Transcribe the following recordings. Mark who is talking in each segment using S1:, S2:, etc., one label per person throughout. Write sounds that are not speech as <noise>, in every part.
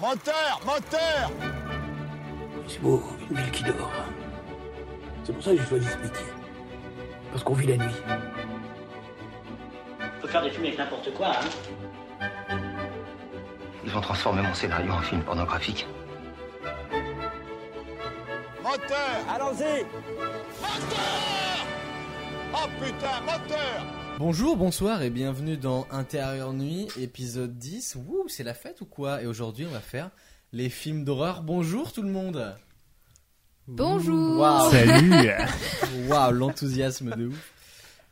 S1: Moteur Moteur
S2: C'est beau, une ville qui dort. C'est pour ça que j'ai choisi ce métier. Parce qu'on vit la nuit.
S3: On peut faire des films avec n'importe quoi, hein.
S4: Ils vont transformer mon scénario en film pornographique.
S1: Moteur
S2: Allons-y
S1: Moteur Oh putain, moteur
S5: Bonjour, bonsoir et bienvenue dans Intérieur Nuit, épisode 10. Wouh, c'est la fête ou quoi Et aujourd'hui, on va faire les films d'horreur. Bonjour tout le monde
S6: Bonjour
S5: Waouh,
S7: Salut
S5: <laughs> waouh, l'enthousiasme de ouf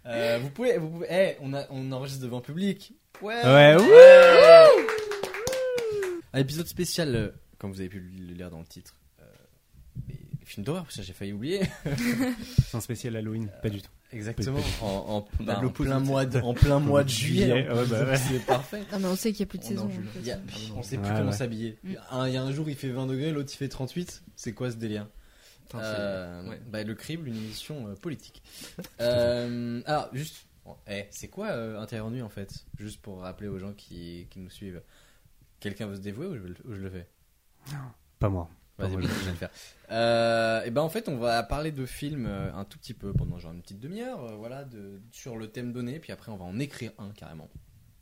S5: Euh, Vous pouvez... Vous pouvez eh, on, a, on enregistre devant public Ouais,
S7: Ouais,
S5: Un épisode spécial, euh, comme vous avez pu le lire dans le titre, euh, les films d'horreur, parce que j'ai failli oublier.
S7: <laughs> C'est un spécial Halloween, pas du tout.
S5: Exactement, en, en-
S7: Bah,
S5: en
S7: l'opposé.
S5: plein mois de, en plein mois de juillet,
S7: Ouais, bah ouais.
S5: c'est parfait
S6: Non mais on sait qu'il n'y a plus de
S5: On est en
S6: saison.
S5: juin. Ah
S6: en
S5: Il
S6: fait.
S5: y a- on sait
S7: Ouais,
S5: plus comment
S7: ouais.
S5: s'habiller.
S6: Mm.
S5: Un- Il y a un jour il fait 20 degrés, l'autre il fait 38. C'est quoi ce délire
S8: Putain, c'est-
S5: Euh,
S8: ouais.
S5: bah, Le crible, une émission euh, <laughs> politique. Euh, alors, juste, bon, eh, c'est quoi euh, Intérieur Nuit en fait Juste pour rappeler aux gens qui, qui nous suivent. Quelqu'un veut se dévouer ou je, le- ou je le fais
S7: Pas moi. Pas
S5: Vas-y,
S7: moi,
S5: <laughs> je vais le faire. Euh, et ben en fait, on va parler de films euh, un tout petit peu pendant genre une petite demi-heure, euh, voilà, de, sur le thème donné. Puis après, on va en écrire un carrément.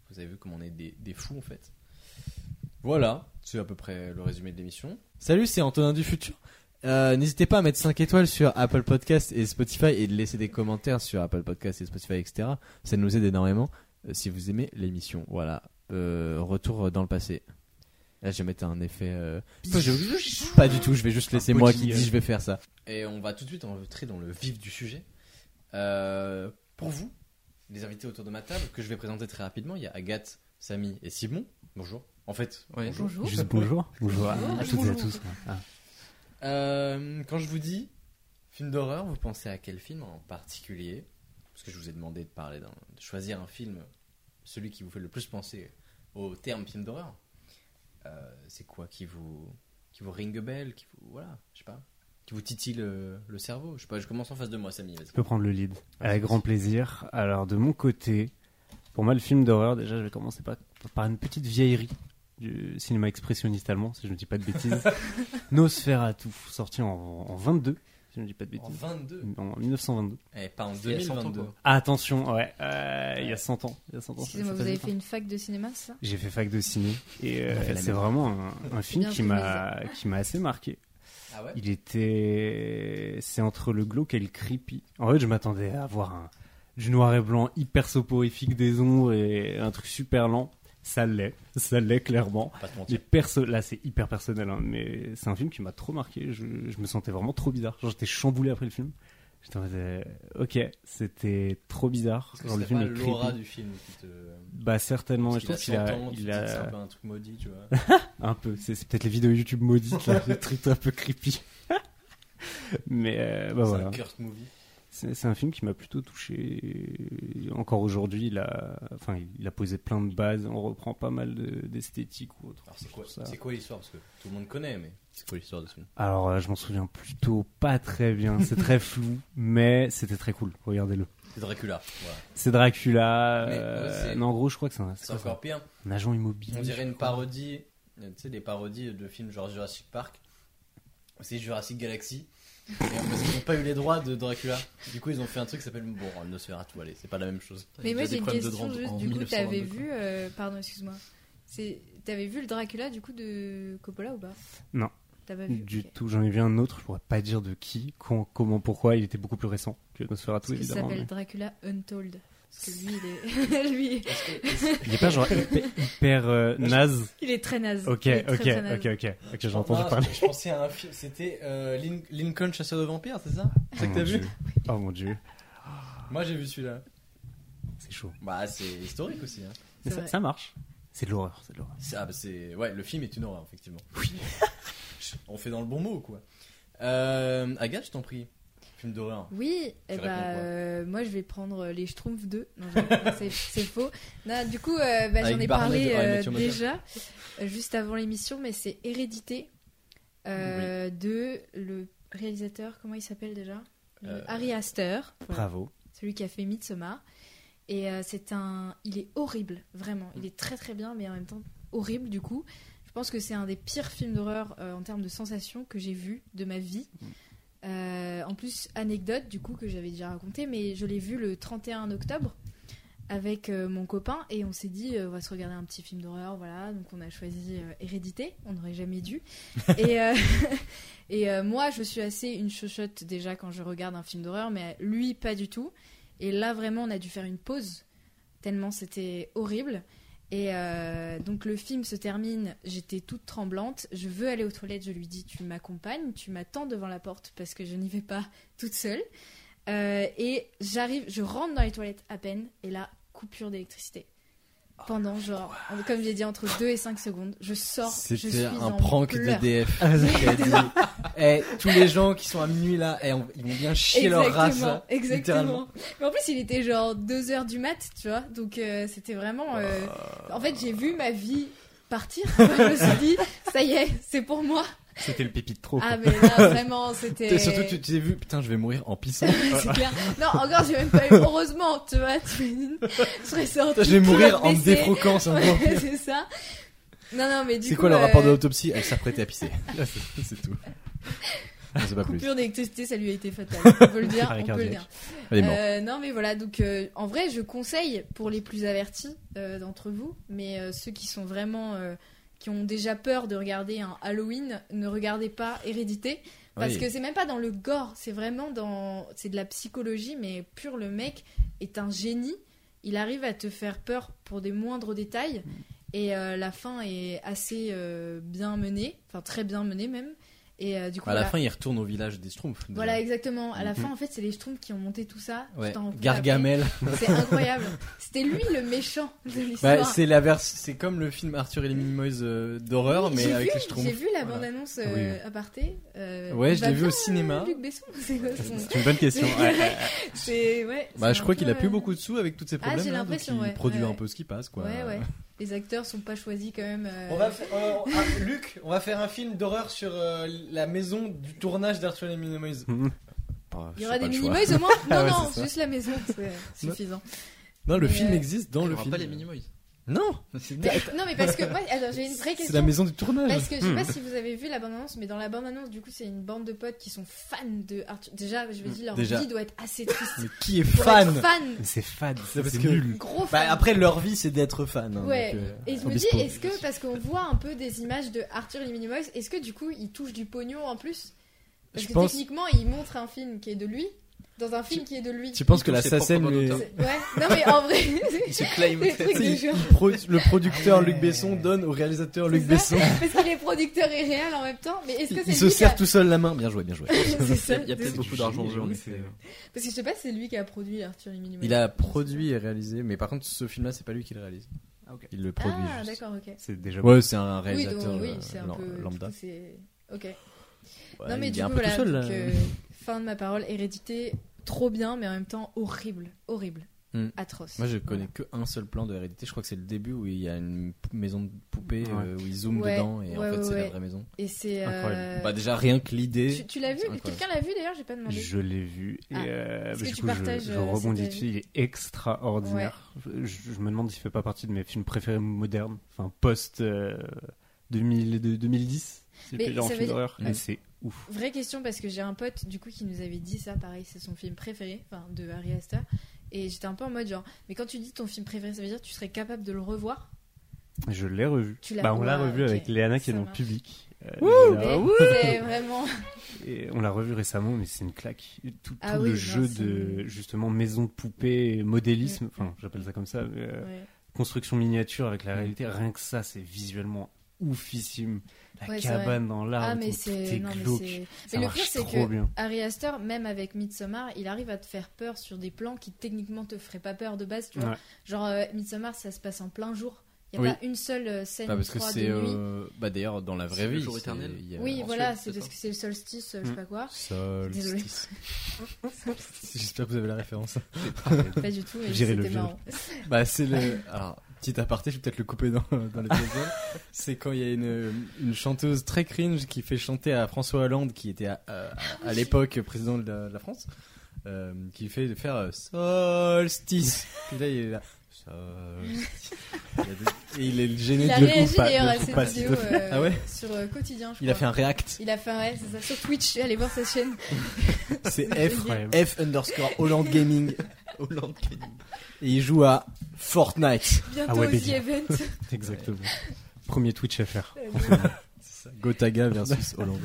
S5: Vous avez vu comment on est des, des fous en fait. Voilà, c'est à peu près le résumé de l'émission. Salut, c'est Antonin du futur. Euh, N'hésitez pas à mettre 5 étoiles sur Apple Podcast et Spotify et de laisser des commentaires sur Apple Podcast et Spotify, etc. Ça nous aide énormément euh, si vous aimez l'émission. Voilà, Euh, retour dans le passé. Là, je vais mettre un effet. euh, pas, je- pas du tout, je vais juste laisser
S7: Un
S5: moi
S7: petit,
S5: qui
S7: euh,
S5: dis je vais faire ça. Et on va tout de suite entrer dans le vif du sujet. Euh, pour vous, les invités autour de ma table, que je vais présenter très rapidement, il y a Agathe, Samy et Simon. Bonjour. En fait,
S8: Ouais.
S5: bonjour.
S6: Bonjour.
S7: Juste bonjour. Bonjour à
S5: Bonjour.
S7: toutes et à tous. Ah.
S5: Euh, quand je vous dis film d'horreur, vous pensez à quel film en particulier Parce que je vous ai demandé de parler d'un, de choisir un film, celui qui vous fait le plus penser au terme film d'horreur. Euh, c'est quoi qui vous qui vous ring a bell, qui vous voilà, je sais pas, qui vous titille le, le cerveau Je sais pas, je commence en face de moi, Samy. vas-y.
S7: Je peux prendre le lead. Avec grand plaisir. Alors, de mon côté, pour moi, le film d'horreur, déjà, je vais commencer par, par une petite vieillerie du cinéma expressionniste allemand, si je ne dis pas
S6: <laughs>
S7: de bêtises. Nosferatu, sorti en, en 22, si je ne dis pas de
S5: En
S7: bêtises.
S5: 22
S7: En 1922.
S5: Eh, pas en
S8: C'est Mm. il y a 100 ans,
S5: 2022.
S8: quoi.
S7: Ah, attention, ouais, euh, il y a 100 ans. il y a 100 ans, ça-
S6: Excusez-moi,
S7: ça
S6: vous
S7: passe
S6: avez
S7: vite,
S6: fait une fac de cinéma, c'est ça
S7: J'ai fait fac de ciné et euh,
S5: On a fait la
S7: c'est
S5: même.
S7: vraiment un, un film
S6: Bien
S7: qui m'a qui m'a assez marqué.
S5: Ah ouais
S7: Il était c'est entre le glauque et le creepy. En fait, je m'attendais à avoir un du noir et blanc hyper soporifique des ombres et un truc super lent. Ça l'est, ça l'est clairement.
S5: Pas te
S7: Les
S5: mentir.
S7: perso là c'est hyper personnel hein, mais c'est un film qui m'a trop marqué. Je, je me sentais vraiment trop bizarre. Genre j'étais chamboulé après le film. J'étais en mode, euh, ok c'était trop bizarre.
S5: Parce que
S7: Genre,
S5: c'est pas
S7: est
S5: l'aura
S7: creepy.
S5: du film qui te.
S7: Bah certainement. Et
S5: Parce
S7: je
S5: qu'il
S7: trouve qu'il
S5: a
S7: a,
S5: 100 ans, tu te
S7: il
S5: dis que c'est un peu un
S7: a Bah,
S5: truc maudit, tu vois.
S7: un peu. C'est c'est peut-être les vidéos YouTube maudites, <laughs> là, les trucs un peu creepy. Mais euh, bah
S5: c'est
S7: voilà.
S5: un Kurt movie.
S7: C'est c'est un film qui m'a plutôt touché. Encore aujourd'hui, il a, enfin, il a posé plein de bases. On reprend pas mal de- d'esthétique ou autre.
S5: Alors c'est quoi,
S7: Je trouve ça-
S5: c'est quoi l'histoire Parce que tout le monde connaît, mais c'est quoi l'histoire de ce film
S7: Alors, euh, je m'en souviens plutôt pas très bien. C'est <laughs> très flou, mais c'était très cool. Regardez-le.
S5: C'est Dracula. Voilà.
S7: C'est Dracula.
S5: Mais,
S7: euh,
S5: euh, c'est-
S7: non, en gros, je crois que c'est un, c'est
S5: C'est
S7: quoi,
S5: encore pire.
S7: ça un agent immobilier.
S5: On dirait
S7: je
S5: une
S7: crois.
S5: parodie, euh, tu sais, des parodies de films genre Jurassic Park. C'est Jurassic Galaxy. Et, euh, parce qu'ils n'ont pas eu les droits de Dracula. Du coup, ils ont fait un truc qui s'appelle Bon, on ne se verra tout, allez, c'est pas la même chose.
S6: Mais moi
S8: Il y a des
S6: j'ai une
S8: problèmes de
S6: question
S8: drogue
S6: juste,
S8: en
S6: du coup t'avais
S8: 1922, quoi.
S6: vu, euh, pardon excuse-moi, C'est- t'avais vu le Dracula du coup de Coppola ou pas
S7: Non.
S6: T'as pas vu
S7: Du
S6: ok.
S7: tout, j'en ai vu un autre, je pourrais pas dire de qui, quand, comment, pourquoi, il était beaucoup plus récent que Nosferatu,
S6: Parce qu'il
S7: évidemment.
S6: s'appelle
S7: mais-
S6: Dracula Untold. Parce que lui il est, <laughs> lui,
S7: Il est pas genre hyper,
S6: <laughs>
S7: hyper, euh, naze.
S6: il est très naze.
S7: Ok,
S6: Il est très,
S7: ok,
S6: très naze. Oh,
S7: ok, ok, ok, j'ai
S5: Non,
S7: entendu
S5: non,
S7: parler.
S5: Ah, Je pensais à un film, c'était euh, Lin- Lincoln Chasseur de Vampires, c'est ça C'est ça que
S7: Oh
S5: t'as
S7: mon
S5: vu
S7: Dieu. Oh mon dieu,
S5: Moi j'ai vu celui-là.
S7: c'est chaud.
S5: Bah, c'est historique aussi. Hein.
S6: C'est
S7: Mais ça,
S6: vrai.
S7: ça marche. C'est de l'horreur, c'est de l'horreur.
S5: C'est- ah, bah, c'est ouais, le film est une horreur effectivement. <laughs> On fait dans le bon mot quoi. Euh, Agathe, je t'en prie. Film d'horreur.
S6: Oui, eh
S5: réponds
S6: bah,
S5: quoi
S6: euh, moi je vais prendre euh, les Schtroumpfs 2. Non, je rigole, <laughs> c'est c'est faux. Non, du coup, euh, bah, j'en
S5: Avec Barney
S6: ai parlé
S5: de How I Met
S6: euh,
S5: Your Mother.
S6: déjà, euh, juste avant l'émission, mais c'est Hérédité euh, de le réalisateur, comment il s'appelle déjà Le-
S5: Euh,
S6: Harry Astor, voilà,
S7: Bravo.
S6: celui qui a fait Midsommar. Et euh, c'est un. Il est horrible, vraiment. Il est très très bien, mais en même temps horrible du coup. Je pense que c'est un des pires films d'horreur euh, en termes de sensations que j'ai vu de ma vie. Euh, en plus, anecdote du coup que j'avais déjà racontée, mais je l'ai vu le 31 octobre avec euh, mon copain et on s'est dit euh, on va se regarder un petit film d'horreur, voilà. Donc on a choisi euh, Hérédité, on n'aurait jamais dû. <laughs> et euh, et euh, moi, je suis assez une chochotte déjà quand je regarde un film d'horreur, mais lui pas du tout. Et là vraiment, on a dû faire une pause tellement c'était horrible. Et euh, donc le film se termine, j'étais toute tremblante, je veux aller aux toilettes, je lui dis tu m'accompagnes, tu m'attends devant la porte parce que je n'y vais pas toute seule. Euh, et j'arrive, je rentre dans les toilettes à peine et là, coupure d'électricité. Pendant genre, comme j'ai dit, entre 2 et 5 secondes, je sors, je suis
S5: Oh, C'était un
S6: en
S5: prank
S6: pleurs. <laughs>
S5: d'EDF. qui a dit, Eh, tous les gens qui sont à minuit là, eh, on- ils vont bien chier leur race.
S6: Exactement,
S5: littéralement.
S6: exactement. Mais en plus, il était genre 2 heures du mat, tu vois. Donc, euh, c'était vraiment. euh, En fait, j'ai vu ma vie partir. <laughs> je me suis dit, ça y est, c'est pour moi.
S7: C'était le pipi de trop.
S6: Ah, mais là, vraiment, c'était.
S5: Et surtout,
S6: <laughs>
S5: tu Oh. ah. t'es vu, putain, je vais mourir en pissant.
S6: c'est clair. Non, encore, j'ai même pas eu. Heureusement, tu vois, tu m'imagines, je serais sortie.
S5: Putain, je vais mourir
S6: toute
S5: en me
S6: baissée.
S5: défroquant. c'est un
S6: <laughs> Ouais,
S5: vampire.
S6: c'est ça. Non, non, mais du
S5: C'est
S6: coup,
S5: quoi le
S6: euh,
S5: rapport de l'autopsie Elle s'apprêtait à
S6: <laughs>
S5: pisser. <laughs> Là, c'est c'est tout. On sait pas plus.
S6: Coupure d'électricité, ça lui a été fatal.
S5: <laughs>
S6: On peut le dire,
S7: Arrêt
S6: on peut le
S7: cardiaque.
S6: dire.
S5: Elle est morte.
S6: Euh, non, mais voilà, donc euh, en vrai, je conseille pour les plus avertis euh, d'entre vous, mais euh, ceux qui sont vraiment. euh, qui ont déjà peur de regarder un Halloween, ne regardez pas Hérédité. Parce
S5: Oui.
S6: que c'est même pas dans le gore, c'est vraiment dans. C'est de la psychologie, mais pur, le mec est un génie. Il arrive à te faire peur pour des moindres détails. Et euh, la fin est assez euh, bien menée, enfin très bien menée même. Et euh, du coup,
S5: À la
S6: bah,
S5: fin, il retourne au village des Schtroumpfs. déjà.
S6: voilà, exactement. À la
S7: Mhm.
S6: fin, en fait, c'est les Schtroumpfs qui ont monté tout ça. Tu
S5: Ouais.
S6: t'en rends compte
S5: Gargamel. <laughs>
S6: après. C'est incroyable. C'était lui le méchant de l'histoire.
S5: Bah, c'est la vers- c'est comme le film Arthur et les Minimoys euh, d'horreur, mais
S6: J'ai
S5: avec
S6: vu-
S5: les
S6: J'ai
S5: Schtroumpfs.
S6: vu la
S5: Voilà.
S6: bande-annonce euh,
S5: Oui, oui.
S6: à Parté. euh,
S5: Ouais,
S6: il
S5: je
S6: va
S5: l'ai vu au
S6: bien,
S5: cinéma.
S6: euh, Luc Besson, <laughs> c'est quoi son-
S7: C'est une bonne question. Ouais.
S6: <laughs> C'est- ouais,
S5: Bah,
S6: c'est
S5: je
S6: un
S5: crois
S6: peu,
S5: qu'il a plus
S6: euh,
S5: beaucoup de sous avec toutes ces
S6: Ah, j'ai
S5: problèmes. là, donc
S6: l'impression,
S5: il
S6: ouais.
S5: produit
S6: Ouais,
S5: un
S6: ouais.
S5: peu ce qui passe, quoi.
S6: Ouais, ouais. Les acteurs sont pas choisis quand même. euh,
S5: ah, Luc, on va faire un film d'horreur sur euh, la maison du tournage d'Arthur et les Minimoys.
S7: Mhm.
S5: Ah,
S6: Il y aura des Minimoys
S5: <laughs>
S6: au moins Non,
S5: Ouais,
S6: non,
S5: c'est ça.
S6: juste la maison, c'est suffisant.
S5: Non, le
S6: Mais,
S5: film
S6: euh,
S5: existe dans
S8: On
S5: le
S8: le
S5: film.
S8: pas les Minimoys.
S5: Non,
S6: Non, mais parce que moi, alors j'ai une vraie
S5: c'est
S6: question.
S5: la maison Hmm. du tournage.
S6: Parce que je sais pas si vous avez vu la bande-annonce, mais dans la bande-annonce, du coup, c'est une bande de potes qui sont fans de Arthur. Déjà, je me dis, leur
S5: Hmm. Déjà.
S6: vie doit être assez triste.
S5: <laughs> Mais qui est
S6: Pour
S5: fan
S6: être fan
S7: Mais c'est fade,
S5: C'est
S7: c'est
S5: parce que-
S7: nul.
S6: Gros fan
S5: Bah, après, leur vie, c'est d'être fan. hein,
S6: Ouais.
S5: donc, euh,
S6: Et je me dis, est-ce que, parce qu'on voit un peu des images de Arthur et les Minimoys, est-ce que du coup, il touche du pognon en plus Parce
S5: Je
S6: que
S5: pense-
S6: techniquement, il montre un film qui est de lui, dans un film qui est de lui.
S5: Tu penses que
S8: Tous
S5: la euh,
S8: ses
S5: SACEM,
S8: propres
S5: lui-
S8: droits
S6: C'est- Ouais, non mais en vrai, <laughs>
S8: Ils se claiment.
S6: les <laughs> trucs de
S5: <laughs> Si.
S6: genre.
S5: pro- le producteur Luc Besson donne au réalisateur Luc
S6: C'est ça,
S5: Besson
S6: Parce qu'il est producteur et réel en même temps, mais est-ce que c'est
S5: Il
S6: lui
S5: se
S6: qui a-
S5: sert tout seul la main. Bien joué, bien joué.
S6: <laughs> C'est ça,
S8: Il y a
S6: de-
S8: peut-être beaucoup d'argent en jeu, en effet.
S6: Parce que je sais pas si c'est lui qui a produit Arthur et les Minimoys.
S5: Il a produit et réalisé, mais par contre, ce film-là, c'est pas lui qui le réalise.
S8: Ah, ok.
S5: Il le produit.
S6: Ah,
S5: juste.
S6: d'accord, ok.
S7: C'est déjà
S5: Ouais, c'est un
S6: Oui, donc,
S5: réalisateur
S6: oui,
S5: euh,
S6: c'est un
S5: lam-
S6: peu.
S5: lambda.
S6: du coup, c'est- Ok.
S5: Ouais,
S6: non, mais
S5: Bah, il
S6: du
S5: est
S6: coup,
S5: un peu
S6: voilà.
S5: tout seul.
S6: donc,
S5: là.
S6: euh, fin de ma parole. Hérédité, trop bien, mais en même temps horrible. Horrible.
S5: Hmm.
S6: Atroce.
S5: Moi, je connais que un seul plan de Hérédité. Je crois que c'est le début où il y a une p- maison de poupée
S7: Ouais.
S5: euh, où ils zooment
S6: Ouais,
S5: dedans et en
S6: ouais,
S5: fait,
S6: ouais,
S5: c'est la
S6: ouais.
S5: vraie maison.
S6: Et c'est. euh,
S7: Incroyable.
S5: Bah, déjà, rien que l'idée.
S6: tu tu l'as vu
S5: C'est incroyable.
S6: Quelqu'un l'a vu d'ailleurs J'ai pas demandé.
S7: Je l'ai vu et
S6: Ah.
S7: euh,
S6: Est-ce que
S7: bah, du
S6: tu
S7: coup je-
S6: partages,
S7: je,
S6: euh, cet
S7: rebondis
S6: avis
S7: dessus, il est extraordinaire. Je, je me demande s'il fait pas partie de mes films préférés modernes, enfin post euh, 2000 de- 2010, si je
S6: Mais
S7: peux dire en
S6: ça veut
S7: film
S6: dire- Ah
S7: d'horreur,
S5: Ouais.
S7: mais c'est ouf.
S6: Vraie question parce que j'ai un pote du coup qui nous avait dit ça, pareil, c'est son film préféré, enfin de Harry Astor. Et j'étais un peu en mode genre, mais quand tu dis ton film préféré, ça veut dire que tu serais capable de le revoir
S7: Je l'ai revu.
S6: Tu l'as-
S7: Bah, on l'a
S6: Ouah,
S7: revu
S6: ok.
S7: avec Léana qui est
S6: Ça
S7: dans le
S6: marche.
S7: public. Euh,
S6: Mais
S7: Léana,
S6: Eh,
S5: <laughs>
S6: C'est vraiment.
S7: Et on l'a revu récemment, mais c'est une claque. Tout, tout
S6: Ah oui,
S7: le
S6: non,
S7: jeu
S6: c'est-
S7: de justement maison de poupée, modélisme,
S6: Mm.
S7: enfin j'appelle ça comme ça, mais, euh,
S6: Ouais. Mm.
S7: construction miniature avec la réalité, rien que ça, c'est visuellement oufissime. La
S6: Ouais, c'est
S7: cabane dans l'arbre,
S6: Ah, mais
S7: tout, tout
S6: c'est.
S7: est
S6: Non, mais
S7: glauque.
S6: c'est.
S7: Ça
S6: Mais le
S7: marche
S6: pire, c'est
S7: trop
S6: que
S7: bien.
S6: Harry Astor, même avec Midsommar, il arrive à te faire peur sur des plans qui techniquement te feraient pas peur de base, tu vois.
S7: Ouais.
S6: Genre euh, Midsommar, ça se passe en plein jour. Il n'y a
S5: Oui.
S6: pas une seule euh, scène
S5: Bah, parce
S6: je
S5: que
S6: crois,
S5: c'est.
S6: de nuit.
S5: euh, Bah, d'ailleurs, dans la
S8: C'est
S5: vraie
S8: le
S5: vie.
S8: jour
S5: c'est-
S8: éternel.
S5: il y a-
S6: oui,
S8: mensuel,
S6: voilà,
S8: c'est
S6: c'est parce
S8: ça
S6: que c'est le solstice,
S5: Hmm.
S6: euh, je sais
S7: Mm.
S6: pas quoi.
S5: <laughs>
S6: Désolée.
S5: Solstice. J'espère que vous avez la référence.
S6: Pas du tout, mais
S7: J'irai le
S6: c'était
S7: viol.
S6: marrant.
S5: Bah, c'est le. Alors, petit aparté, je vais peut-être le couper dans, dans les deuxièmes. c'est quand il y a une, une chanteuse très cringe qui fait chanter à François Hollande, qui était à, à-
S6: Ah
S5: à l'époque président de la, de la France, euh, qui fait faire euh, Solstice. Puis là, il est là. ça.
S6: <laughs>
S5: Il y a des- Et il est gêné
S6: Il a
S5: de le
S6: réagi
S5: pas-
S6: d'ailleurs
S5: le
S6: à
S5: coup
S6: cette
S5: pas, s'il
S6: vidéo
S5: te plaît.
S6: euh,
S5: Ah ouais
S6: sur euh, Quotidien, je
S5: Il a fait
S6: crois.
S5: un react.
S6: Il a fait un ouais, c'est ça, sur Twitch, allez voir sa chaîne.
S5: C'est <laughs> F,
S7: Incroyable.
S5: F underscore Holland <laughs> Gaming. Holland Gaming. Et il joue à Fortnite.
S6: Bientôt
S7: Ah ouais, <laughs>
S6: au The
S7: Bédia.
S6: Event.
S5: <laughs>
S7: Exactement. Premier Twitch à faire.
S5: Gotaga <laughs> versus Hollande.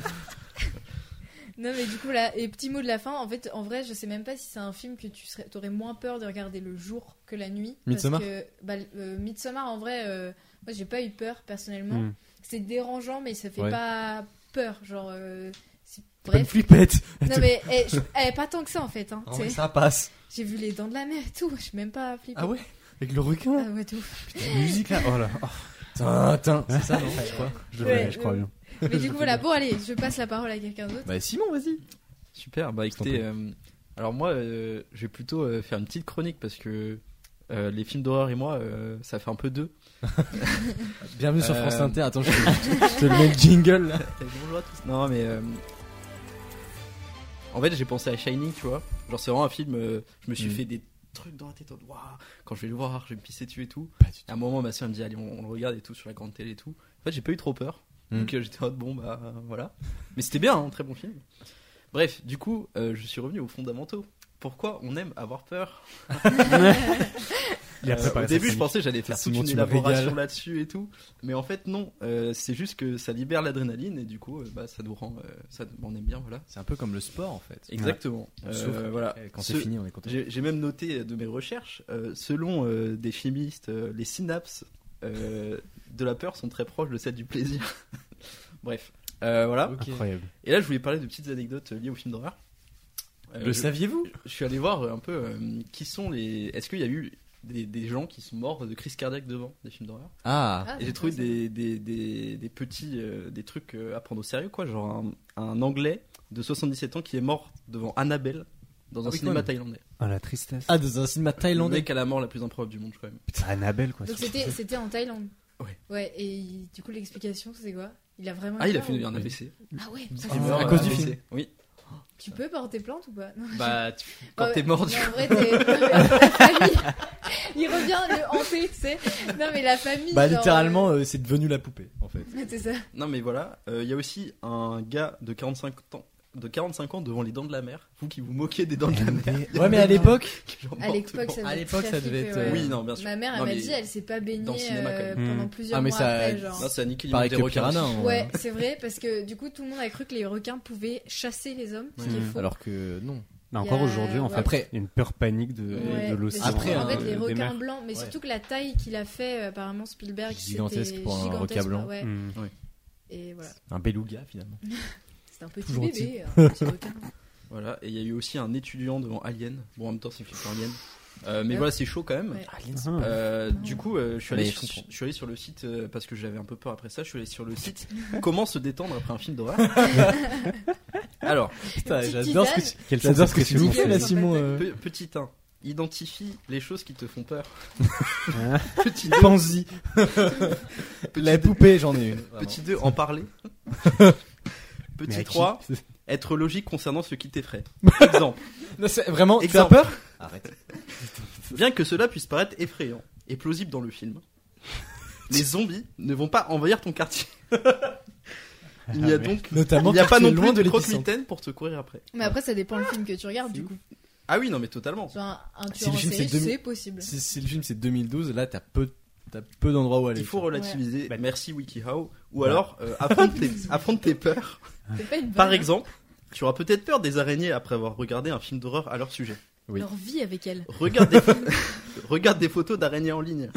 S6: non mais du coup là, et petit mot de la fin, en fait en vrai je sais même pas si c'est un film que tu serais, t'aurais moins peur de regarder le jour que la nuit.
S5: Midsommar
S6: parce que, bah, euh, Midsommar en vrai, euh, moi j'ai pas eu peur personnellement.
S7: Mm.
S6: C'est dérangeant mais ça fait
S5: Hmm. Ouais.
S6: pas peur, genre... euh, c'est-
S5: Pas une
S6: Bref.
S5: flippette.
S6: Non mais eh, je- eh, pas tant que ça en fait. Hein,
S5: Ah
S6: tu
S5: ouais,
S6: sais.
S5: ça passe.
S6: J'ai vu les dents de la mer et tout, je suis même pas flippée.
S5: Ah ouais Avec le requin
S6: Ah ouais, de ouf.
S7: Musique là Oh là oh,
S5: Tintin. C'est ça, non Je crois.
S7: Je le
S6: Ouais,
S7: verrai, je crois
S6: ouais.
S7: bien.
S6: Mais du coup, voilà, bon, allez, je passe la parole à quelqu'un d'autre.
S5: Bah, Simon, vas-y.
S8: Super, bah
S5: Je t'en
S8: écoutez, euh, alors moi euh, je vais plutôt euh, faire une petite chronique parce que euh, les films d'horreur et moi euh, ça fait un peu deux.
S5: <laughs> Bienvenue sur
S8: Euh,
S5: France Inter. Attends, je te,
S8: <laughs>
S5: je te mets le jingle là.
S8: Euh, Bonjour à tous. Non mais euh, en fait j'ai pensé à Shining, tu vois. Genre c'est vraiment un film, euh, je me suis
S5: Mm.
S8: fait des trucs dans la tête, en mode, Waouh, quand je vais le voir, je vais me pisser dessus et tout.
S5: Pas du
S8: À un moment ma soeur me dit allez on, on le regarde et tout sur la grande télé et tout. En fait j'ai pas eu trop peur.
S5: Mm.
S8: Donc euh, j'étais en mode bon bah euh, voilà. Mais c'était bien, un très bon film. Bref, du coup euh, je suis revenu aux fondamentaux. Pourquoi on aime avoir peur
S7: Il a
S8: Euh,
S7: préparé sa
S8: au début, je
S7: chronique.
S8: pensais que j'allais faire
S5: Simon,
S8: toute
S5: tu
S8: une
S5: me
S8: élaboration
S5: régales.
S8: là-dessus et tout, mais en fait non. Euh, c'est juste que ça libère l'adrénaline et du coup, euh, bah, ça nous rend, euh, ça, on aime bien, voilà.
S5: C'est un peu comme le sport en fait.
S8: Exactement.
S5: On
S8: Euh,
S5: souffre.
S8: voilà.
S5: Et Quand
S8: Ce-
S5: c'est fini, on est content.
S8: J'ai j'ai même noté euh, de mes recherches, euh, selon euh, des chimistes, euh, les synapses euh, de la peur sont très proches de celles du plaisir. Bref, Euh, voilà.
S5: Ok.
S7: Incroyable.
S8: Et là, je voulais parler de petites anecdotes euh, liées au film d'horreur. Euh,
S5: Le
S8: je-
S5: saviez-vous
S8: je suis allé voir euh, un peu euh, qui sont les. Est-ce qu'il y a eu des, des gens qui sont morts de crise cardiaque devant des films d'horreur
S5: Ah,
S6: Ah,
S8: Et J'ai
S6: c'est
S8: trouvé
S6: intéressant.
S8: des, des, des, des petits euh, des trucs euh, à prendre au sérieux, quoi. Genre un, un Anglais de 77 ans qui est mort devant Annabelle dans
S5: Ah
S8: un
S5: oui, quand
S8: cinéma
S5: même.
S8: thaïlandais.
S7: Ah la tristesse.
S5: ah dans un cinéma
S8: Le
S5: thaïlandais.
S8: mec à la mort la plus improbable du monde, quand même.
S7: Putain, Annabelle quoi.
S6: Donc,
S7: sur-
S6: c'était c'était en Thaïlande.
S8: Ouais.
S6: Ouais, et il- du coup, l'explication, c'est quoi Il a vraiment.
S8: Ah,
S6: eu
S8: il a
S6: peur
S8: fait
S6: ou-
S8: un AVC.
S6: Ah ouais,
S8: Il
S6: putain,
S8: est
S5: Ah,
S8: mort
S5: à
S8: d'un
S5: cause du
S8: AVC.
S5: film.
S8: Oui.
S6: tu peux porter plainte ou pas Non.
S8: <laughs> Bah, tu- quand
S6: Ouais,
S8: t'es mort, tu.
S6: mais en vrai, t'es- non,
S8: <laughs>
S6: mais la famille, il revient le hanter, tu sais. Non, mais la famille.
S5: Bah
S6: genre,
S5: littéralement, euh, c'est devenu la poupée en fait.
S6: euh, C'est ça.
S8: Non, mais voilà. Euh, Il y a aussi un gars de 45 ans de 45 ans devant les dents de la mer, vous qui vous moquez des dents de la <laughs> mer.
S5: <laughs> Ouais, mais à l'époque,
S8: Genre
S6: À
S8: mort
S6: l'époque,
S8: devant-
S6: ça devait
S5: à
S6: être.
S5: l'époque,
S6: très
S5: ça devait
S6: flippé,
S5: être, euh,
S6: ouais.
S8: Oui, non, bien sûr.
S6: Ma mère, elle
S8: Non,
S6: m'a
S8: mais-
S6: dit, elle s'est pas baignée
S8: dans le cinéma, quand
S6: euh,
S7: même.
S6: pendant
S7: Mm.
S6: plusieurs
S5: Ah, mais
S6: mois
S5: ça-
S6: après,
S8: Non,
S6: genre.
S8: c'est Annick
S5: pareil que
S8: des
S5: le
S8: requins.
S5: piranha. hein.
S6: Ouais, c'est vrai, parce que du coup, tout le monde a cru que les requins pouvaient chasser les hommes, ce qui est
S7: Mm.
S6: faux.
S5: Alors que non.
S7: Bah,
S6: Il
S7: encore
S6: y a-
S7: aujourd'hui en
S6: ouais.
S7: fait.
S5: Après-
S7: il y a une peur panique
S6: Ouais,
S7: de, de
S6: mais
S7: l'océan.
S6: surtout,
S5: Après,
S6: en fait,
S5: euh,
S6: les
S7: des
S6: requins
S7: mers.
S6: blancs, mais
S5: Ouais.
S6: surtout que la taille qu'il a fait, euh, apparemment Spielberg, c'était
S5: Gigantesque pour un
S6: gigantesque,
S5: requin blanc.
S6: ouais.
S7: Mm.
S6: Et voilà,
S5: Un beluga hein, finalement.
S6: c'est un petit
S5: Tout gentil.
S6: bébé, un petit requin.
S8: Voilà, et il y a eu aussi un étudiant devant Alien. Bon, en même temps, c'est film sur Alien. Euh, mais
S6: Ouais.
S8: voilà, c'est chaud quand même.
S6: Ouais.
S7: Ah,
S8: Euh,
S6: Non.
S8: du coup, euh, je, suis allé
S5: Mais
S8: sur,
S5: je comprends.
S8: je suis allé sur le site euh, parce que j'avais un peu peur après ça. Je suis allé
S5: <laughs>
S8: sur le site comment se détendre après un film d'horreur. Alors,
S5: Putain,
S6: Petite
S5: j'adore ce que tu,
S6: tisane.
S7: Quelle
S5: j'adore ce que tu
S7: sensation,
S5: dis là,
S7: c'est-
S5: Simon. euh,
S8: pe- petit 1, identifie les choses qui te font peur.
S7: Ah.
S8: petit
S1: <laughs>
S8: 2,
S5: Pense-y. La poupée, j'en ai une.
S8: petit deux, en parler.
S7: Mais à
S8: petit
S6: <laughs>
S7: qui
S8: 3, être logique concernant ce qui t'effraie. Exemple.
S5: Non, c'est- vraiment, tu as
S8: Exemple.
S5: peur Arrête.
S8: Bien que cela puisse paraître effrayant et plausible dans le film, les zombies ne vont pas envahir ton quartier. Il n'y a donc
S5: Notamment,
S8: il n'y a
S5: quand
S8: pas
S5: tu es
S8: non
S5: loin
S8: plus de
S5: de l'épicentre.
S8: croque-mitaine pour te courir après.
S6: Mais après, ça dépend le film que tu regardes, du coup.
S8: Ah oui, non mais totalement.
S6: Genre, un, un
S5: Si
S6: tueur
S5: le
S6: en
S5: film,
S6: série,
S5: c'est deux-
S6: c'est possible.
S5: Si, si le film c'est 2012, là t'as peu, t'as peu d'endroits où aller.
S8: Il faut relativiser.
S7: Ouais.
S8: Merci WikiHow. Ou
S7: Ouais.
S8: alors euh, affronte, tes, affronte tes peurs.
S6: C'est pas une
S8: Par
S6: bonne-
S8: exemple, tu auras peut-être peur des araignées après avoir regardé un film d'horreur à leur sujet.
S5: oui.
S6: Leur vie avec elle.
S8: Regarde des, regarde des photos d'araignées en ligne.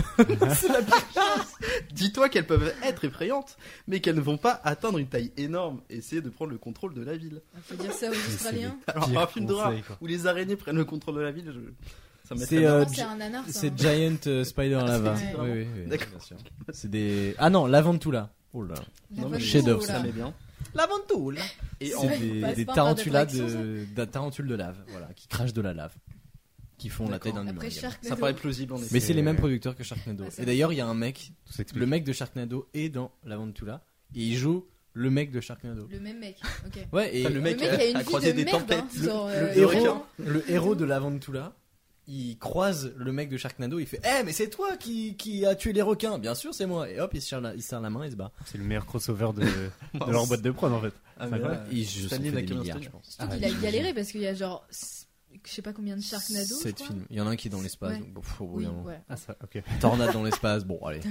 S8: C'est la pire chose. Dis-toi qu'elles peuvent être effrayantes, mais qu'elles ne vont pas atteindre une taille énorme. Essayer de prendre le contrôle de la ville.
S6: Faut dire ça aux Australiens.
S8: Alors,
S7: Pire
S8: un film d'horreur
S7: conseil, quoi.
S8: où les araignées prennent le contrôle de la ville, je- ça me
S5: C'est,
S8: mettrait
S5: euh,
S6: Non,
S8: mal.
S6: C'est un anard, ça, hein.
S5: C'est Giant euh, Spider Lava.
S6: c'est
S5: Oui,
S8: vraiment-
S5: oui, oui.
S8: D'accord.
S5: bien sûr. C'est des. Ah non, l'Avantula. Oh là.
S6: La
S8: Non, mais
S6: bonne
S5: chef d'œuvre,
S6: chose,
S8: Ça
S6: là.
S8: met bien. L'aventule. Et en
S5: C'est des,
S6: passe
S5: des
S6: pas par
S5: tarantulas
S6: des fractions,
S5: de, d'un tarentule de lave, voilà, qui crachent de la lave, qui font la taille d'un humain.
S6: Après,
S5: également.
S6: Sharknado.
S8: Ça paraît plausible en effet.
S5: Mais c'est les mêmes producteurs que Sharknado.
S6: Ah, c'est
S5: et
S6: vrai.
S5: d'ailleurs, il y a un mec,
S7: Tout s'explique.
S5: le mec de Sharknado est dans l'Avantula et il joue le mec de Sharknado.
S6: Le même mec, ok.
S5: Ouais, et
S8: Enfin, le
S5: le,
S8: mec
S6: le mec a une
S8: a
S6: vie
S8: croisé
S6: de
S8: des
S6: merde, hein,
S8: tempêtes.
S6: genre,
S8: Le- le
S6: euh,
S5: héros,
S6: vraiment.
S5: le héros de l'Avantula il croise le mec de Sharknado, il fait Eh, mais c'est toi qui, qui a tué les requins Bien sûr, c'est moi Et hop, il se serre la, il se serre la main et se bat.
S7: C'est le meilleur crossover de, de leur boîte de prod en fait. C'est
S8: Ah, mais là,
S7: incroyable.
S5: Ils se sont
S8: Stanley
S5: fait des
S8: Nakamura
S5: milliards,
S8: Studio.
S5: je pense.
S6: Surtout qu'il a galéré parce qu'il y a genre, je sais pas combien de Sharknado. je
S5: Sept
S6: crois.
S5: films. Il y en a un qui est dans l'espace.
S6: Ouais.
S5: donc, bon, faut-
S6: Oui,
S5: au bout d'un moment.
S6: ouais.
S7: Ah, ça, ok.
S5: Tornade dans l'espace, bon, allez.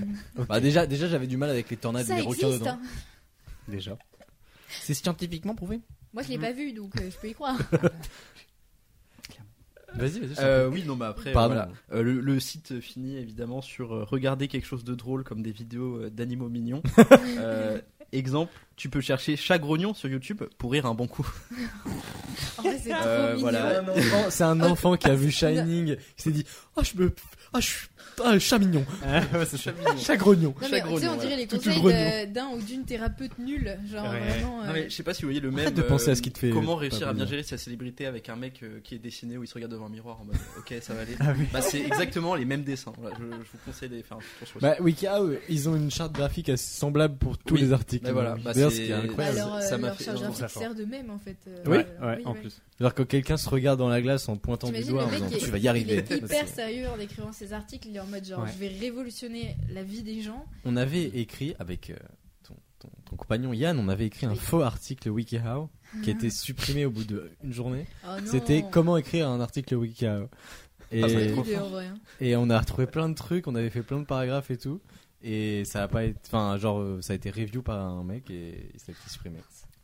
S5: Bah, déjà, déjà j'avais du mal avec les tornades et
S6: Ça
S5: les requins
S6: existe.
S5: dedans.
S6: hein.
S7: Déjà.
S5: C'est scientifiquement prouvé
S6: Moi, je l'ai pas vu, donc euh, je peux
S5: <laughs>
S6: y croire.
S5: Vas-y, vas-y.
S8: Euh, oui, non, mais après,
S5: Pardon.
S8: voilà. Euh, le, le site finit évidemment sur euh, regarder quelque chose de drôle comme des vidéos euh, d'animaux <laughs> mignons. Euh, exemple, tu peux chercher chat grognon sur YouTube pour rire un bon coup.
S6: En vrai, c'est trop
S8: Euh,
S6: mignon.
S8: voilà.
S5: Un enfant- Oh, C'est un enfant qui
S2: <laughs>
S5: a vu Shining, qui s'est dit Ah, je me. Ah, je suis. Ah, chat mignon,
S8: Chat mignon.
S5: chat grognon.
S6: Non, mais, tu
S8: Chat
S6: sais, on
S8: grognon,
S6: dirait les
S5: Tout
S6: conseils
S5: le
S6: de- d'un ou d'une thérapeute nulle. Genre,
S7: Ouais.
S6: vraiment. euh,
S8: Non, mais je sais pas si vous voyez le même. euh,
S5: Arrête de penser à ce qui te fait
S8: Comment
S5: pas
S8: réussir à
S5: plaisir.
S8: bien gérer sa célébrité avec un mec euh, qui est dessiné où il se regarde devant un miroir en <laughs> mode ok ça va aller. Bah, c'est exactement les mêmes dessins. Voilà, je, je vous conseille d'aller faire un petit tour sur le
S5: Bah, Wika, eux, ils ont une charte graphique assez semblable pour tous
S8: Oui.
S5: les articles.
S8: Bah voilà, bah
S5: D'ailleurs,
S8: c'est-
S5: ce qui est incroyable.
S8: Ouais,
S6: Alors,
S8: ça
S6: euh,
S8: m'a
S6: leur
S8: fait-
S6: charge
S8: je trouve
S6: graphique
S7: ça
S6: sert
S7: fort.
S6: de même en fait. euh,
S7: Oui,
S6: euh,
S7: ouais, en
S6: ouais.
S7: plus.
S5: Genre, quand quelqu'un se regarde dans la glace en pointant du
S6: T'imagines
S5: doigt,
S6: le
S5: en
S6: mec
S5: disant
S6: qui est-
S5: Tu vas y arriver.
S6: Il est hyper
S5: C'est-
S6: sérieux en écrivant ses articles. Il est en mode genre,
S7: Ouais.
S6: je vais révolutionner la vie des gens.
S5: On avait écrit avec euh, ton, ton- ton compagnon Yann, on avait écrit un faux article WikiHow qui a été supprimé au bout d'une journée.
S6: Oh Ah. non.
S5: C'était comment écrire un article WikiHow. Et,
S8: Ah, ça va
S6: C'est
S8: être
S6: l'idée, en vrai. hein.
S5: et on a retrouvé plein de trucs, on avait fait plein de paragraphes et tout. Et ça a pas été. Enfin, genre, euh, ça a été review par un mec et ça a été supprimé.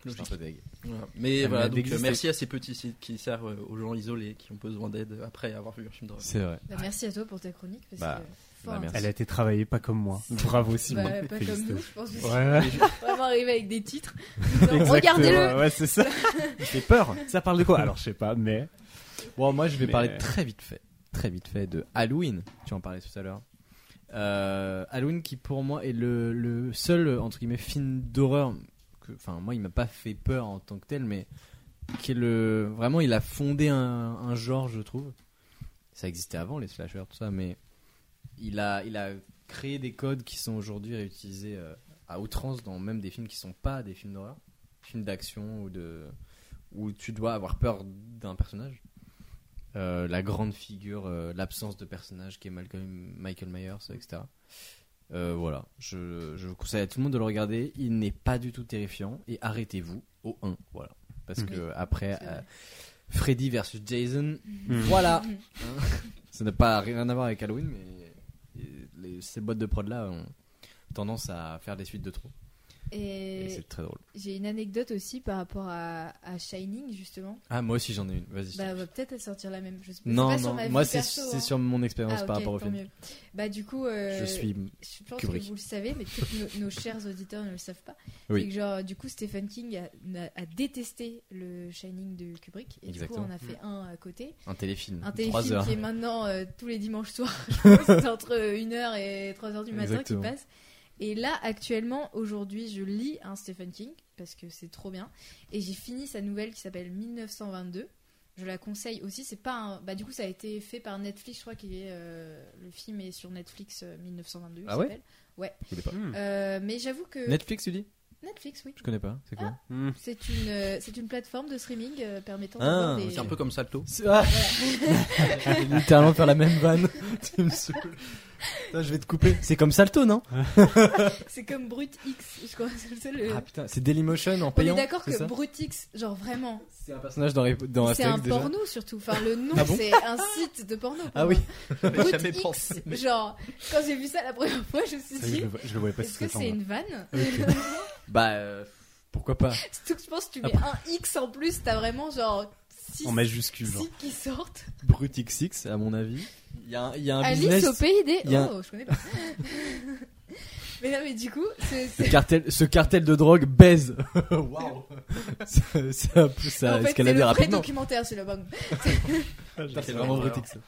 S5: J'étais un peu deg.
S8: Voilà. Mais
S5: Ça
S8: voilà,
S5: m'a
S8: donc
S5: dégusté.
S8: euh, merci à ces petits sites qui servent euh, aux gens isolés qui ont besoin d'aide après avoir vu leur film d'horreur.
S5: C'est vrai.
S6: Bah, merci à toi pour ta chronique. Parce
S5: Bah,
S6: que,
S5: bah,
S6: fort, hein.
S5: merci.
S7: Elle a été travaillée pas comme moi. Bravo Simon.
S6: Bah, pas comme nous, je pense que
S7: Ouais, ouais.
S6: c'est vraiment arrivé avec
S5: <laughs>
S6: des titres. Genre, Regardez-le
S7: Exactement, Ouais,
S6: <laughs>
S7: c'est ça. J'ai peur. Ça parle de quoi Alors, je sais pas, mais.
S5: Bon, moi, je vais
S7: Mais-
S5: parler très vite fait, très vite fait de Halloween. Tu en parlais tout à l'heure. Euh, Halloween, qui pour moi est le, le seul entre guillemets film d'horreur. que- Enfin, moi, il m'a pas fait peur en tant que tel, mais qui est le vraiment, il a fondé un, un genre, je trouve. Ça existait avant les slashers, tout ça, mais il a il a créé des codes qui sont aujourd'hui réutilisés euh, à outrance dans même des films qui sont pas des films d'horreur, films d'action ou de où tu dois avoir peur d'un personnage. Euh, la grande figure, euh, l'absence de personnage qui est Malcolm, Michael Myers, etc. Euh, voilà, je, je vous conseille à tout le monde de le regarder. Il n'est pas du tout terrifiant et arrêtez-vous au 1. Voilà, parce
S7: Mm.
S5: que après
S6: c'est vrai.
S5: euh, Freddy versus Jason,
S7: Mm.
S5: voilà. Hein Ça n'a pas rien à voir avec Halloween, mais et les- ces boîtes de prod là ont tendance à faire des suites de trop et
S6: Et
S5: c'est très drôle.
S6: j'ai une anecdote aussi par rapport à, à Shining, justement.
S5: Ah, moi aussi j'en ai une. Vas-y. je t'en
S6: Bah,
S5: prie.
S6: va peut-être sortir la même. Je sais pas, c'est
S5: non,
S6: pas sur
S5: non.
S6: ma
S5: Moi
S6: vie
S5: c'est
S6: perso,
S5: c'est
S6: hein.
S5: sur mon expérience
S6: Ah,
S5: par
S6: ok,
S5: rapport au
S6: tant
S5: film.
S6: mieux. Bah, du coup, euh,
S5: Je suis
S6: Je pense
S5: Kubrick.
S6: que vous le savez, mais peut-être nos, nos chers auditeurs ne le savent pas.
S5: Oui.
S6: C'est que genre, du coup, Stephen King a, a- a détesté le Shining de Kubrick. Et
S5: Exactement.
S6: du coup, on a fait un à côté.
S5: un téléfilm.
S6: Un
S5: 3
S6: téléfilm
S5: heures.
S6: qui est maintenant euh, tous les dimanches soirs, <laughs> je pense, c'est entre 1h et 3h du matin qui
S5: Exactement.
S6: passe. Et là, actuellement, aujourd'hui, je lis un Stephen King, parce que c'est trop bien. Et j'ai fini sa nouvelle qui s'appelle 1922. Je la conseille aussi. C'est pas un... bah, du coup, ça a été fait par Netflix, je crois qu'il est. euh, Le film est sur Netflix euh, 1922. il
S5: Ah ouais
S6: s'appelle.
S5: Je connais pas.
S6: Euh, Mais j'avoue que.
S5: Netflix, tu dis
S6: Netflix, oui.
S5: Je connais pas. C'est
S6: Ah.
S5: quoi
S6: C'est une, euh, c'est une plateforme de streaming euh, permettant de
S5: Ah,
S6: voir des.
S8: C'est un peu comme Salto.
S5: <laughs> littéralement faire la même vanne. <laughs> tu me saoules. Putain, je vais te couper. C'est comme Salto, non
S6: <laughs> C'est comme Brut X, je crois. <laughs> C'est le seul. euh,
S5: Ah putain, c'est Dailymotion en
S6: On est
S5: payant.
S6: d'accord
S5: c'est
S6: que
S5: ça
S6: Brutix, genre vraiment,
S5: C'est un personnage dans, dans
S6: c'est un
S5: Astérix déjà.
S6: porno surtout. Enfin, le nom,
S5: Ah bon
S6: c'est un site de porno. pour
S5: Ah
S6: moi.
S5: oui.
S8: J'avais
S6: Brutix,
S8: jamais pensé.
S6: genre, quand j'ai vu ça la première fois, je me suis
S7: Ça y est,
S6: dit,
S7: je, le, vois- je le voyais pas
S6: est-ce
S7: si
S6: que
S7: longtemps,
S6: c'est
S7: moi.
S6: une vanne <laughs>
S5: Bah euh, pourquoi pas
S6: Surtout que je pense que tu mets un X en plus, t'as vraiment genre 6
S7: En majuscule, genre.
S6: sites qui sortent.
S5: Brut XX à mon avis. Il y a un, il y a un
S6: Alice
S5: business.
S6: au pays des.
S5: il y a un-
S6: Oh, je connais pas. <laughs> mais non, mais du coup, c'est.
S5: Ce
S6: c'est-
S5: cartel, ce cartel de drogue baise. <laughs> Waouh. ça, ça, ça a
S6: en fait, c'est
S5: escaladé
S6: le vrai
S5: rapidement.
S6: documentaire sur la banque.
S5: C'est vraiment
S8: Quelle
S5: Brutix.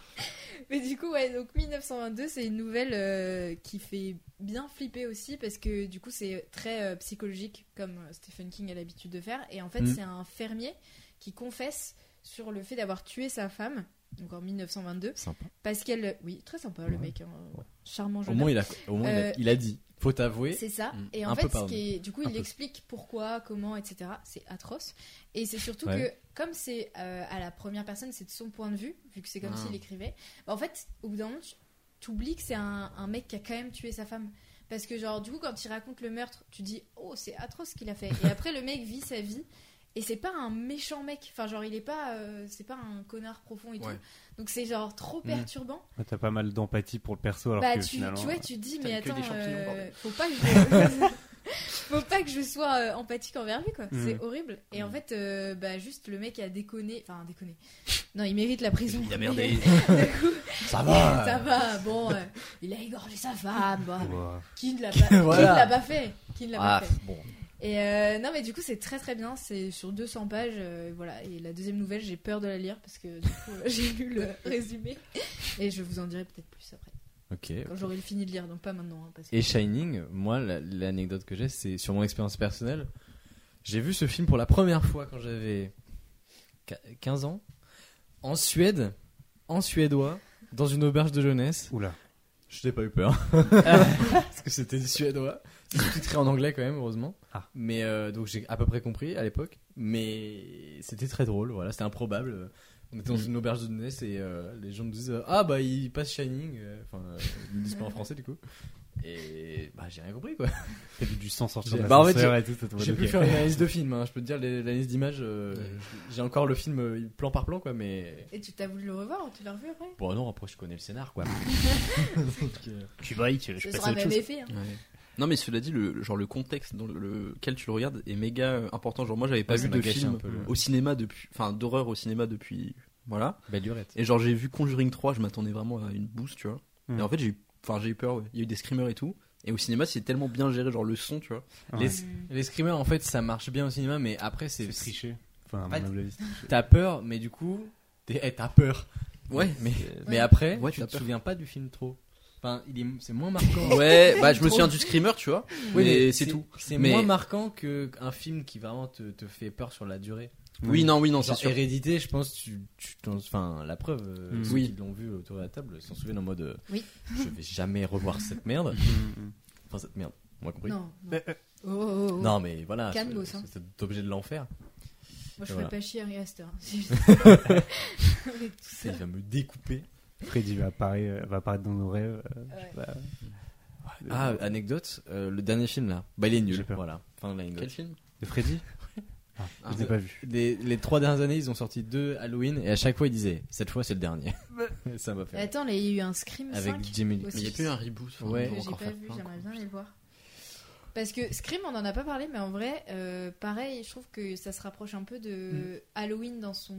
S6: Mais du coup, ouais, donc 1922, c'est une nouvelle euh, qui fait bien flipper aussi parce que du coup, c'est très euh, psychologique comme euh, Stephen King a l'habitude de faire. Et en fait,
S5: Mm.
S6: c'est un fermier qui confesse sur le fait d'avoir tué sa femme donc en 1922.
S5: Sympa.
S6: Pascal, oui, très sympa le mec, hein. charmant
S5: Au
S6: jeune
S5: moins, il a, au moins, il a-
S6: Euh,
S5: il a dit. Faut t'avouer.
S6: C'est ça.
S5: Mm.
S6: Et
S5: Un
S6: en
S5: peu
S6: fait, ce
S5: pardon.
S6: qui est- du coup,
S5: Un
S6: il
S5: peu.
S6: explique pourquoi, comment, etc. C'est atroce. Et c'est surtout
S7: Ouais.
S6: que, comme c'est euh, à la première personne, c'est de son point de vue, vu que c'est comme
S8: Ah.
S6: s'il écrivait. bah, en fait, au bout d'un moment, tu t'oublies que c'est un, un mec qui a quand même tué sa femme. Parce que, genre, du coup, quand il raconte le meurtre, tu dis, oh, c'est atroce ce qu'il a fait. Et après, le mec vit sa vie. Et c'est pas un méchant mec. Enfin, genre, il est pas. euh, c'est pas un connard profond et
S8: Ouais.
S6: tout. Donc, c'est genre trop
S5: Mm.
S6: perturbant.
S7: Ouais, T'as pas mal d'empathie pour le perso alors
S6: Bah,
S7: que
S6: tu,
S7: finalement. euh,
S6: tu vois, tu te dis,
S8: Putain,
S6: mais
S8: que des
S6: attends,
S8: champignons,
S6: euh,
S8: bordel.
S6: faut,
S8: <laughs>
S6: pas que je... <laughs> faut pas que je sois euh, empathique envers lui, quoi.
S7: Mm.
S6: C'est horrible. Et en fait, euh, bah, juste le mec a déconné. Enfin, déconné. Non, il mérite la prison.
S8: Il
S6: <laughs>
S8: a merdé.
S5: Ça va.
S6: Ça va, bon, euh, il a égorgé sa femme. bah,
S7: Ouah.
S6: Qui ne l'a pas, qui ne
S5: Voilà.
S6: l'a pas fait Qui ne l'a
S5: Ah,
S6: pas fait
S5: bon.
S6: Et euh, non, mais du coup, c'est très très bien. C'est sur 200 pages. euh, voilà. Et la deuxième nouvelle, j'ai peur de la lire parce que du coup, <laughs> euh, j'ai lu le résumé. Et je vous en dirai peut-être plus après.
S5: Ok.
S6: Quand j'aurai fini de lire, donc pas maintenant. hein, parce que...
S5: Et Shining, moi, la- l'anecdote que j'ai, c'est sur mon expérience personnelle. J'ai vu ce film pour la première fois quand j'avais qu- 15 ans, en Suède, en suédois, dans une auberge de jeunesse.
S7: Oula.
S5: Je n'ai pas eu
S7: <laughs>
S5: peur. Parce que c'était du suédois. C'est sous-titré en anglais quand même, heureusement.
S7: Ah.
S5: Mais euh, donc j'ai à peu près compris à l'époque. Mais c'était très drôle, voilà, c'était improbable. On était dans une auberge de jeunesse et euh, les gens nous disent euh, Ah bah il passe Shining. euh, Enfin, euh, ils ne disent pas en français du coup. Et bah j'ai rien compris quoi.
S7: T'as vu du sang sortir de
S5: Bah, en fait,
S7: l'ascenseur et tout, ça te
S5: J'ai
S7: voit,
S5: pu
S7: ok.
S5: faire une analyse de film, hein. je peux te dire les- l'analyse d'image. euh, j'ai encore le film euh, plan par plan quoi, mais.
S6: Et tu t'as voulu le revoir, tu l'as revu après
S5: Bon non, après je connais le scénar quoi.
S7: Kubrick, je
S6: Ce
S7: passe
S6: sera
S7: à autre
S6: même
S7: chose.
S6: effet. hein.
S8: Non mais cela dit, le, le- genre le contexte dans le- lequel tu le regardes est méga euh, important. Genre moi j'avais pas
S5: Ouais, ça
S8: vu
S5: m'a
S8: de
S5: gâché
S8: film
S5: un peu le-
S8: au cinéma depuis, enfin d'horreur au cinéma depuis, voilà.
S5: Belle durette.
S8: Et genre j'ai vu Conjuring 3, je m'attendais vraiment à une boost, tu vois.
S7: Mm.
S5: Hmm.
S8: Et en fait j'ai eu, enfin j'ai eu peur. ouais. Il y a eu des screamers et tout. Et au cinéma c'est tellement bien géré, genre le son,
S5: <laughs>
S8: tu vois.
S5: Les,
S6: Mm.
S5: les screamers en fait ça marche bien au cinéma, mais après c'est.
S7: C'est triché. Enfin, à
S5: Pas-
S7: mon humble avis.
S5: T'as peur, mais du coup. T'es, eh, t'as peur.
S8: Ouais.
S5: Mais, mais
S6: Ouais.
S5: après,
S8: Ouais,
S5: tu
S8: t'as
S5: te
S8: peur.
S5: souviens pas du film trop. Enfin, il est, c'est moins marquant.
S8: Ouais, bah je me
S5: Trop.
S8: souviens du screamer, tu vois.
S5: Oui,
S8: mais c'est tout.
S5: C'est
S8: Mais-
S5: moins marquant qu'un film qui vraiment te, te fait peur sur la durée.
S8: Oui, non, oui, non,
S5: Hmm.
S8: c'est
S5: Genre,
S8: sûr.
S5: Hérédité, je pense, tu, tu t'en- enfin, la preuve, euh,
S7: Mm.
S5: ceux
S8: Oui.
S5: qui l'ont vu autour de la table s'en souviennent en mode euh,
S6: Oui.
S5: Je vais jamais
S6: <laughs>
S5: revoir cette merde.
S7: Mm, mm.
S5: Enfin, cette merde, on m'a compris.
S6: Non. non. Oh, oh, oh.
S5: Non, mais voilà,
S6: Calmos,
S5: c'est-
S6: hein.
S5: c'est cet objet de l'enfer.
S6: Moi, je ferais
S5: Voilà.
S6: pas chier Harry Astor. hein. <laughs> Avec tout
S5: Ça,
S6: ça.
S5: il va me découper.
S7: Freddy va apparaître, va apparaître dans nos rêves. euh,
S6: Ouais.
S7: bah,
S5: Ah, anecdote, euh, le dernier film là, bah il est
S7: J'ai
S5: nul.
S7: peur.
S5: Voilà, fin de l'anecdote.
S8: Quel film
S7: De Freddy ah, Je
S5: euh,
S7: l'ai pas vu.
S5: Des- les trois dernières années, ils ont sorti deux Halloween et à chaque fois ils disaient cette fois c'est le dernier. <laughs> ça m'a fait.
S6: Mais Attends, là, il y a eu un Scream
S5: Avec
S6: 5
S5: Jimmy.
S6: aussi.
S8: Mais il y a plus un reboot. enfin,
S5: Ouais.
S8: ils vont
S6: que j'ai
S8: encore
S6: pas
S8: faire
S6: vu,
S8: plein,
S6: j'aimerais
S8: quoi.
S6: bien les voir. Parce que Scream, on en a pas parlé, mais en vrai, euh, pareil, je trouve que ça se rapproche un peu de Halloween dans son,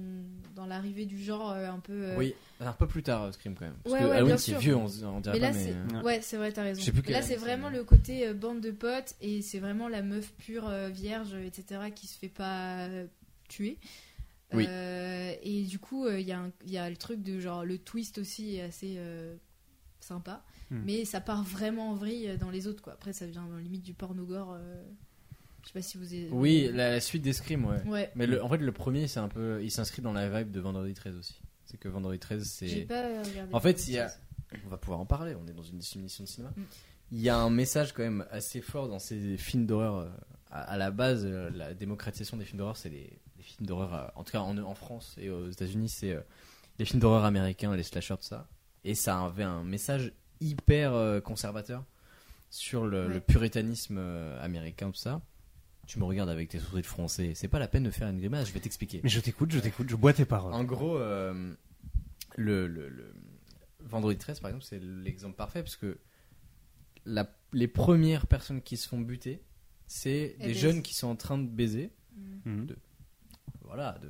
S6: dans l'arrivée du genre euh, un peu. euh,
S5: Oui, un peu plus tard euh, Scream quand même. Parce
S6: Ouais,
S5: que
S6: ouais,
S5: Halloween
S6: bien
S5: c'est
S6: sûr.
S5: vieux, on, on dirait
S6: Mais là,
S5: pas, mais.
S6: c'est-
S5: euh,
S7: Ouais.
S6: Ouais, c'est vrai, t'as raison.
S5: Je sais plus quelle
S6: Là,
S5: année
S6: c'est
S5: c'est,
S6: vraiment
S5: mais-
S6: le côté euh, bande de potes et c'est vraiment la meuf pure, euh, vierge, etc., qui se fait pas euh, tuer.
S5: Oui.
S6: Euh, et du coup, il y, a un- y a le truc de genre le twist aussi est assez euh, sympa,
S7: Hmm.
S6: mais ça part vraiment en vrille euh, dans les autres quoi. Après, ça devient euh, limite du porno gore. euh, Je sais pas si vous avez.
S5: Oui, la, la suite des Scream, ouais.
S6: Ouais.
S5: Mais le- en fait, le premier, c'est un peu. Il s'inscrit dans la vibe de Vendredi 13 aussi. C'est que Vendredi 13,
S6: J'ai
S5: c'est.
S6: pas euh, regardé.
S5: En fait,
S6: la
S5: il y a-
S6: chose.
S5: On va pouvoir en parler, on est dans une émission de cinéma.
S6: Mm.
S5: Il y a un message quand même assez fort dans ces films d'horreur. euh, À, à la base, euh, la démocratisation des films d'horreur, c'est les, les films d'horreur, euh, en tout cas en, en France et aux États-Unis, c'est euh, les films d'horreur américains, les slashers, tout ça. Et ça avait un message hyper euh, conservateur sur le,
S6: Ouais.
S5: le puritanisme euh, américain, tout ça. Tu me regardes avec tes sourcils de français, c'est pas la peine de faire une grimace, je vais t'expliquer.
S7: Mais je t'écoute, je t'écoute, je bois tes paroles.
S5: En gros, euh, le, le- le- Vendredi 13, par exemple, c'est l'exemple parfait parce que la- les premières personnes qui se font buter, c'est
S6: Elles
S5: des Mmh.
S6: baisent.
S5: jeunes qui sont en train de baiser,
S6: Mm.
S7: Mhm.
S5: voilà, de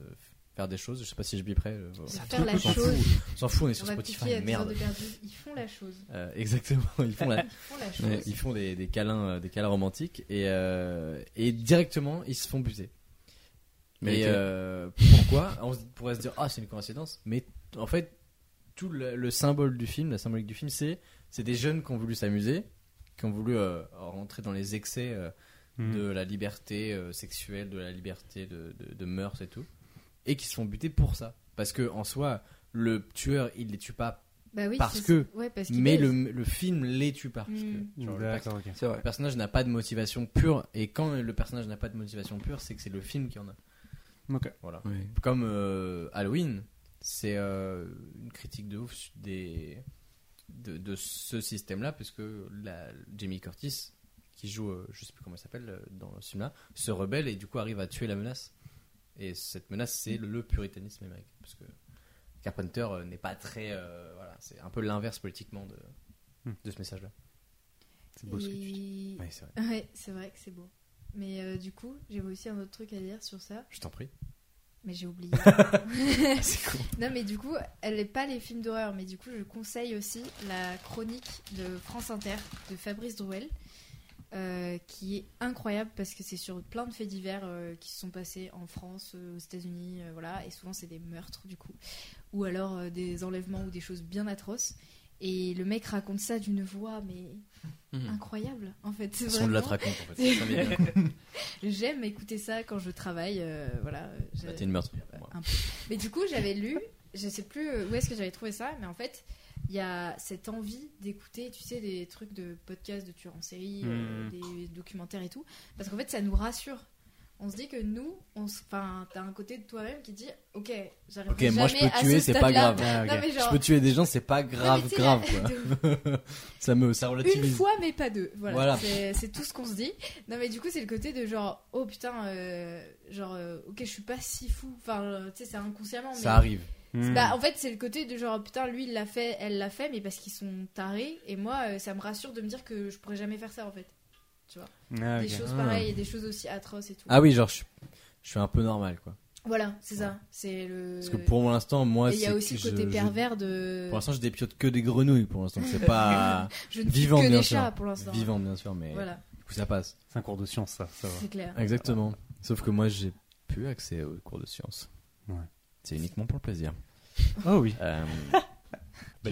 S5: faire des choses. Je sais pas si je biperai. euh, voilà.
S6: Ça faire la
S5: On s'en fout.
S6: chose.
S5: On s'en fout, on est
S6: On
S5: sur
S6: va
S5: Spotify,
S6: piquer à tes heures
S5: merde.
S6: de perdu. Ils font la chose.
S5: Euh, exactement, ils font la,
S6: Ils font la
S5: Ouais,
S6: chose.
S5: ils font des, des câlins, euh, des câlins romantiques et, euh, et directement ils se font buter.
S8: Mais
S5: Mais
S8: quel-
S5: euh, pourquoi On se- pourrait se dire ah c'est une coïncidence, mais en fait tout le, le symbole du film, la symbolique du film, c'est c'est des jeunes qui ont voulu s'amuser, qui ont voulu euh, rentrer dans les excès euh,
S7: Mm.
S5: de la liberté euh, sexuelle, de la liberté de, de, de mœurs et tout, et qui se font buter pour ça. Parce que en soi, le tueur, il les tue pas.
S6: Bah oui,
S5: Parce
S6: c'est-
S5: que-
S6: ouais, parce qu'il
S5: Mais
S6: baise.
S5: le, le film les tue pas. Parce
S6: Mm.
S5: que, genre, le perso-
S7: D'accord, ok.
S8: C'est vrai.
S5: le personnage n'a pas de motivation pure. Et quand le personnage n'a pas de motivation pure, c'est que c'est le film qui en a.
S7: Ok.
S5: Voilà. Comme euh, Halloween, c'est euh, une critique de ouf des, de, de ce système-là, puisque la, Jamie Curtis, qui joue, euh, je sais plus comment elle s'appelle euh, dans ce film-là, se rebelle et du coup arrive à tuer la menace. Et cette menace, c'est le, le puritanisme américain. Parce que Carpenter euh, n'est pas très. euh, voilà, c'est un peu l'inverse politiquement de,
S7: Hmm.
S5: de ce message-là.
S7: C'est beau ce que tu dis.
S6: Et-
S5: Ouais, c'est vrai.
S6: Ouais, c'est vrai que c'est beau. Mais euh, du coup, j'avais aussi un autre truc à dire sur ça,
S5: Je t'en prie.
S6: mais j'ai
S7: <laughs>
S6: oublié.
S5: c'est cool.
S6: non, mais du coup, elle n'est pas les films d'horreur, mais du coup, je conseille aussi la chronique de France Inter de Fabrice Drouel, euh, qui est incroyable parce que c'est sur plein de faits divers euh, qui se sont passés en France, euh, aux États-Unis, euh, voilà, et souvent c'est des meurtres du coup, ou alors euh, des enlèvements ou des choses bien atroces. Et le mec raconte ça d'une voix, mais incroyable en fait. c'est
S5: Mhm. Son de la
S6: vraiment-
S5: traquante, en fait. Ça m'est bien.
S6: J'aime écouter ça quand je travaille, euh, voilà. euh,
S5: Bah,
S6: je-
S5: T'es une meurtrière. pour moi.
S6: un peu. Mais du coup, j'avais lu, je sais plus euh, où est-ce que j'avais trouvé ça, mais en fait, il y a cette envie d'écouter, tu sais, des trucs de podcasts, de tueurs en série,
S5: Hmm.
S6: euh,
S7: Mm.
S6: des documentaires et tout, parce qu'en fait, ça nous rassure. On se dit que nous, on se- enfin, t'as un côté de toi-même qui dit, ok, j'arrive
S5: Ok, moi je peux tuer, c'est pas grave. Je peux tuer des gens, c'est pas grave,
S6: <laughs>
S5: grave <laughs> quoi. ça me, ça
S6: Une
S5: relativise.
S6: fois, mais pas deux. Voilà.
S5: Voilà.
S6: C'est c'est tout ce qu'on se dit. Non, mais du coup, c'est le côté de genre, oh putain, euh, genre, euh, ok, je suis pas si fou. Enfin, euh, tu sais, c'est inconsciemment. Mais...
S5: Ça arrive.
S7: Hmm.
S6: Bah, en fait, c'est le côté de genre, oh, putain, lui, il l'a fait, elle l'a fait, mais parce qu'ils sont tarés. Et moi, euh, ça me rassure de me dire que je pourrais jamais faire ça, en fait.
S7: Ah,
S6: Des
S7: ok.
S6: choses
S5: Ah.
S6: pareilles et des choses aussi atroces et tout.
S5: Ah oui, genre je, suis- je suis un peu normal quoi.
S6: Voilà, c'est
S5: Ouais.
S6: ça. C'est le.
S5: Parce que pour l'instant, moi,
S6: Et Euh, il y
S5: c'est
S6: a aussi
S5: que
S6: le côté
S5: je- je-
S6: pervers de.
S5: Pour l'instant, je dépiote que des grenouilles pour l'instant. C'est pas
S6: Je ne suis
S5: vivant
S6: que
S5: bien
S6: des
S5: sûr.
S6: chats <laughs> pour l'instant.
S5: Vivant bien sûr, mais
S6: Voilà,
S5: du coup ça passe.
S7: C'est un cours de science, ça,
S6: <laughs>
S7: ça va.
S6: c'est clair.
S5: Exactement. Sauf que moi, j'ai plus accès aux cours de sciences.
S7: Ouais.
S5: C'est uniquement pour le plaisir.
S7: Oh oui.
S5: Euh,
S7: <laughs> Bah,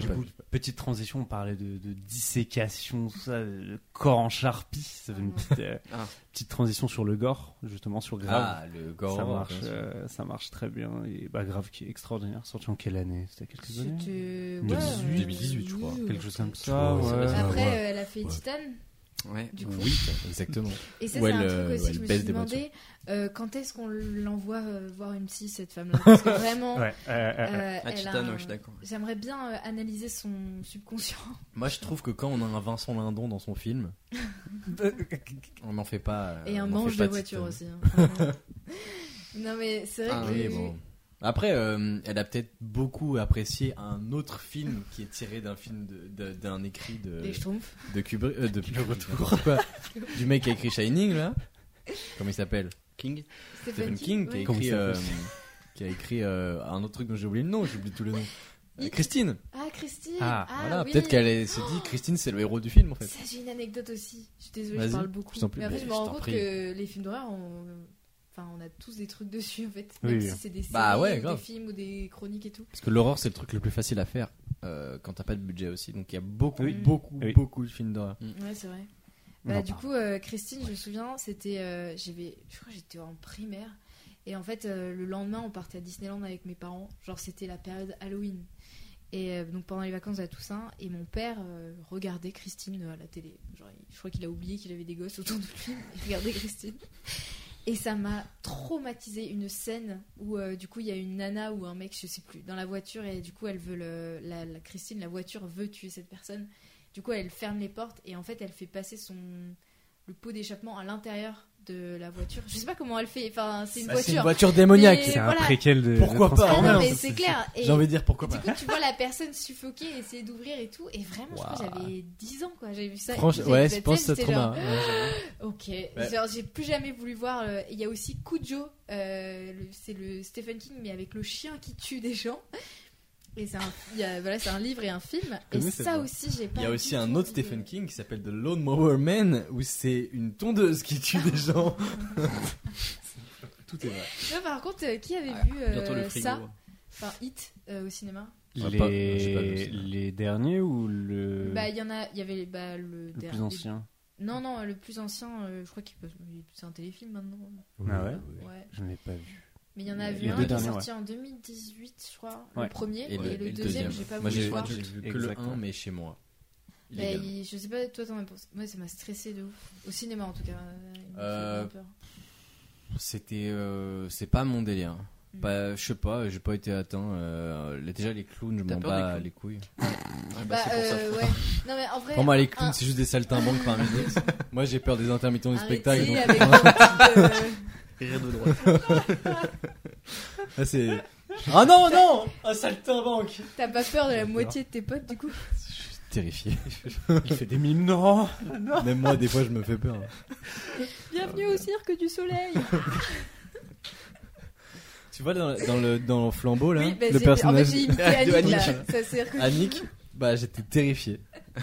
S5: j'ai
S7: du
S5: pas-
S7: coup, petite transition, on parlait de, de dissécation, tout ça, le corps en charpie. Ça fait une petite, euh,
S8: Ah.
S7: petite transition sur le gore, justement, sur Grave.
S5: ah, le gore.
S7: ça, marche,
S5: bien sûr.
S7: euh, ça marche très bien. Et bah, Grave qui est extraordinaire, sorti en quelle année C'était quelques années
S6: C'était. ouais,
S7: 2018,
S6: euh,
S5: 2018, je crois.
S6: oui,
S7: Quelque
S6: ouais.
S7: chose comme ça,
S5: Ouais, ça
S7: ouais.
S5: va, ça va.
S6: Après,
S5: Ah, ouais.
S6: euh, elle a fait
S5: Ouais.
S6: Titan,
S8: Ouais. Mmh.
S6: du coup.
S5: Exactement.
S6: Et ça,
S5: Ou
S6: c'est
S5: elle,
S6: un
S5: euh,
S6: truc
S5: ou
S6: aussi
S5: elle
S6: que je me
S5: baisse
S6: suis
S5: des
S6: demandé euh, quand est-ce qu'on l'envoie euh, voir une psy,
S5: <laughs>
S6: cette femme-là Parce que vraiment,
S7: Ouais, euh, euh,
S6: euh,
S8: Ah,
S6: elle
S8: Titan,
S6: a un-
S8: ouais, je suis d'accord.
S6: j'aimerais bien euh, analyser son subconscient.
S5: Moi, je trouve que quand on a un Vincent Lindon dans son film, on n'en fait pas.
S6: Et
S5: euh,
S6: un
S5: on n'en
S6: manche
S5: fait
S6: de
S5: pas titre.
S6: voiture aussi. hein,
S5: <laughs>
S6: vraiment. non, mais c'est vrai
S8: Ah,
S6: que.
S5: Oui, bon. Après, euh, elle a peut-être beaucoup apprécié un autre film qui est tiré d'un film de- de- d'un écrit de
S6: Les Schtroumpfs.
S5: de Kubrick, euh, de n'importe quoi.
S6: <laughs>
S5: du mec qui a écrit Shining là. Comment il s'appelle
S8: King.
S5: Stephen King qui a
S6: ouais.
S7: Comment
S5: écrit,
S7: il s'appelle
S5: euh, qui a écrit euh, un autre truc dont j'ai oublié le nom. J'oublie tous les noms. Euh,
S6: It.
S5: Christine.
S6: Ah, Christine
S7: Ah,
S5: voilà.
S6: oui.
S5: Peut-être qu'elle est- s'est dit Christine, c'est le héros du film en fait.
S6: Ça, j'ai une anecdote aussi. Je suis désolée,
S5: Vas-y,
S6: je parle beaucoup.
S5: je t'en prie.
S6: mais en fait,
S5: Mais
S6: je
S5: je
S6: me rends
S5: t'en
S6: compte
S5: prie.
S6: que les films d'horreur, on... Enfin, on a tous des trucs dessus, en fait. Même
S7: Oui.
S6: si c'est des séries,
S5: Bah ouais,
S6: ou des
S5: grave.
S6: films ou des chroniques et tout.
S5: Parce que l'horreur, c'est le truc le plus facile à faire euh, quand t'as pas de budget aussi. Donc il y a beaucoup,
S7: Oui.
S5: beaucoup,
S7: Oui.
S5: beaucoup de films d'horreur.
S6: Ouais, c'est vrai.
S7: Mm. On
S6: Bah,
S7: en
S6: du
S7: parle.
S6: coup, euh, Christine, je me souviens, c'était. euh, j'avais- je crois que j'étais en primaire. Et en fait, euh, le lendemain, on partait à Disneyland avec mes parents. Genre, c'était la période Halloween. Et euh, donc, pendant les vacances à Toussaint, et mon père euh, regardait Christine euh, à la télé. Genre, il- je crois qu'il a oublié qu'il avait des gosses autour de lui. Il regardait Christine. Et ça m'a traumatisé une scène où, euh, du coup, il y a une nana ou un mec, je sais plus, dans la voiture. Et du coup, elle veut. le- la- la Christine, la voiture, veut tuer cette personne. Du coup, elle ferme les portes et en fait, elle fait passer son le pot d'échappement à l'intérieur de la voiture. Je sais pas comment elle fait. Enfin, c'est une
S5: Ah, C'est
S6: voiture.
S5: une voiture démoniaque.
S6: Mais-
S7: C'est un
S6: voilà.
S7: préquel de.
S5: Pourquoi
S7: de
S5: pas,
S6: Ah
S5: hein,
S7: Transformers,
S6: non, mais
S7: ça,
S6: c'est clair. Et
S5: J'ai envie de dire pourquoi
S6: du
S5: pas.
S6: coup,
S5: <laughs>
S6: tu vois la personne suffoquer, essayer d'ouvrir et tout. Et vraiment, je crois que
S5: Waouh.
S6: j'avais 10 ans, quoi. J'avais vu ça.
S5: Franchement,
S6: J'avais
S5: ouais,
S6: vu
S5: je
S6: cette
S5: pense que
S6: scène,
S5: c'est
S6: j'étais
S5: trop
S6: genre,
S5: marrant. Ouais, j'avoue.
S6: Ah, Ok. Genre, j'ai plus jamais voulu voir. euh, Il y a aussi Cujo. euh, le- c'est le Stephen King, mais avec le chien qui tue des gens. Et c'est un, il y a- voilà, c'est un livre et un film. Et
S5: connais cette
S6: ça
S5: voix.
S6: aussi, j'ai pas.
S5: Il y a
S6: du
S5: aussi un
S6: tout
S5: autre
S6: envie de-
S5: Stephen King qui s'appelle The Lone Mower Man où c'est une tondeuse qui tue des gens. <laughs> Tout est vrai.
S6: Non, par contre, euh, qui avait
S8: Ah,
S6: vu euh,
S8: Bientôt le frigo.
S6: ça Enfin, Hit euh, au cinéma
S5: Ouais,
S7: Les,
S5: pas- j'ai pas vu ça.
S7: les derniers ou le,
S6: Bah, il y en a. Il y avait bah, le,
S7: le
S6: der-
S7: plus ancien
S6: Non, non, le plus ancien, euh, je crois qu'il peut- c'est un téléfilm maintenant.
S7: Ah ouais
S6: Ouais.
S7: Je ne l'ai pas vu.
S6: Mais il y en a
S7: Les
S6: vu un
S7: deux
S6: qui est
S7: derniers,
S6: sorti en 2018, je crois,
S7: Ouais.
S6: le premier, et,
S5: Et le, et
S6: le
S5: le
S6: deuxième, j'ai pas
S5: Moi,
S6: voulu
S5: j'ai
S6: le voir.
S5: j'ai vu que
S7: Exact,
S5: le 1,
S7: ouais.
S5: mais chez moi.
S6: Bah,
S5: Illégal.
S6: il- je sais pas, toi t'en as pensé. Moi, ça m'a stressé de ouf. Au cinéma en tout cas. il me fait
S5: Euh,
S6: vraiment peur.
S5: C'était. euh, c'est pas mon délire.
S6: Mm.
S5: Bah, je sais pas, j'ai pas été atteint. euh, les- déjà, les clowns, je
S8: T'as
S5: m'en
S8: peur des
S5: bats
S8: clowns
S5: les couilles.
S8: Ah,
S6: Bah, euh, ouais. Non, mais en vrai.
S5: Pour moi, les clowns,
S6: un-
S5: c'est juste des saltimbanques parmi d'autres. Moi, j'ai peur des intermittents du
S6: arrêtez
S5: spectacle. donc- <laughs>
S6: avec vos petites, euh,
S8: Rire de droite.
S5: Ah, c'est. Ah non, non Un saltimbanque
S6: T'as pas peur de la moitié de tes potes du coup
S5: Terrifié.
S7: Il fait des mimes, non
S5: Même moi, des fois, je me fais peur.
S6: Bienvenue
S5: Euh,
S6: au cirque du soleil
S5: Tu vois, dans, dans le, dans le flambeau, là,
S6: Oui, bah,
S5: le
S6: j'ai- En
S5: personnage.
S6: fait, j'ai
S5: <laughs>
S6: imité
S8: de
S6: Annick, là.
S8: Annick.
S6: Ça sert que.
S5: Annick, bah, j'étais terrifié.
S8: <laughs>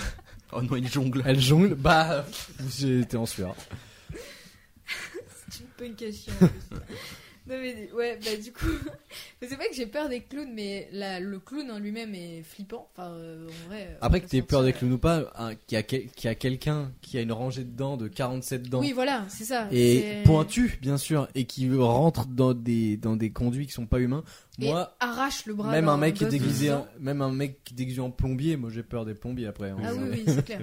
S8: Oh non, il jongle.
S5: Elle jongle, bah, j'étais en sueur.
S6: C'est une bonne question. en plus. non mais ouais, bah du coup, <laughs> mais c'est pas que j'ai peur des clowns, mais la- le clown en lui-même est flippant. Enfin, euh, en vrai. euh, on
S5: Après
S6: peut
S5: que t'aies
S6: sortir,
S5: peur des
S6: euh,
S5: clowns ou pas, hein, qu'il y a, quel- qu'il y a quelqu'un qui a une rangée de dents de 47 dents
S6: Oui, voilà, c'est ça.
S5: et
S6: c'est-
S5: pointu, bien sûr, et qui rentre dans des, dans des conduits qui sont pas humains,
S6: et
S5: moi,
S6: arrache le bras.
S5: même
S6: d'un
S5: un mec qui est
S6: gosse de
S5: déguisé, hein.
S6: 10
S5: en,
S6: ans.
S5: même un mec qui est déguisé en plombier, moi j'ai peur des plombiers après. hein.
S6: Ah oui,
S5: Je <laughs>
S6: oui, c'est
S7: Euh,
S6: clair.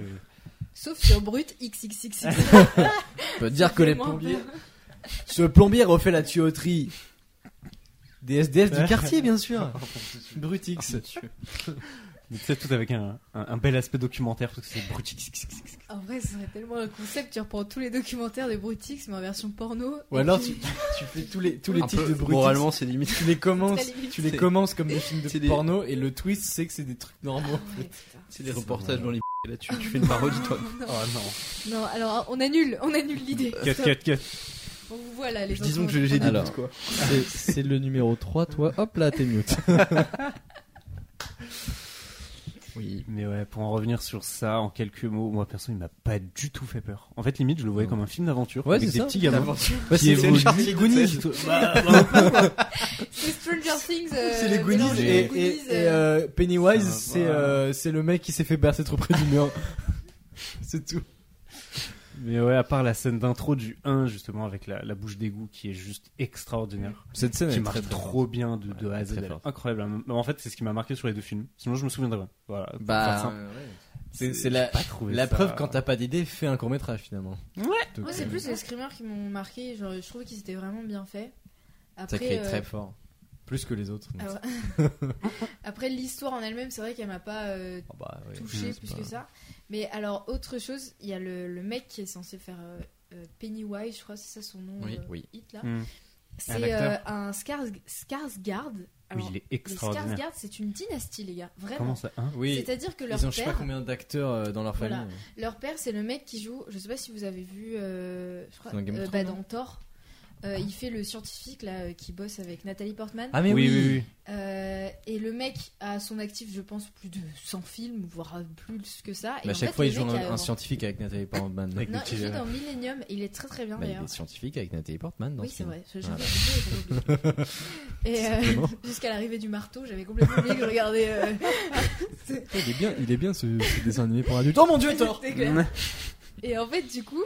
S6: Sauf sur Brut XXXX.
S5: peux dire que les
S6: Moins
S5: plombiers,
S6: peur.
S5: ce plombier refait la tuyauterie des SDF du quartier, bien
S8: <laughs>
S5: sûr.
S8: Ah,
S5: Brutix.
S7: Mais tu sais, tout avec un, un- un bel aspect documentaire, parce que c'est brutix.
S6: En vrai, ce serait tellement un concept. Tu reprends tous les documentaires de Brut X, mais en version porno.
S5: Ou
S6: et
S5: alors
S6: puis-
S5: tu, tu fais tous les, tous les
S8: Un
S5: types
S8: peu,
S5: de Brutix.
S8: Moralement, c'est limite.
S5: tu les commences, <laughs>
S6: Très limite.
S5: tu les
S8: C'est-
S5: commences comme des films de
S8: c'est des-
S5: porno et le twist c'est que c'est des trucs normaux.
S6: Ah ouais, putain.
S8: <laughs> C'est des reportages dans les <laughs> p- là-dessus. Tu fais une parodie, toi.
S7: Oh non.
S6: Non, alors on annule, on annule l'idée.
S7: Cut,
S6: Stop.
S7: cut, cut.
S6: On vous voit là, les enfants.
S8: Disons que j'ai j'ai des
S5: Alors.
S8: doutes, quoi.
S5: C'est- C'est le numéro 3, toi, hop là, t'es <laughs>
S8: <laughs>
S5: mute.
S8: Oui.
S7: Mais ouais, pour en revenir sur ça, en quelques mots, moi perso, il m'a pas du tout fait peur. En fait, limite, je le voyais
S5: Ouais.
S7: comme un film d'aventure
S5: Ouais,
S7: avec
S5: c'est
S7: des
S5: ça.
S7: petits gamins.
S5: Bah, c'est
S7: évolue.
S5: le Charlie Goonies. Bah,
S6: C'est Stranger Things.
S5: C'est euh, les Goonies et, et- et, euh, Pennywise, c'est euh, c'est le mec qui s'est fait bercer trop près du mur. <laughs> c'est tout.
S7: Mais ouais, à part la scène d'intro du 1, justement, avec la, la bouche d'égout qui est juste extraordinaire,
S5: Cette scène
S7: qui marche trop bien de, de
S5: Ouais,
S7: A à Z.
S5: très
S7: elle est
S5: forte.
S7: Incroyable. hein. Mais En fait, c'est ce qui m'a marqué sur les deux films. Sinon, je me souviendrai pas. Voilà. pour faire
S5: Bah,
S7: simple.
S6: euh,
S5: c'est c'est la,
S7: j'ai pas trouvé
S5: la
S7: ça-
S5: preuve quand t'as pas d'idée, fais un court métrage finalement. euh, Ouais.
S6: Moi, c'est plus les screamers qui m'ont marqué. Genre, je trouve qu'ils étaient vraiment bien faits.
S5: Ça
S6: Après,
S5: crée
S6: euh,
S5: très fort, plus que les autres. donc.
S6: ah ouais. euh, Après, l'histoire en elle-même, c'est vrai qu'elle m'a pas euh,
S5: Ah bah, ouais.
S6: touchée
S5: Ouais, c'est
S6: plus
S5: pas-
S6: que ça. Mais alors, autre chose, il y a le, le mec qui est censé faire euh, euh, Pennywise, je crois, c'est ça son nom.
S5: Oui,
S6: euh,
S5: oui.
S6: Hit, là.
S7: Mm.
S6: C'est euh,
S7: l'acteur.
S6: un Skarsg- Skarsgård.
S7: Oui,
S6: Alors,
S7: il est
S6: les
S7: extraordinaire.
S6: Skarsgård, c'est une dynastie, les gars. Vraiment.
S7: Comment ça
S6: <laughs>
S7: hein
S5: Oui.
S6: C'est-à-dire que leur
S5: Ils ont je sais pas
S6: père,
S5: combien d'acteurs euh, dans leur
S6: Voilà.
S5: famille.
S6: leur père, c'est le mec qui joue. Je sais pas si vous avez vu, euh, je crois,
S5: Dans Game of
S6: euh, bah,
S5: Thrones, hein.
S6: dans Thor. Euh, il fait le scientifique là euh, qui bosse avec Nathalie Portman.
S5: Ah mais oui,
S7: oui, oui.
S6: Euh, et le mec a à son actif, je pense, plus de 100 films, voire plus que ça. Et
S5: Mais à
S6: en
S5: chaque
S6: fait,
S5: fois,
S6: le
S5: ils jouent
S6: mec
S5: un,
S6: a-
S5: un scientifique avec Nathalie Portman.
S7: Avec
S6: Non,
S7: des
S6: il
S7: petits-
S6: joue dans Millennium. Il est très très bien
S5: Bah, il
S6: d'ailleurs.
S5: est scientifique avec Nathalie Portman. Dans
S6: Oui,
S5: ce
S6: c'est
S5: film.
S6: vrai. Je-
S5: Voilà.
S6: j'avais oublié, j'avais oublié.
S5: <laughs>
S6: Et euh,
S5: Simplement.
S6: <laughs> jusqu'à l'arrivée du marteau, j'avais complètement oublié que je regardais. euh,
S5: Il est bien, il est bien ce, ce dessin animé pour adultes. Oh mon dieu,
S6: <laughs>
S5: Thor
S6: C'était clair. Et en fait, du coup,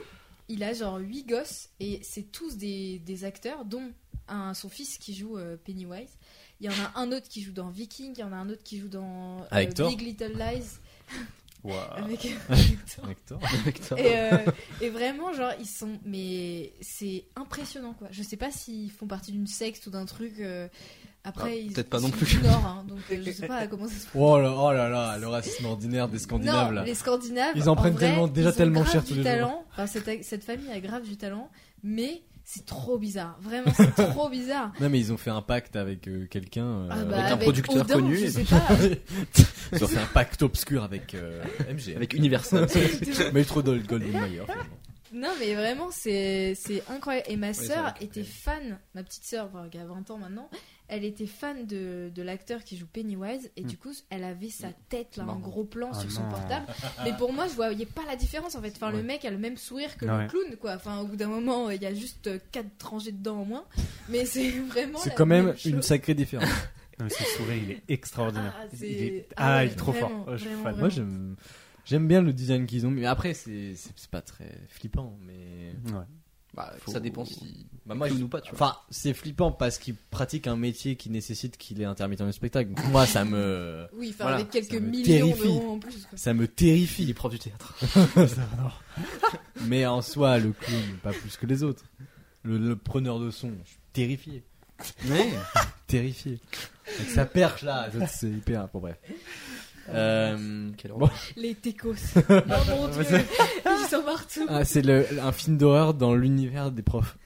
S6: il a genre 8 gosses et c'est tous des, des acteurs, dont un, son fils qui joue euh, Pennywise. Il y en a un autre qui joue dans Viking, il y en a un autre qui joue dans euh,
S5: Avec Thor.
S6: Big Little Lies.
S8: Ah.
S7: Waouh.
S8: <laughs>
S6: Avec, avec Thor.
S5: Avec Thor.
S6: Et, euh, et vraiment, genre, ils sont. Mais c'est impressionnant, quoi. Je sais pas s'ils font partie d'une secte ou d'un truc. euh, Après,
S8: Ah,
S6: ils,
S8: peut-être pas
S6: ils
S8: non
S6: sont
S8: plus.
S6: du Nord, hein, donc euh, je
S8: <laughs>
S6: sais pas comment ça se
S5: Oh là, oh là là, le racisme ordinaire des Scandinaves
S6: non,
S5: là.
S6: les Scandinaves.
S5: Ils en prennent
S6: vrai,
S5: tellement- déjà
S6: ils ont
S5: tellement
S6: grave
S5: cher
S6: du
S5: tous les jours.
S6: talent. Enfin, cette, cette famille a grave du talent, mais c'est trop bizarre. Vraiment, c'est trop bizarre.
S5: Non mais ils ont fait un pacte avec euh, quelqu'un. euh,
S6: Ah bah,
S8: avec un producteur
S6: Odin,
S8: connu,
S6: Je
S8: et
S6: sais pas.
S8: <laughs>
S5: ils ont fait un pacte obscur avec euh, MGM.
S8: Avec Universal.
S5: Metro Gold Goldwyn Mayer. finalement.
S6: non, mais vraiment, c'est c'est incroyable. Et ma
S8: c'est
S6: sœur
S8: vrai que-
S6: était fan, ma petite sœur, enfin, qui a 20 ans maintenant, elle était fan de, de l'acteur qui joue Pennywise, et du coup, elle avait sa tête là en
S8: Marrant.
S6: gros plan
S7: Ah
S6: sur son
S7: non.
S6: portable. Mais pour moi, je voyais pas la différence en fait. Enfin, le
S5: Ouais.
S6: mec a le même sourire que
S7: Ouais.
S6: le clown, quoi. Enfin, au bout d'un moment, il y a juste euh, quatre tranchées de dents en moins, mais c'est <laughs> vraiment.
S5: C'est
S6: la
S5: quand même
S6: même chose.
S5: une sacrée différence.
S7: Non, mais son sourire, il est extraordinaire.
S6: Ah,
S7: il
S6: c'est-
S7: est,
S6: ah
S7: ah,
S6: ouais,
S7: il est trop
S6: vraiment,
S7: fort. Oh, je suis
S6: vraiment,
S7: fan.
S5: Moi j'aime, j'aime bien le design qu'ils ont, mais après c'est, c'est c'est pas très flippant, mais.
S7: Ouais.
S8: Bah,
S5: Faut-
S8: Ça dépend si.
S5: Bah moi,
S8: clown
S5: je-
S8: ou pas, tu vois.
S5: Enfin, c'est flippant parce qu'il pratique un métier qui nécessite qu'il est intermittent du spectacle. Donc, moi, ça me,
S6: Oui, enfin,
S5: Voilà,
S6: avec quelques
S5: ça me
S6: millions
S5: terrifie.
S6: d'euros en plus. quoi.
S5: ça me terrifie.
S8: Il est prof
S5: <laughs>
S8: du théâtre.
S5: Mais en soi, le clown, pas plus que les autres. Le, le preneur de son, je suis terrifié. <laughs> Terrifié. Avec sa perche là, je- c'est hyper. Bon, bref. Euh,
S8: Quelle
S5: bon,
S8: horreur.
S6: Les techos. oh mon dieu, ils sont partout.
S5: ah, c'est le- un film d'horreur dans l'univers des profs.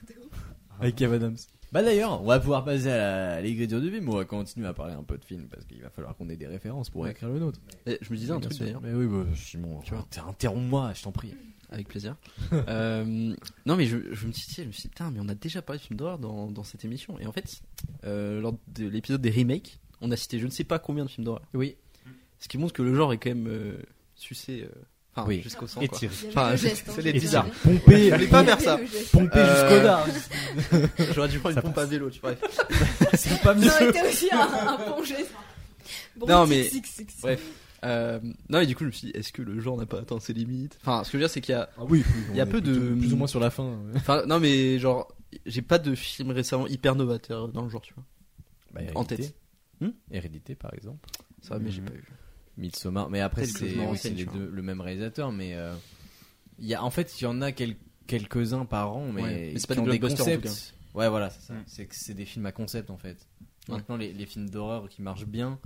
S5: Avec Kev Adams. Bah d'ailleurs, on va pouvoir passer à la- à l'écriture du film. On va continuer à parler un peu de film parce qu'il va falloir qu'on ait des références pour écrire le nôtre.
S8: Eh, je me disais un
S5: Bien
S8: truc
S5: sûr.
S8: d'ailleurs,
S5: Mais oui, bah, Simon,
S8: Tu vois.
S5: t'es- interromps-moi, je t'en prie.
S8: avec plaisir. <laughs> Euh, non, mais je, je me titillais, je me suis dit, putain, mais on a déjà parlé de films d'horreur dans, dans cette émission. Et en fait, euh, lors de l'épisode des remakes, on a cité je ne sais pas combien de films d'horreur.
S5: Oui.
S8: Ce qui montre que le genre est quand même euh, sucé euh, enfin,
S5: Oui.
S8: jusqu'au sang.
S7: Et
S8: quoi.
S7: tire.
S6: Il y avait
S8: Enfin,
S6: le
S8: c'est-
S6: geste, hein,
S8: c'est les
S6: j'ai
S8: bizarres.
S6: regardé.
S5: Pompé,
S8: Je voulais pas faire
S6: Il y
S8: ça.
S6: avait le geste.
S5: pompé
S8: Euh,
S5: jusqu'au dard.
S8: <laughs> J'aurais dû prendre
S5: Ça
S8: une pompe à vélo, tu vois.
S5: C'est
S6: <laughs>
S5: pas <laughs>
S6: Ça aurait été aussi un, un bon geste. Bon,
S8: Non,
S6: tic,
S8: mais-
S6: tic, tic, tic.
S8: Ouais. Euh, non, et du coup, je me suis dit, est-ce que le genre n'a pas atteint ses limites Enfin, ce que je veux dire, c'est qu'il y a.
S5: Ah oui,
S8: Il y a
S5: on est
S8: peu de-
S5: plutôt- Plus ou moins sur la fin.
S8: Enfin, non, mais genre, j'ai pas de film récemment hyper novateur dans le genre, tu vois. En tête. Hmm
S5: Hérédité, par exemple.
S8: Ça, va, mais j'ai
S7: Mhm.
S8: pas eu.
S5: Midsommar. Mais après,
S8: Peut-être que
S5: c'est
S8: je me
S5: oui,
S8: renseigne,
S5: c'est les
S8: tu vois.
S5: deux- le même réalisateur. Mais euh, il y a, en fait, il y en a quel- quelques-uns par an. Mais,
S8: Ouais, mais c'est pas
S5: qui
S8: des
S5: ont des
S8: blockbusters, en tout
S5: concepts. Ouais, voilà, c'est ça.
S7: Mm.
S5: C'est que c'est des films à concept, en fait.
S8: Ouais.
S5: Maintenant, les, les films d'horreur qui marchent bien.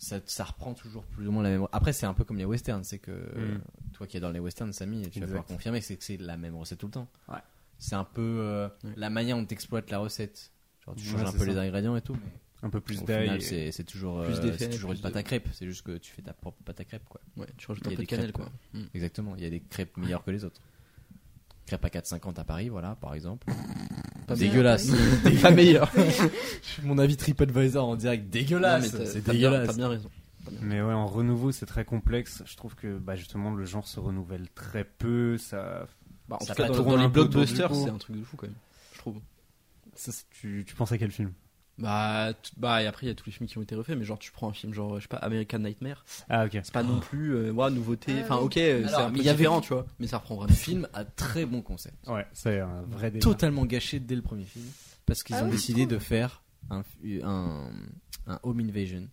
S5: Ça, ça reprend toujours plus ou moins la même. Après, c'est un peu comme les westerns. C'est que
S7: Mm.
S5: toi qui adore les westerns, Samy, tu vas
S7: Exact.
S5: pouvoir confirmer que c'est que c'est la même recette tout le temps.
S7: Ouais.
S5: C'est un peu euh,
S8: Ouais.
S5: la manière dont tu exploites la recette. Genre, tu
S7: Ouais,
S5: changes un
S7: c'est
S5: peu
S7: ça.
S5: les ingrédients et tout. Mais...
S7: Un peu plus
S5: Au
S7: d'ail.
S5: final,
S7: et-
S5: c'est c'est toujours,
S8: Plus
S5: euh,
S8: d'effets,
S5: c'est toujours
S8: plus
S5: une pâte
S8: de-
S5: à crêpes. C'est juste que tu fais ta propre pâte à crêpes, quoi.
S8: Ouais, tu rajoutes
S5: Il y
S8: un
S5: a
S8: peu
S5: des
S8: de cannelle,
S5: crêpes,
S8: quoi. Mhm.
S5: Exactement. Il y a des crêpes meilleures que les autres. Crêpes à 4,50 à Paris, voilà, par exemple. <laughs>
S8: Pas
S5: dégueulasse.
S8: Pas meilleur.
S5: <laughs> Mon avis TripAdvisor en direct,
S8: Non, mais t'as-
S5: C'est
S8: t'as bien- T'as
S5: dégueulasse.
S8: bien raison.
S7: Mais ouais, en renouveau, c'est très complexe. Je trouve que bah, justement, le genre se renouvelle très peu. Ça...
S8: Bah, en
S5: Ça
S8: tout cas,
S5: fait
S8: dans,
S7: tourner
S8: dans les
S7: un peu autour
S8: blockbusters,
S7: du pot.
S8: c'est un truc de fou quand même. Je trouve.
S7: ça, c'est- tu, tu penses à quel film
S8: Bah, t- bah, et après, il y a tous les films qui ont été refaits, mais genre, tu prends un film, genre, je sais pas, American Nightmare.
S7: Ah, ok.
S8: C'est pas non plus, euh, ouais, nouveauté.
S6: Ah,
S8: Enfin,
S6: oui.
S8: ok, euh, c'est
S5: Alors,
S8: un
S5: mais
S8: peu
S5: il y avait-
S8: différent, tu vois. Mais ça reprend vraiment.
S5: Film à très bon concept.
S7: Ouais, c'est un vrai débat.
S5: Totalement gâché dès le premier film. Parce qu'ils
S6: Ah
S5: ont
S6: ouais,
S5: décidé
S6: putain.
S5: de faire un, un, un home invasion.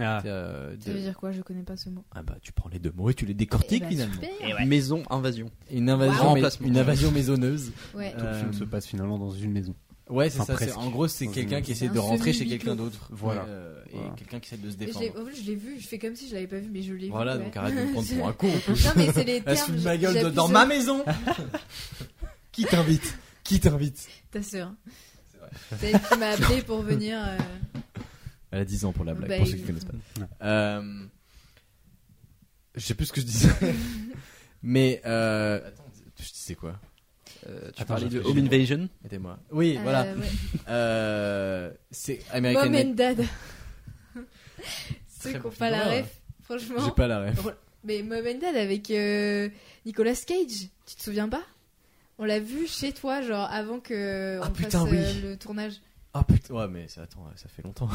S7: Ah,
S5: Euh, de-
S6: Ça veut dire quoi Je connais pas ce mot.
S5: Ah bah, tu prends les deux mots et tu les décortiques
S6: Eh ben,
S5: finalement.
S6: super.
S8: Maison Invasion.
S5: Une invasion,
S8: Wow.
S5: mais-
S8: Remplacement.
S5: une invasion maisonneuse.
S6: Ouais.
S7: tout le film
S5: Euh,
S7: se passe finalement dans une maison.
S5: Ouais, c'est
S7: Enfin,
S5: ça. c'est-
S7: presque.
S5: En gros, c'est quelqu'un qui essaie
S6: un
S5: de rentrer chez
S6: semi-huis
S5: quelqu'un
S6: clos.
S5: d'autre.
S7: Voilà.
S5: Euh, et
S7: Voilà.
S5: quelqu'un qui essaie de se
S6: Je l'ai-
S5: défendre.
S6: en fait, je l'ai vu, je fais comme si je l'avais pas vu, mais je l'ai vu.
S5: Voilà,
S6: ouais.
S5: donc arrête de me
S6: <laughs>
S5: prendre pour un con. en plus.
S6: Non, mais c'est les
S5: Elle
S6: termes.
S5: se fout de ma gueule
S6: j'appuie
S5: de- dans
S6: sur-
S5: ma
S6: <laughs>
S5: maison. qui t'invite Qui t'invite
S6: Ta sœur. Celle qui m'a appelé
S5: <laughs>
S6: pour venir. euh,
S5: Elle a 10 ans pour la blague,
S6: Bah,
S5: pour ceux qui
S6: il-
S5: connaissent pas. Euh, je sais plus ce que je <laughs> disais. Mais. Euh... Attends, je disais quoi
S8: Euh, tu
S7: Attends,
S8: parlais
S7: j'ai
S8: de Home
S7: réfléchi.
S8: Invasion.
S5: Aidez-moi. Oui,
S6: euh,
S5: voilà.
S6: ouais.
S5: Euh, c'est American
S6: Mom
S5: Night-
S6: and Dad.
S5: Très
S6: Ceux qui
S5: bon
S6: n'ont pas la
S5: film d'horreur.
S6: ref, franchement.
S5: J'ai pas la ref.
S6: Mais Mom and Dad avec euh, Nicolas Cage, tu te souviens pas On l'a vu chez toi, genre avant que
S5: Ah,
S6: on
S5: putain,
S6: fasse euh,
S5: oui.
S6: le tournage.
S5: Ah putain, ouais, mais ça- attends, ça fait longtemps.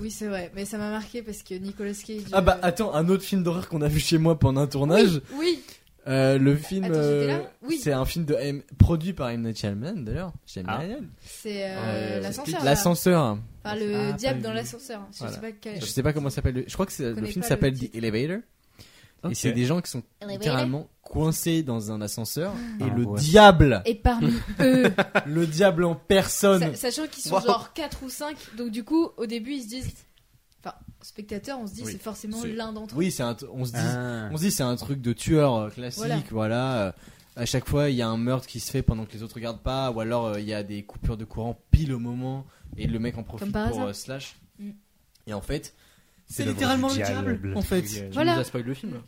S6: Oui, c'est vrai, mais ça m'a marqué parce que Nicolas Cage.
S5: Ah bah
S6: euh,
S5: attends, un autre film d'horreur qu'on a vu chez moi pendant un tournage.
S6: Oui,
S5: Euh, le film,
S6: Attends, j'étais là
S5: euh,
S6: Oui.
S5: c'est un film de M- produit par M Night Shyamalan d'ailleurs.
S7: Ah.
S5: Shyamalan.
S6: c'est euh,
S5: Euh,
S6: l'ascenseur. là.
S5: L'ascenseur.
S6: Enfin, le
S7: Ah, pas
S6: diable
S7: du-
S6: dans l'ascenseur. hein. Je
S5: Voilà.
S6: sais pas quel.
S5: Je sais pas comment ça s'appelle. le- Je crois que c'est- le
S6: connais
S5: film
S6: pas
S5: s'appelle
S6: le
S5: The
S6: titre.
S5: Elevator. Et c'est des gens qui sont littéralement coincés dans un ascenseur et
S7: Ah,
S5: le
S7: ouais.
S5: diable, <laughs>
S6: Et parmi eux,
S5: le diable en
S6: sa-
S5: personne.
S6: sachant qu'ils sont
S8: Wow.
S6: genre 4 ou 5, donc du coup, au début, ils se disent. Enfin, spectateurs, on se dit,
S5: Oui.
S6: c'est forcément
S5: C'est-
S6: l'un d'entre eux.
S5: Oui, c'est un t- on se dit
S7: Ah.
S5: on se dit c'est un truc de tueur euh, classique voilà.
S6: Voilà.
S5: euh, À chaque fois, il y a un meurtre qui se fait pendant que les autres regardent pas, ou alors euh, il y a des coupures de courant pile au moment, et le mec en profite
S6: Comme par
S5: pour
S6: hasard.
S5: euh, slash.
S6: Mm.
S5: Et en fait, c'est
S7: l'œuvre
S5: littéralement
S7: du
S5: le diable, en fait.
S7: Du-
S8: Tu
S6: Voilà.
S8: nous as spoilé le film, là.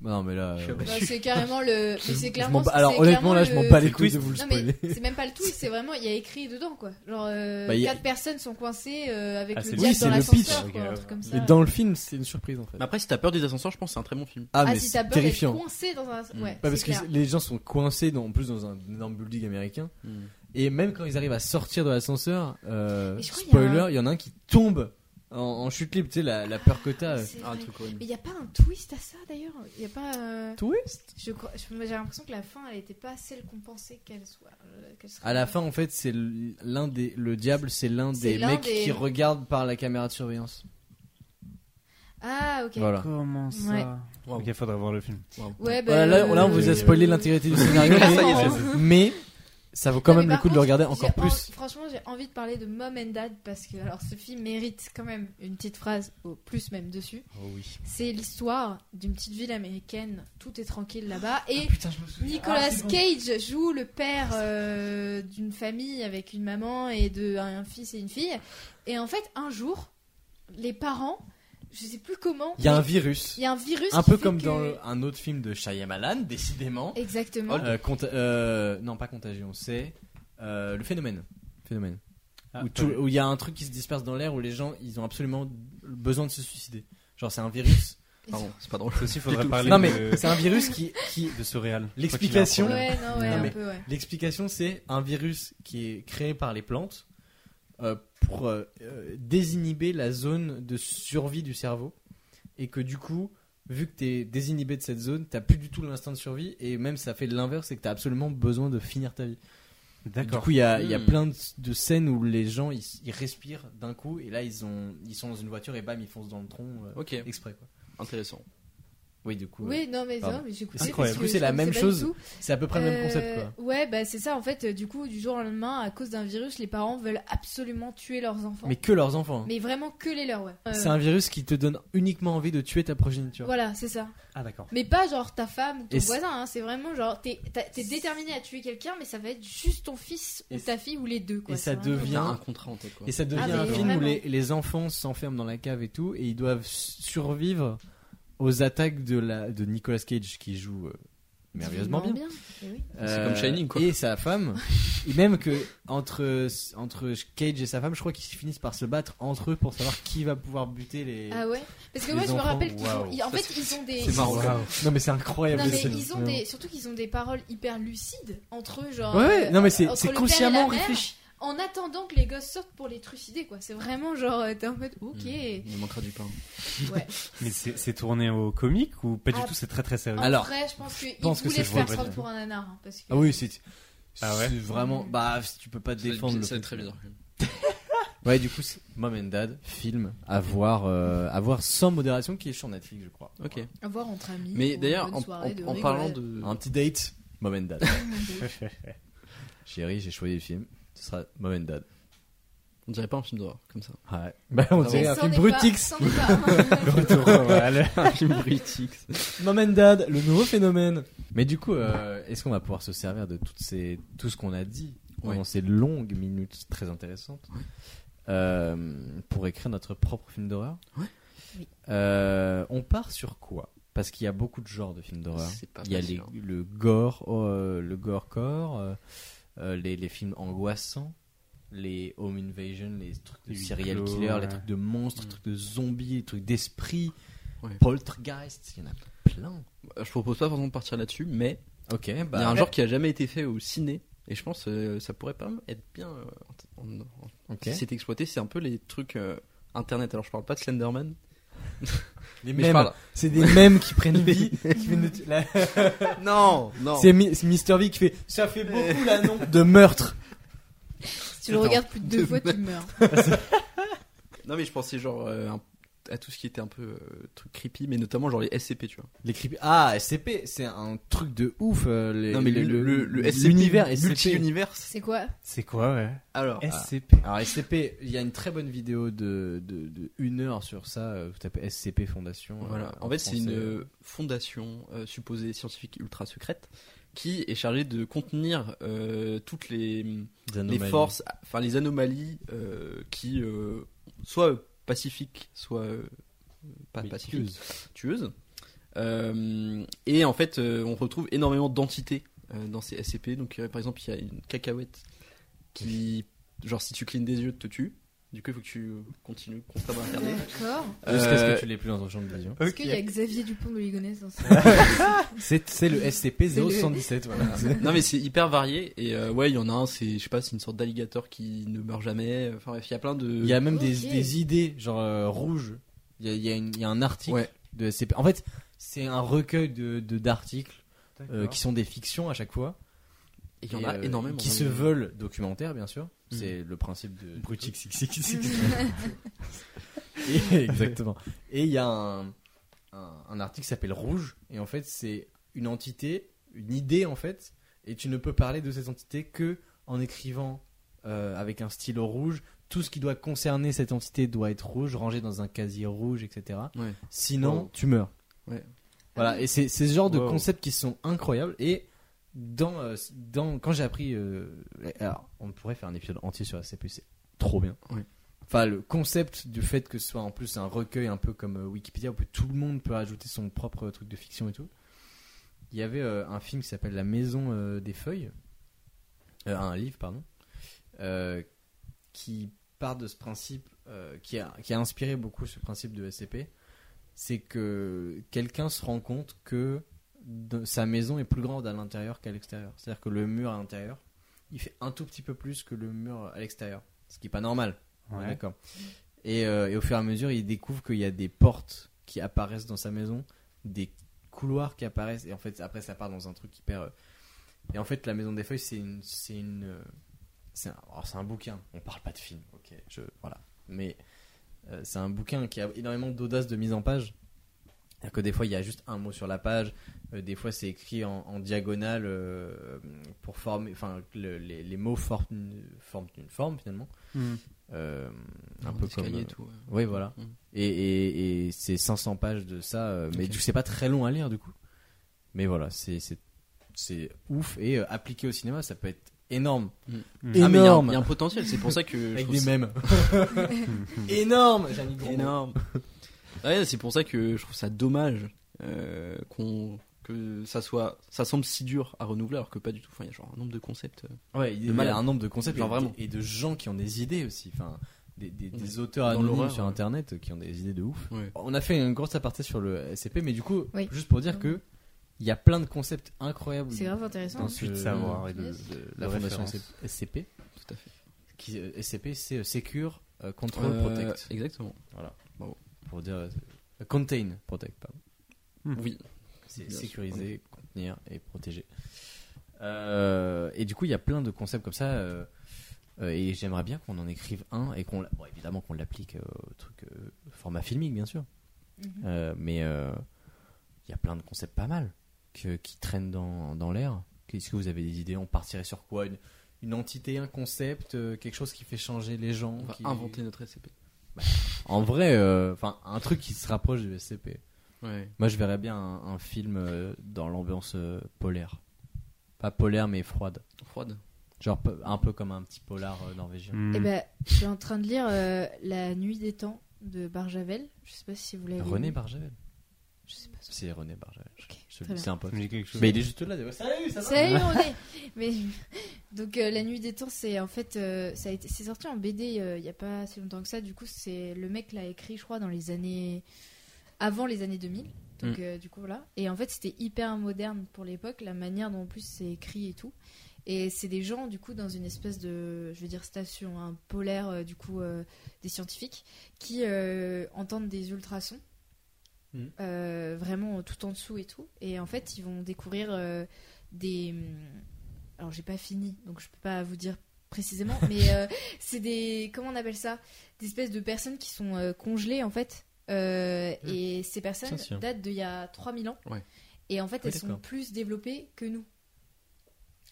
S5: Bah non, mais là.
S8: Je suis
S5: euh,
S8: abattu.
S6: Bah, c'est carrément le. mais c'est
S5: je
S6: clairement.
S5: m'en bats-
S6: c'est
S5: Alors honnêtement,
S6: clairement
S5: là, je m'en
S6: le-
S5: bats les couilles de vous le
S6: Non mais
S5: spoiler.
S6: c'est même pas le twist,
S5: <laughs>
S6: c'est vraiment il y a écrit dedans quoi. Genre euh,
S5: Bah, il y a-
S6: quatre personnes sont coincées euh, avec
S7: Ah,
S6: le
S7: c'est-
S6: diable
S5: oui, c'est
S6: dans
S5: le
S6: l'ascenseur
S7: pitch.
S6: quoi, un truc comme ça.
S5: Mais dans le film, c'est une surprise en fait.
S8: Mais après, si t'as peur des ascenseurs, je pense que c'est un très bon film.
S5: Ah,
S6: ah
S5: mais
S6: si
S5: c'est
S6: t'as peur d'être
S5: terrifiant.
S6: coincé dans un
S8: Mm.
S6: ouais.
S5: Pas parce
S6: c'est
S5: que
S6: clair.
S5: les gens sont coincés dans, en plus dans un énorme building américain.
S8: Mm.
S5: Et même quand ils arrivent à sortir de l'ascenseur, euh,
S6: Mais je crois qu'il y a
S5: spoiler,
S6: un-
S5: il y, en a un qui tombe en, en chute libre, tu sais, la, la peur que t'as. euh.
S6: C'est
S8: Ah, un
S6: vrai.
S8: truc horrible.
S6: Mais il n'y a pas un twist à ça d'ailleurs Il y a pas. euh,
S5: Twist
S6: je crois- je- J'ai l'impression que la fin, elle n'était pas celle qu'on pensait qu'elle soit. euh, qu'elle serait.
S5: À la fin, en fait, c'est l'un des. Le diable, c'est l'un
S6: C'est
S5: des
S6: l'un
S5: mecs
S6: des-
S5: qui regarde par la caméra de surveillance.
S6: Ah, ok.
S5: Voilà.
S7: Comment ça
S6: Ouais.
S7: Ok, faudrait voir le film.
S6: Ouais, bah,
S5: Voilà, là, là, on vous a
S6: euh,
S5: spoilé l'intégrité du scénario,
S6: <laughs> Ça y
S5: mais-
S6: est, ça y est.
S5: mais ça vaut quand
S6: Non,
S5: même
S6: mais
S5: le
S6: par
S5: coup de le
S6: contre,
S5: regarder
S6: j'ai
S5: encore
S6: en-
S5: plus.
S6: Franchement, j'ai envie de parler de Mom and Dad parce que alors ce film mérite quand même une petite phrase au plus même dessus. C'est l'histoire d'une petite ville américaine, tout est tranquille là-bas et Nicolas Cage joue le père euh, d'une famille avec une maman et de un fils et une fille et en fait un jour les parents, je sais plus comment,
S5: Il y a un
S6: mais
S5: virus.
S6: il y a un virus
S5: Un
S6: qui
S5: peu
S6: fait
S5: comme
S6: que-
S5: dans le- un autre film de Shyamalan, décidément.
S6: exactement.
S5: Euh, cont- euh, non, pas contagion, c'est euh, le phénomène. Phénomène.
S7: Ah,
S5: où
S7: pas
S5: tout-
S7: mal.
S5: où il y a un truc qui se disperse dans l'air où les gens ils ont absolument besoin de se suicider. Genre c'est un virus.
S8: Pardon, c'est pas
S5: <laughs>
S8: drôle.
S7: Ça aussi, faudrait parler
S5: non mais
S7: de,
S5: c'est un virus qui, qui
S7: de ce réal.
S5: L'explication-
S6: Ouais, non, ouais,
S5: Non,
S6: un
S5: mais-
S6: peu, ouais.
S5: l'explication c'est un virus qui est créé par les plantes euh, pour euh, euh, désinhiber la zone de survie du cerveau et que du coup vu que t'es désinhibé de cette zone t'as plus du tout l'instinct de survie et même ça fait de l'inverse c'est que t'as absolument besoin de finir ta vie. Du
S7: D'accord.
S5: coup, il y, a il y a
S8: Hmm.
S5: plein de, de scènes où les gens ils, ils respirent d'un coup et là ils ont ils sont dans une voiture et bam ils foncent dans le tronc euh,
S8: Ok,
S5: exprès quoi.
S8: intéressant.
S5: Oui, du coup, euh,
S6: Oui, non, mais,
S5: Pardon.
S6: non, mais j'ai coupé.
S7: Incroyable.
S5: Du coup, c'est la même chose. c'est à peu près le même
S6: Euh,
S5: concept quoi.
S6: Ouais, bah c'est ça en fait. euh, Du coup, du jour au lendemain, à cause d'un virus, les parents veulent absolument tuer leurs enfants.
S5: Mais
S6: Euh, Mais,
S5: que leurs enfants. hein.
S6: vraiment que les leurs, ouais. Euh,
S5: C'est un virus qui te donne uniquement envie de tuer ta progéniture.
S6: Voilà, c'est ça.
S7: Ah, d'accord.
S6: Mais pas genre ta femme ou ton
S5: Et c'est-
S6: voisin, hein, c'est vraiment genre t'es t'as- t'es déterminé à tuer quelqu'un, mais ça va être juste ton fils ou
S5: Et
S6: ta fille ou les deux. Quoi,
S5: et ça
S6: c'est vraiment-
S5: devient-
S8: Bien. un contrat en tête quoi.
S5: Et ça devient
S6: Ah, mais
S5: un film où
S6: vraiment.
S5: les, les enfants s'enferment dans la cave et tout et ils doivent survivre aux attaques de la de Nicolas Cage qui joue euh, merveilleusement bien. Euh,
S6: Eh oui.
S8: C'est comme Shining, quoi.
S5: Et sa femme. et même que entre, entre Cage et sa femme, je crois qu'ils finissent par se battre entre eux pour savoir qui va pouvoir buter les.
S6: Ah ouais Parce que
S5: Les
S6: moi je me
S5: enfants,
S6: rappelle qu'ils
S5: waouh.
S6: ont. ils- En
S8: Ça,
S6: fait, ils ont des.
S8: c'est marrant.
S5: Waouh. Non mais c'est incroyable.
S6: Non mais
S5: c'est-
S6: ils ont des surtout qu'ils ont des paroles hyper lucides entre eux genre
S5: Ouais,
S6: euh,
S5: ouais, non mais c'est
S6: entre
S5: c'est
S6: le père et
S5: consciemment
S6: la mère,
S5: réfléchi.
S6: en attendant que les gosses sortent pour les trucider quoi c'est vraiment genre euh, t'es en mode ok
S5: Hmm.
S8: Mmh, Il nous manquera du pain.
S7: Mais c'est c'est tourné au comique ou pas du
S6: Ah.
S7: tout C'est très très sérieux.
S6: En
S5: Alors,
S6: vrai, je pense qu'ils
S5: pense que
S6: voulaient
S5: c'est
S6: se faire
S5: vrai,
S6: prendre
S7: ouais.
S6: pour un nanar. hein, parce que...
S5: Ah oui, c'est
S7: Ah ouais
S5: c'est vraiment bah tu peux pas te défendre le
S8: Ça va être
S5: fait.
S8: très bizarre.
S5: Ouais, du coup, c'est Mom and Dad, film à voir, euh, à voir sans modération qui est sur Netflix, je crois.
S8: Ok.
S6: À voir entre amis. ou
S8: Mais
S6: une
S8: d'ailleurs,
S6: bonne
S8: en,
S6: soirée
S8: en-
S6: de
S8: en
S6: rigolade.
S8: parlant de.
S5: Un petit date, Mom and <laughs> Dad. Chérie, j'ai choisi le film. Ce sera Mom and Dad.
S8: On dirait pas un film d'horreur
S5: <laughs>
S8: comme ça.
S5: Ouais. Bah, on
S8: Mais
S5: dirait un
S6: C'en
S5: film
S6: est pas-
S5: Brutix.
S6: c'en est pas.
S7: Le retour au réel.
S8: un film <laughs> Britix.
S5: Mom and Dad, le nouveau phénomène. Mais du coup, euh, est-ce qu'on va pouvoir se servir de toutes ces, tout ce qu'on a dit pendant
S8: Ouais.
S5: ces longues minutes très intéressantes euh, pour écrire notre propre film d'horreur
S8: Ouais.
S6: Oui.
S5: Euh, On part sur quoi Parce qu'il y a beaucoup de genres de films d'horreur.
S8: C'est pas
S5: Il y a
S8: facile,
S5: les-
S8: hein.
S5: le gore, euh, le gore corps, euh, les, les films angoissants, les home invasion, les trucs de
S7: Les huis
S5: serial
S7: clos,
S5: killer, les
S7: ouais.
S5: trucs de monstres, les trucs de zombies, les trucs d'esprit,
S8: Mm. Ouais.
S5: poltergeist, il y en a plein.
S8: hein. Je propose pas forcément de partir là-dessus, mais
S5: Ok,
S8: il y a un genre qui a jamais été fait au ciné. Et je pense euh, ça pourrait pas être bien. euh, en- en- en- Si c'est exploité, c'est un peu les trucs euh, internet. Alors je parle pas
S5: <laughs>
S8: de Slenderman.
S5: Les
S8: Mais je parle.
S5: c'est des mêmes qui
S8: <laughs>
S5: prennent vie. qui viennent de tu- la-
S8: Non, non. Euh.
S5: C'est Mi- c'est Mr. V qui fait Ça fait beaucoup là, non De meurtre.
S6: Si tu le regardes plus de deux fois,
S5: <laughs>
S6: tu meurs.
S8: Non, mais je pensais genre euh, un- à tout ce qui était un peu euh, truc creepy, mais notamment genre les SCP, tu vois.
S5: Les creepy- Ah, SCP, c'est un truc de ouf. euh, les-
S8: non, mais
S5: le- le-
S8: SCP,
S5: l'univers SCP.
S8: multi-univers.
S6: C'est quoi
S7: C'est quoi, ouais
S8: Alors,
S5: Ah,
S7: SCP.
S5: Alors SCP, il y a une très bonne vidéo de, de, de une heure sur ça. euh, Vous tapez SCP Fondation. euh,
S8: Voilà. En fait, c'est
S5: français.
S8: une euh, fondation euh, supposée scientifique ultra secrète qui est chargée de contenir euh, toutes les,
S5: Des
S8: les
S5: anomalies.
S8: forces, enfin les anomalies euh, qui euh, soit pacifiques, soit euh, pas
S5: Mais
S8: pacifiques,
S5: tueuses.
S8: tueuses. Euh, et en fait, euh, on retrouve énormément d'entités euh, dans ces SCP. Donc, euh, par exemple, il y a une cacahuète qui, genre, si tu clignes des yeux, te tue. Du coup, il faut que tu continues constamment à
S5: <laughs>
S8: regarder.
S6: D'accord.
S5: Jusqu'à ce
S8: Euh,
S5: que tu l'aies plus dans ton champ de vision.
S6: Est-ce qu'il y a Xavier Dupont de Ligonnès dans ce
S5: Ah, C'est c'est le SCP
S6: C'est le-
S5: 077, voilà.
S8: Non mais c'est hyper varié et euh, ouais il y en a un c'est je sais pas c'est une sorte d'alligator qui ne meurt jamais enfin bref il y a plein de
S5: Il y a même des,
S6: Ok.
S5: des idées, genre euh, rouges. Il y a, il y a une- il y a un article
S8: Ouais.
S5: de SCP. En fait, c'est un recueil de de- d'articles euh, qui sont des fictions à chaque fois.
S8: Et il y en
S5: Et,
S8: a
S5: euh,
S8: énormément
S5: Qui
S8: hein.
S5: se veulent documentaires, bien sûr.
S8: Mm.
S5: C'est le principe de.
S7: Brutic
S6: <laughs>
S5: Et- Exactement. <laughs> Et il y a un, un- un article qui s'appelle Rouge. Et en fait, c'est une entité, une idée en fait. Et tu ne peux parler de cette entité que en écrivant euh, avec un stylo rouge. Tout ce qui doit concerner cette entité doit être rouge, rangé dans un casier rouge, etc.
S8: Ouais.
S5: Sinon,
S8: Wow.
S5: tu meurs.
S8: Ouais.
S5: Voilà. Et c'est c'est ce genre de
S7: Wow.
S5: concepts qui sont incroyables. Et dans, euh, dans quand j'ai appris, euh, alors on pourrait faire un épisode entier sur SCP, c'est trop bien.
S8: Ouais.
S5: Enfin, le concept du fait que ce soit en plus un recueil un peu comme euh, Wikipédia où tout le monde peut ajouter son propre truc de fiction et tout. Il y avait euh, un film qui s'appelle La Maison euh, des Feuilles, Euh, un livre pardon, euh, qui part de ce principe, euh, qui, a, qui a inspiré beaucoup ce principe de SCP, c'est que quelqu'un se rend compte que de- sa maison est plus grande à l'intérieur qu'à l'extérieur. C'est-à-dire que le mur à l'intérieur, il fait un tout petit peu plus que le mur à l'extérieur, ce qui est pas normal. On est D'accord. Et, euh, et au fur et à mesure, il découvre qu'il y a des portes qui apparaissent dans sa maison, des couloirs qui apparaissent, et en fait, après, ça part dans un truc hyper. euh, Et en fait, la maison des feuilles, c'est une, c'est une, euh, c'est un, alors, c'est un bouquin. On parle pas de film, ok. Je, voilà. Mais euh, c'est un bouquin qui a énormément d'audace de mise en page. C'est-à-dire que des fois, il y a juste un mot sur la page. euh, des fois, c'est écrit en, en diagonale euh, pour former. Enfin, le- les, les mots forment, forment une forme finalement. Euh, un
S8: Dans
S5: peu
S8: des cahiers
S5: comme.
S8: et tout, ouais.
S5: Oui, voilà.
S8: Mm.
S5: Et, et- et c'est 500 pages de ça, euh, mais
S8: Ok.
S5: du coup, c'est pas très long à lire, du coup. Mais voilà, c'est c'est- c'est ouf. Et euh, appliqué au cinéma, ça peut être énorme.
S8: Mm.
S7: Mm.
S8: Ah, mais il y a un- il
S5: Hmm. Énorme
S8: y, a un potentiel c'est pour ça que je
S5: Avec
S8: trouve
S5: des
S8: ça-
S5: mèmes. énorme J'ai mis gros mot.
S8: énorme ouais c'est pour ça que je trouve ça dommage euh, qu'on que ça soit ça semble si dur à renouveler alors que pas du tout enfin il y a genre un nombre de concepts euh,
S5: Ouais, il y
S8: malade.
S5: a un nombre de concepts
S8: Genre
S5: et,
S8: vraiment.
S5: et de gens qui ont des idées aussi. Enfin, des, des- des
S8: Ouais.
S5: auteurs
S8: Dans
S5: anonymes
S8: l'horreur,
S5: sur
S8: ouais.
S5: internet qui ont des idées de ouf.
S8: Ouais.
S5: On a fait une grosse aparté sur le SCP, mais du coup,
S6: Oui.
S5: juste pour dire que il y a plein de concepts incroyables
S6: C'est grave intéressant.
S5: dans
S6: hein.
S5: ce-
S7: Ensuite, savoir et de,
S6: Yes.
S7: de-
S5: la
S7: de
S5: fondation
S7: Euh, référence.
S5: SCP.
S8: tout à fait
S5: Qui, euh, SCP, c'est euh, Secure, euh, Control,
S8: Euh,
S5: Protect.
S8: exactement
S5: Pour dire. euh, euh, contain, Protect, pardon.
S8: oui
S5: C'est
S8: Hmm. Bien sûr.
S5: sécuriser, contenir et protéger. Euh, et du coup, il y a plein de concepts comme ça. euh, euh, et j'aimerais bien qu'on en écrive un et qu'on. l'a- Bon, évidemment qu'on l'applique euh, au truc euh, format filmique, bien sûr.
S6: Mhm.
S5: Euh, mais euh, il y a plein de concepts pas mal que- qui traînent dans, dans l'air. Est-ce que vous avez des idées On partirait sur quoi une, une entité, un concept, euh, quelque chose qui fait changer les gens
S8: on va
S5: qui-
S8: inventer notre SCP
S5: En vrai, euh, enfin, un truc qui se rapproche du SCP.
S8: ouais
S5: Moi, je verrais bien un, un film euh, dans l'ambiance euh, polaire. Pas polaire, mais froide.
S8: froide
S5: Genre peu- un peu comme un petit polar euh, norvégien.
S7: Mm.
S6: Eh ben, je suis en train de lire euh, La Nuit des Temps de Barjavel. Je sais pas si vous l'avez.
S5: René
S6: lu.
S5: Barjavel
S6: Je sais pas. son-
S5: C'est René Barjavel.
S6: Ok,
S5: Je-
S6: Mm. très bien. Mm.
S5: C'est un pote.
S7: Ça me dit quelque chose.
S5: Mais il est juste là. d'ailleurs. Salut, ça va Ah.
S6: Salut René <laughs> Mais donc euh, la nuit des temps, c'est en fait, euh, ça a été, c'est sorti en BD euh, il y a pas si longtemps que ça. Du coup, c'est le mec l'a écrit, je crois, dans les années avant les années 2000. Donc
S5: Mm.
S6: euh, du coup voilà. Et en fait, c'était hyper moderne pour l'époque, la manière dont en plus c'est écrit et tout. Et c'est des gens du coup dans une espèce de, je veux dire station hein, polaire euh, du coup euh, des scientifiques qui euh, entendent des ultrasons.
S5: Mhm.
S6: euh, vraiment tout en dessous et tout et en fait ils vont découvrir euh, des hum, alors j'ai pas fini donc je peux pas vous dire
S5: <laughs>
S6: précisément mais euh, c'est des comment on appelle ça des espèces de personnes qui sont euh, congelées en fait Euh,
S5: Hmm.
S6: et ces personnes
S5: Ça, c'est bien.
S6: datent d'il y a 3000 ans
S8: Ouais.
S6: et en fait
S5: Oui,
S6: elles sont
S5: d'accord.
S6: plus développées que nous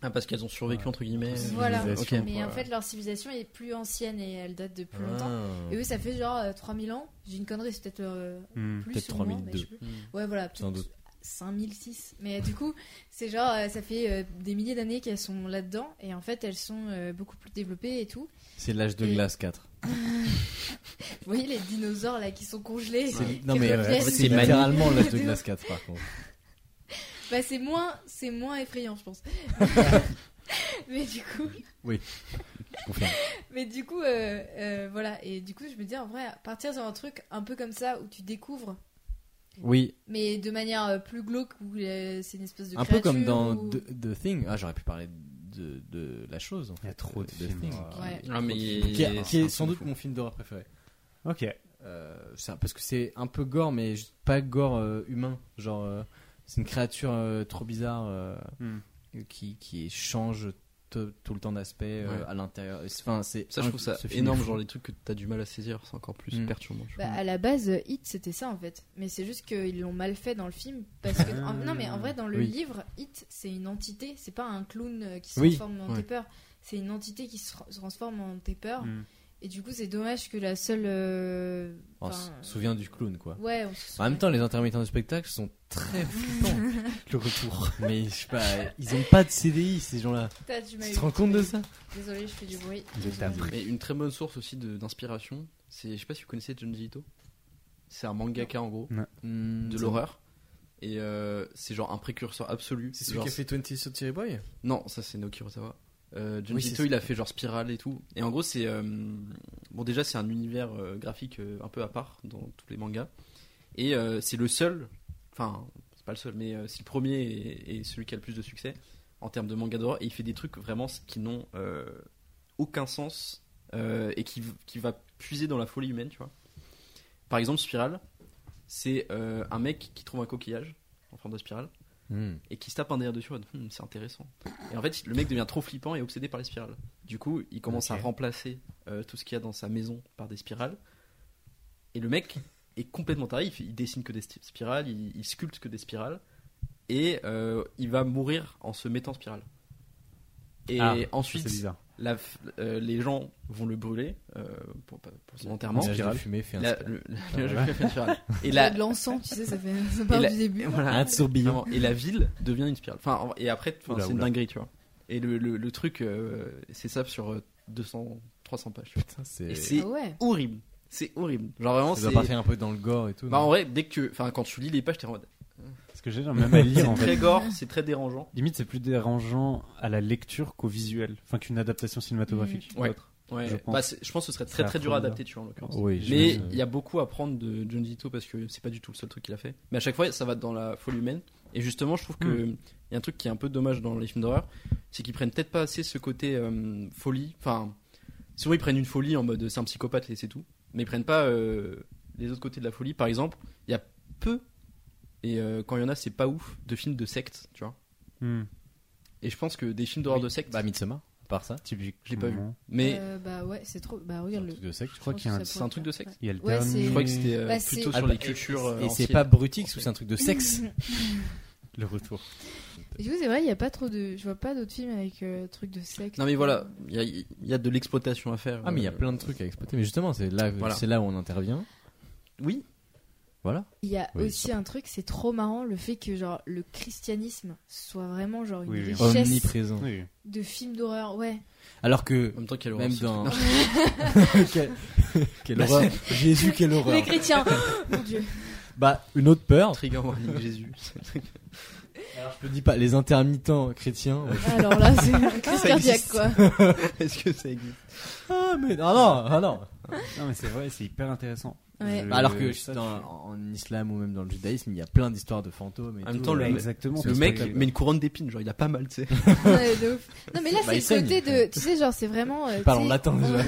S8: ah parce qu'elles ont survécu entre guillemets
S6: Voilà.
S8: ok
S6: mais en fait leur civilisation est plus ancienne et elle date de plus longtemps et
S5: Ah.
S6: eux ça fait genre euh, 3000 ans j'ai une connerie c'est peut-être euh,
S7: Mm.
S6: plus
S5: Peut-être
S6: ou moins,
S5: 3002.
S6: mais je sais plus.
S8: Hmm.
S6: Ouais, voilà,
S5: Sans
S6: peut-être
S5: doute.
S6: 5006. Mais du coup, c'est genre, euh, ça fait euh, des milliers d'années qu'elles sont là-dedans, et en fait, elles sont euh, beaucoup plus développées et tout.
S5: C'est l'âge de
S6: Et-
S5: glace 4.
S6: Vous voyez les dinosaures là qui sont congelés
S5: C'est- Non
S6: qui
S5: mais euh,
S6: reviennent.
S5: c'est
S6: <laughs>
S5: littéralement l'âge de glace 4 par contre.
S6: Bah,
S5: <laughs>
S6: c'est moins, c'est moins effrayant, je pense. Mais du coup.
S5: Oui. je confirme.
S6: Mais du coup, euh, euh, voilà. Et du coup, je me dis en vrai, partir sur un truc un peu comme ça où tu découvres,
S5: Oui,
S6: mais de manière euh, plus glauque, où euh, c'est une espèce de
S5: un peu comme
S6: créature
S5: dans
S6: ou-
S5: The, The Thing. Ah, j'aurais pu parler de, de la chose. En
S7: Il y a
S5: fait,
S7: trop
S5: euh,
S7: de
S5: The
S7: films.
S5: Thing,
S6: Ouais.
S5: qui-
S8: Ah, mais il-
S5: qui, est- qui est
S8: c'est un
S5: sans
S8: peu
S5: doute
S8: fou.
S5: mon film d'horreur préféré.
S7: Ok.
S5: Euh, c'est un- parce que c'est un peu gore, mais juste pas gore euh, humain. Genre, euh, c'est une créature euh, trop bizarre euh,
S7: Hmm.
S5: qui, qui change t- tout le temps d'aspect euh,
S8: Ouais.
S5: à l'intérieur. Enfin, c'est
S8: Ça, je trouve ça
S5: ce film est
S8: <laughs> énorme.
S5: fou.
S8: Genre, les trucs que t'as du mal à saisir, c'est encore plus
S5: Mm.
S8: perturbant. je
S6: Bah,
S8: trouve.
S6: à la base, euh, Hit, c'était ça en fait. Mais c'est juste qu'ils l'ont mal fait dans le film. Parce que. en- non, mais en vrai, dans le
S5: Oui.
S6: livre, Hit, c'est une entité. C'est pas un clown euh, qui se
S5: Oui.
S6: transforme en
S8: Ouais.
S6: Taper. C'est une entité qui se tra- se transforme en Taper.
S7: Hmm.
S6: Et du coup, c'est dommage que la seule. euh,
S5: On se
S6: enfin, euh,
S5: souvient du clown, quoi.
S6: Ouais, on se
S5: En même
S6: souvient.
S5: temps, les intermittents du spectacle sont
S6: <laughs>
S5: très flippants. le retour. Mais je sais pas, ils ont pas de CDI, ces gens-là.
S6: Putain, tu m'as
S5: Tu
S6: eu.
S5: te rends compte de ça
S6: Désolée, je fais du bruit.
S7: Je
S6: Désolée.
S7: t'apprends.
S8: Mais une très bonne source aussi de- d'inspiration, c'est, je sais pas si vous connaissez Junji Ito. C'est un mangaka en gros, Mm, de l'horreur. Et euh, c'est genre un précurseur absolu.
S5: C'est celui
S8: Genre,
S5: qui a fait 20 Century Boy
S8: Non, ça c'est Naoki Urasawa. Euh, Junji
S5: Oui, c'est
S8: Ito,
S5: ça.
S8: il a fait genre Spiral et tout. Et en gros, c'est. euh, bon, déjà, c'est un univers euh, graphique euh, un peu à part dans tous les mangas. Et euh, c'est le seul. Enfin, c'est pas le seul, mais euh, c'est le premier et, et celui qui a le plus de succès en termes de manga d'horreur. Et il fait des trucs vraiment qui n'ont euh, aucun sens euh, et qui, qui va puiser dans la folie humaine, tu vois. Par exemple, Spiral, c'est euh, un mec qui trouve un coquillage en forme de spirale et qui se tape un derrière dessus en mode, Hmm, c'est intéressant. Et en fait, le mec devient trop flippant et obsédé par les spirales. Du coup, il commence
S5: Ok.
S8: à remplacer euh, tout ce qu'il y a dans sa maison par des spirales. Et le mec est complètement taré. Il, fait- il dessine que des sti- spirales, il, il sculpte que des spirales. Et euh, il va mourir en se mettant en spirale. Et
S7: Ah,
S8: ensuite,
S7: C'est bizarre.
S8: la f- euh, les gens vont le brûler euh, pour, pour son enterrement.
S5: Nuage de fumée fait un
S8: La-
S5: spirale.
S8: le- le-
S7: Ah, voilà.
S8: le- spirale. Et
S6: Il y
S8: la,
S6: <laughs> a de l'encens, tu sais, ça fait. Ça part
S8: la-
S6: du début.
S8: et voilà.
S5: Un tourbillon.
S8: Vraiment, Et la ville devient une spirale. Enfin, en- et après, enfin,
S7: Oula,
S8: c'est une
S7: oula.
S8: dinguerie, tu vois. Et le, le- le truc, euh, c'est ça sur euh, 200, 300 pages. tu vois.
S5: Putain,
S8: Et
S5: c'est.
S8: c'est
S6: Ah ouais.
S8: horrible. C'est horrible. Genre vraiment,
S5: Ça doit
S8: c'est.
S5: partir un peu dans le gore et tout.
S8: Bah, en
S5: non
S8: vrai, dès que, tu- enfin, quand tu lis les pages, t'es en mode.
S7: Parce que j'ai
S5: <laughs>
S7: genre même à
S8: C'est
S7: lire en
S8: très
S7: fait.
S8: gore, c'est très dérangeant.
S7: Limite, c'est plus dérangeant à la lecture qu'au visuel. Enfin, qu'une adaptation cinématographique.
S8: Ouais. Ouais.
S7: Je
S8: Bah,
S7: pense.
S8: c'est- je pense que ce serait
S7: C'est
S8: très très dur à
S7: affreux,
S8: adapter, tu vois, en l'occurrence.
S7: Oui,
S8: Mais
S7: j'imagine.
S8: il y a beaucoup à prendre de John Dito parce que c'est pas du tout le seul truc qu'il a fait. Mais à chaque fois, ça va dans la folie humaine. Et justement, je trouve que il y a un truc qui est un peu dommage dans les films d'horreur, c'est qu'ils prennent peut-être pas assez ce côté euh, folie. Enfin, souvent ils prennent une folie en mode c'est un psychopathe et c'est tout, mais ils prennent pas euh, les autres côtés de la folie. Par exemple, il y a peu et euh, quand il y en a, c'est pas ouf de films de secte, tu vois. Mmh.
S7: Hmm.
S8: Et je pense que des films d'horreur de secte,
S5: Bah, Midsommar, par ça.
S7: Typique.
S8: Je l'ai pas vu.
S7: comment
S8: mais
S6: Euh, bah ouais, c'est trop.
S5: C'est
S6: Bah
S5: un
S6: regarde le.
S5: truc de sexe.
S7: Je crois
S6: pense
S7: qu'il y a
S6: que
S7: un-
S6: ça
S8: c'est un
S6: pourrait
S8: truc
S6: être
S8: de
S6: ça.
S8: secte.
S7: Il y a le
S6: Ouais,
S7: dernier.
S8: je
S6: c'est-
S8: crois que c'était euh,
S6: Bah, c'est-
S8: plutôt
S5: Ah,
S8: sur
S5: bah,
S8: les cultures. euh,
S5: Et c'est
S8: anciennes.
S5: pas Brutix ou c'est un truc de sexe
S7: Le retour.
S6: Et du coup, c'est vrai, il n'y a pas trop de. Je vois pas d'autres films avec euh, trucs de sexe.
S8: Non mais voilà, il y a, il y a de l'exploitation à faire.
S5: Ah, mais il y a
S8: Euh,
S5: plein de trucs à exploiter. Mais justement, c'est là,
S8: Voilà.
S5: c'est là où on intervient.
S8: Oui,
S5: Voilà.
S6: Il y a
S5: Oui.
S6: aussi un truc, c'est trop marrant, le fait que genre le christianisme soit vraiment genre une
S7: Oui, oui.
S6: richesse
S5: Omniprésent.
S7: Oui.
S6: de films d'horreur. Ouais.
S5: Alors que
S8: en même temps qu'elle aura
S5: Même
S8: aussi-
S5: dans.
S8: Non,
S5: <laughs> quelle
S8: <laughs>
S5: quelle
S8: Bah,
S5: horreur. Jésus, quelle
S6: Les
S5: horreur.
S8: <laughs>
S6: chrétiens. Oh, Mon Dieu.
S5: Bah, une autre peur.
S8: Trigger Warning Jésus.
S5: Je dis pas, les intermittents chrétiens. ouais.
S6: Ah, Alors là,
S8: <laughs>
S6: c'est une crise
S8: Ça
S6: cardiaque
S8: existe.
S6: quoi.
S8: <laughs> Est-ce que ça existe
S5: <laughs> Ah, mais non, non, ah, non.
S7: Non, mais c'est vrai, c'est hyper intéressant.
S6: Ouais.
S7: Je-
S5: Bah, Alors que
S7: ça,
S5: dans- en en islam ou même dans le judaïsme, il y a plein d'histoires de fantômes. Et
S8: En même
S5: tout,
S8: temps,
S5: euh,
S7: Ouais,
S8: le-
S7: Exactement.
S8: Le
S7: parce
S8: mec
S7: que-
S8: met une couronne d'épines, genre il a pas mal, tu sais.
S6: Ouais, de ouf. Non mais là,
S5: Bah, il
S6: c'est le
S5: saigne.
S6: côté de. Tu sais, genre, c'est vraiment. euh,
S5: Il parle en
S6: tu sais,
S5: latin,
S6: on-
S5: déjà.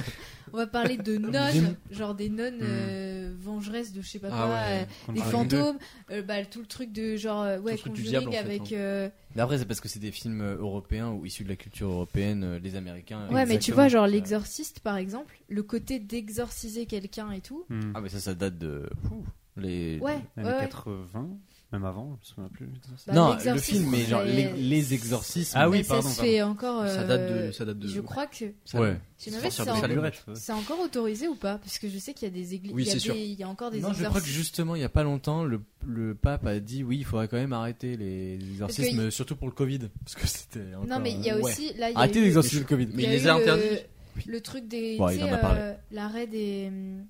S6: On va parler de
S5: J'aime.
S6: nonnes, genre des nonnes
S8: Mm.
S6: euh, vengeresses de je sais pas
S8: Ah
S6: quoi. euh,
S7: qu'on
S6: Des
S7: parle.
S6: fantômes, euh, bah, tout le truc de genre, euh, ouais,
S8: le truc du
S6: Conjuring
S8: diable, en fait,
S6: avec.
S8: hein.
S6: euh,
S5: Mais après, c'est parce que c'est des films euh, européens ou issus de la culture européenne, euh, les américains.
S6: Ouais, mais tu
S5: exactement.
S6: vois, genre
S5: Euh,
S6: l'exorciste par exemple, le côté d'exorciser quelqu'un et tout.
S7: Hmm.
S5: Ah, mais ça, ça date de. Ouh, les...
S6: Ouais, ouais,
S7: Années
S6: ouais.
S7: 80, même avant, je me souviens plus.
S6: Bah,
S5: non, le
S6: l'exorciste,
S5: film, mais genre
S6: c'est-
S5: les, les exorcismes.
S7: Ah oui,
S6: Mais
S7: pardon,
S6: Ça se
S7: pardon.
S6: fait encore.
S8: Ça date de-
S6: euh,
S8: ça date de-
S6: Je crois que. Je
S8: Ça-
S5: Ouais.
S6: sais même pas si
S8: sortir
S6: c'est
S8: de
S6: en-
S8: sa
S7: Salut,
S8: lumière.
S7: Rhett.
S6: c'est encore autorisé ou pas Parce que je sais qu'il y a des églises.
S8: Oui,
S6: il, y a
S8: c'est sûr.
S6: des- il y a encore des
S5: Non, je crois que
S6: exorcistes.
S5: justement, il y a pas longtemps, le, le pape a dit oui, il faudrait quand même arrêter les exorcismes,
S6: que
S5: surtout pour le Covid. Parce que c'était. encore,
S6: Non, mais il y a
S5: euh, ouais.
S6: aussi. Là, il y a
S5: Arrêtez
S6: eu-
S5: les exorcismes le Covid.
S6: il y
S8: Mais il
S6: a
S8: les
S6: eu euh,
S8: a
S6: le-
S8: interdits.
S6: Le truc des.
S5: Ouais,
S6: tu
S5: il en
S6: sais,
S5: a parlé.
S6: euh, L'arrêt des. hum,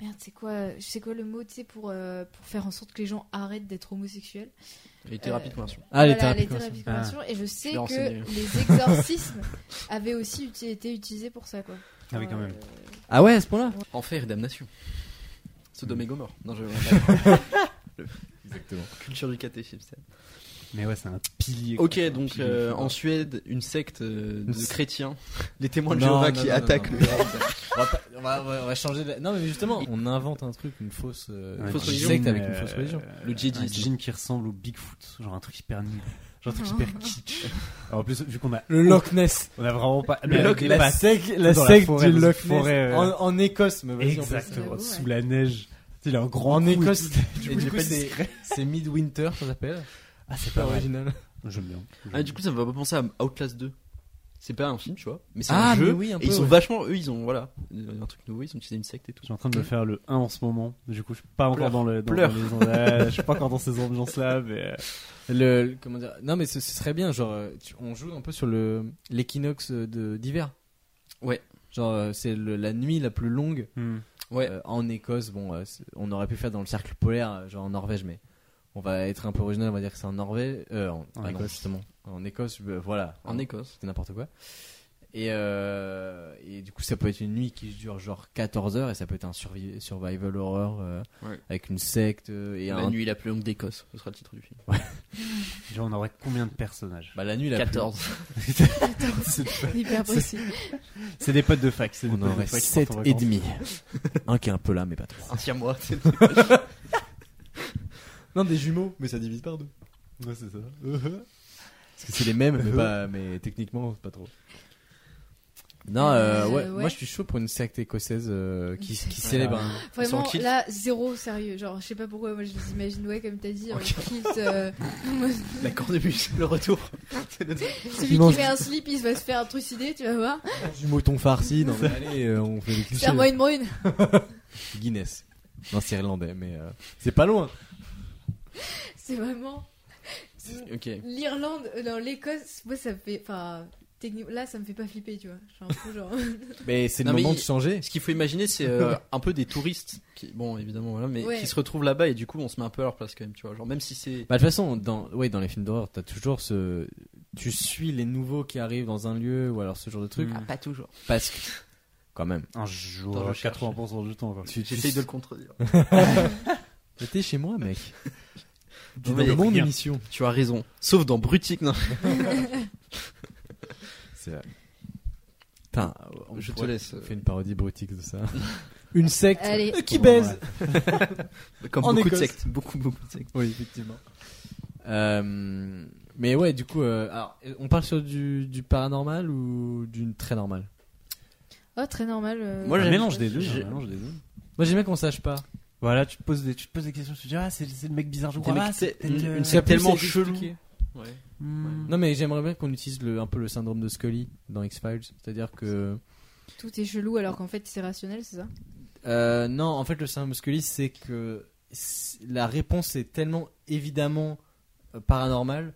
S6: Merde, c'est quoi, c'est quoi le mot, tu sais, pour, euh, pour faire en sorte que les gens arrêtent d'être homosexuels
S8: Elle était
S6: Euh,
S8: rapide, conversion.
S7: Ah, les
S6: Voilà,
S7: thérapies
S6: les
S7: conversion.
S6: thérapies de conversion. Et je sais
S8: l'ai
S6: que
S8: renseigné.
S6: les exorcismes avaient aussi uti- été utilisés pour ça, quoi.
S7: Ah oui,
S6: Genre,
S7: quand même.
S6: euh,
S7: Ah ouais, à ce point-là
S8: Enfer et damnation. Sodome et Gomorre. Non, <laughs> je
S5: Exactement.
S8: Culture du catéchisme.
S7: Mais ouais, c'est un pilier.
S8: Ok,
S7: quoi.
S8: donc
S7: Pilier,
S8: euh,
S7: je sais pas.
S8: en Suède, une secte euh, de
S5: s-
S8: chrétiens, les témoins de
S5: Non,
S8: Jéhovah
S5: non,
S8: qui
S5: non,
S8: attaquent
S5: non,
S8: le.
S5: non. on, va pas- on va, on va- on va changer de... Non, mais justement, on invente un truc, une fausse, euh,
S7: Ouais,
S5: une fausse
S7: Jin,
S8: religion.
S5: secte avec une
S7: euh,
S5: fausse religion.
S8: Le
S7: Un
S8: djihadisme.
S7: jean qui ressemble au Bigfoot, genre un truc hyper nul. Genre
S6: <laughs>
S7: un truc
S6: Non.
S7: hyper kitsch. Alors, en plus, vu qu'on a,
S5: Le Loch Ness.
S7: on a vraiment pas.
S5: Le
S7: Ah, mais
S5: Loch
S7: des
S5: Ness. La
S7: pattes.
S5: secte, la
S7: Dans la
S5: secte
S7: forêt,
S5: du
S7: dans une
S5: Loch Ness.
S7: forêt, euh,
S5: en, en Écosse, mais vas-y, on peut-
S7: Exactement,
S6: Ouais.
S7: sous la neige. Tu sais, Il a un grand.
S5: En
S7: coup et
S5: Écosse,
S7: tout.
S5: et <laughs> du coup, c'est c'est Midwinter, ça s'appelle.
S7: Ah, c'est
S5: Pas
S7: pas vrai.
S5: original.
S7: J'aime bien.
S8: Ah, du coup, ça me fait pas penser à Outlast 2. C'est pas un film, tu vois, mais c'est
S5: Ah,
S8: un jeu.
S5: mais oui, un
S8: et
S5: peu,
S8: ils sont
S5: ouais.
S8: vachement, eux, ils ont voilà, un truc nouveau, ils ont utilisé une secte et tout.
S7: Je suis en train de me faire le 1 en ce moment. Du coup, je suis pas encore
S8: Pleure.
S7: dans le. Dans
S8: Pleure.
S7: les ondes- ouais, je suis pas encore dans ces ambiances-là, mais. euh,
S5: Le, le- comment dire Non, mais ce, ce serait bien. Genre, euh, tu- on joue un peu sur le l'équinoxe euh, de d'hiver.
S8: Ouais.
S5: Genre, euh, c'est le- la nuit la plus longue
S7: hmm.
S8: Ouais.
S5: euh, en Écosse. Bon, euh, c'est- on aurait pu faire dans le cercle polaire, euh, genre en Norvège, mais on va être un peu original. On va dire que c'est en Norvège. euh, en,
S7: En
S5: ah non,
S7: Écosse.
S5: justement. En Écosse, euh, voilà.
S8: En Écosse.
S5: C'était n'importe quoi. Et, euh, et du coup, ça peut être une nuit qui dure genre 14 heures et ça peut être un survi- survival horror euh,
S8: Ouais.
S5: avec une secte euh, et
S8: La
S5: un.
S8: nuit la plus longue d'Écosse, ce sera le titre du film.
S7: Genre, on aurait combien de personnages
S5: Bah, la nuit la plus- <laughs>
S8: 14.
S6: Hyper possible.
S7: C'est des potes de fac. c'est des
S5: On
S7: potes de
S5: aurait
S7: fac qui
S5: 7
S7: partent en
S5: et
S7: vacances.
S5: demi. un qui est un peu là, mais pas
S8: <laughs>
S5: trop.
S8: Un siamois. c'est-
S5: Non, des jumeaux, mais ça divise par deux.
S7: Ouais, c'est ça.
S5: Parce que c'est les mêmes, mais, pas, mais techniquement, c'est pas trop. Non, euh,
S6: Euh,
S5: ouais,
S6: ouais.
S5: moi je suis chaud pour une secte écossaise euh, qui, qui célèbre. un-
S6: Vraiment,
S8: kilt.
S6: là, zéro sérieux. Genre, je sais pas pourquoi, moi je les imagine, ouais, comme t'as dit, en kilt, euh,
S8: La cornemuse, le retour. <laughs> C'est le-
S6: celui qui
S5: mange-
S6: met un slip, il va se faire trucider, tu vas voir.
S5: un du mouton farci.
S6: <laughs>
S5: Non, mais allez, euh, on fait des clichés.
S6: Serre-moi une brune.
S5: Guinness. Non, c'est irlandais, mais euh, c'est pas loin.
S6: C'est vraiment.
S8: Ok.
S6: L'Irlande, euh, non, l'Écosse, moi ça me fait. Enfin, techniquement, là ça me fait pas flipper, tu vois. Je suis un peu genre. <laughs>
S5: Mais c'est le
S8: Non, mais
S5: moment
S8: il-
S5: de changer.
S8: Ce qu'il faut imaginer, c'est euh, un peu des touristes, qui, bon évidemment, voilà, mais
S6: Ouais.
S8: qui se retrouvent là-bas et du coup, on se met un peu à leur place quand même, tu vois. Genre même si c'est
S5: Bah, de toute façon, dans, ouais, dans les films d'horreur, t'as toujours ce. Tu suis les nouveaux qui arrivent dans un lieu ou alors ce genre de truc.
S7: Mm. Ah,
S8: pas toujours.
S5: Parce que. Quand même.
S7: Un jour,
S8: Attends, je cherche.
S7: 80% du temps. Quoi.
S8: <laughs> J'essaye de le <laughs> contredire.
S5: Mais T'es chez moi, mec. T'es
S8: Non, mais
S5: dans mon
S7: rien.
S5: émission.
S8: tu as raison. Sauf dans Brutique, non.
S5: C'est vrai. Putain, on
S8: Je te
S5: pourrait-
S8: laisse. euh.
S5: on fait une parodie brutix de ça. <laughs> Une secte
S6: Allez.
S5: qui baise.
S8: Comme
S5: En
S8: beaucoup de
S5: Écosse.
S8: sectes, beaucoup beaucoup de sectes.
S5: Oui, effectivement. Euh, mais ouais, du coup, euh, alors, on parle sur du, du paranormal ou d'une très normale
S6: Oh, très normal. euh,
S8: Moi,
S7: Un
S8: j'aime-
S7: mélange des deux.
S8: j'ai-
S7: Un mélange des deux.
S5: Moi, j'aime bien qu'on sache pas.
S7: Voilà, tu te poses des, tu te poses des questions, tu te dis, ah, c'est c'est le mec bizarre, je crois.
S8: mecs,
S7: Ah,
S8: c'est-
S7: peut-être
S8: une-
S7: le-
S8: une
S5: Ça
S8: secte
S5: peut
S8: tellement
S5: s'expliquer.
S8: chelou. Ouais.
S7: Hmm.
S5: Non, mais j'aimerais bien qu'on utilise le, un peu le syndrome de Scully dans X-Files. C'est-à-dire que.
S6: Tout est chelou alors qu'en fait c'est rationnel, c'est ça
S5: Euh, non, en fait, le syndrome de Scully, c'est que c- la réponse est tellement évidemment euh, paranormale,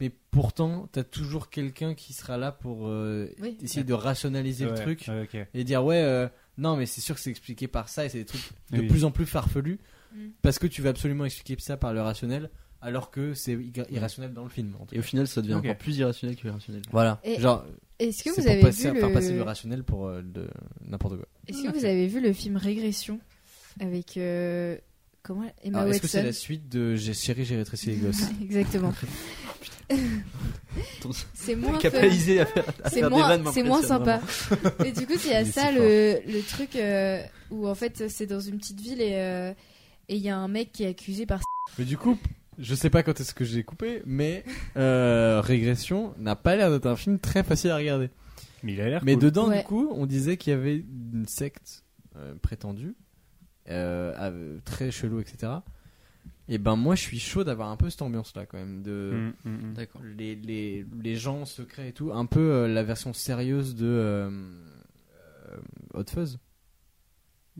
S5: mais pourtant, t'as toujours quelqu'un qui sera là pour euh,
S6: Oui.
S5: essayer de rationaliser le
S7: Ouais,
S5: truc
S7: ouais, ok.
S5: et dire ouais, euh, non, mais c'est sûr que c'est expliqué par ça et c'est des trucs de
S7: Oui.
S5: plus en plus farfelus
S6: Mm.
S5: parce que tu vas absolument expliquer ça par le rationnel alors que c'est ir- irrationnel dans le film. En tout
S8: Et
S5: cas.
S8: au final, ça devient
S7: Ok.
S8: encore plus irrationnel que irrationnel.
S5: Voilà,
S6: Et-
S5: genre,
S6: Est-ce
S5: c'est
S6: que vous
S5: pour
S6: avez
S5: passer-
S6: vu
S5: faire passer le
S6: le...
S5: rationnel pour euh, de- n'importe quoi.
S6: Est-ce que vous avez vu le film Régression avec euh, comment Emma
S5: Alors, Ah, Est-ce que c'est
S6: Watson
S5: la suite de J'ai chéri, j'ai rétréci les gosses
S6: <laughs> Exactement.
S8: Ton-
S6: <laughs>
S5: <laughs>
S6: c'est moins fun.
S8: Capitaliser à faire, à
S6: c'est
S8: faire des vannes
S6: moins, c'est moins
S8: m'impressionne
S6: sympa. Et du coup, il y a
S7: Il est
S6: ça,
S7: si
S6: le, le truc euh, où en fait c'est dans une petite ville et euh, et il y a un mec qui est accusé par.
S5: <laughs> Mais du coup, je sais pas quand est-ce que j'ai coupé, mais euh, Régression n'a pas l'air d'être un film très facile à regarder.
S7: Mais il a l'air
S5: Mais
S7: cool.
S5: dedans,
S6: Ouais.
S5: du coup, on disait qu'il y avait une secte euh, prétendue, euh, avec- très chelou, etc. Et ben moi, je suis chaud d'avoir un peu cette ambiance-là quand même de.
S7: Hmm, hmm, hmm.
S8: D'accord.
S5: les, les, les gens secrets et tout, un peu euh, la version sérieuse de euh, euh, Hot Fuzz.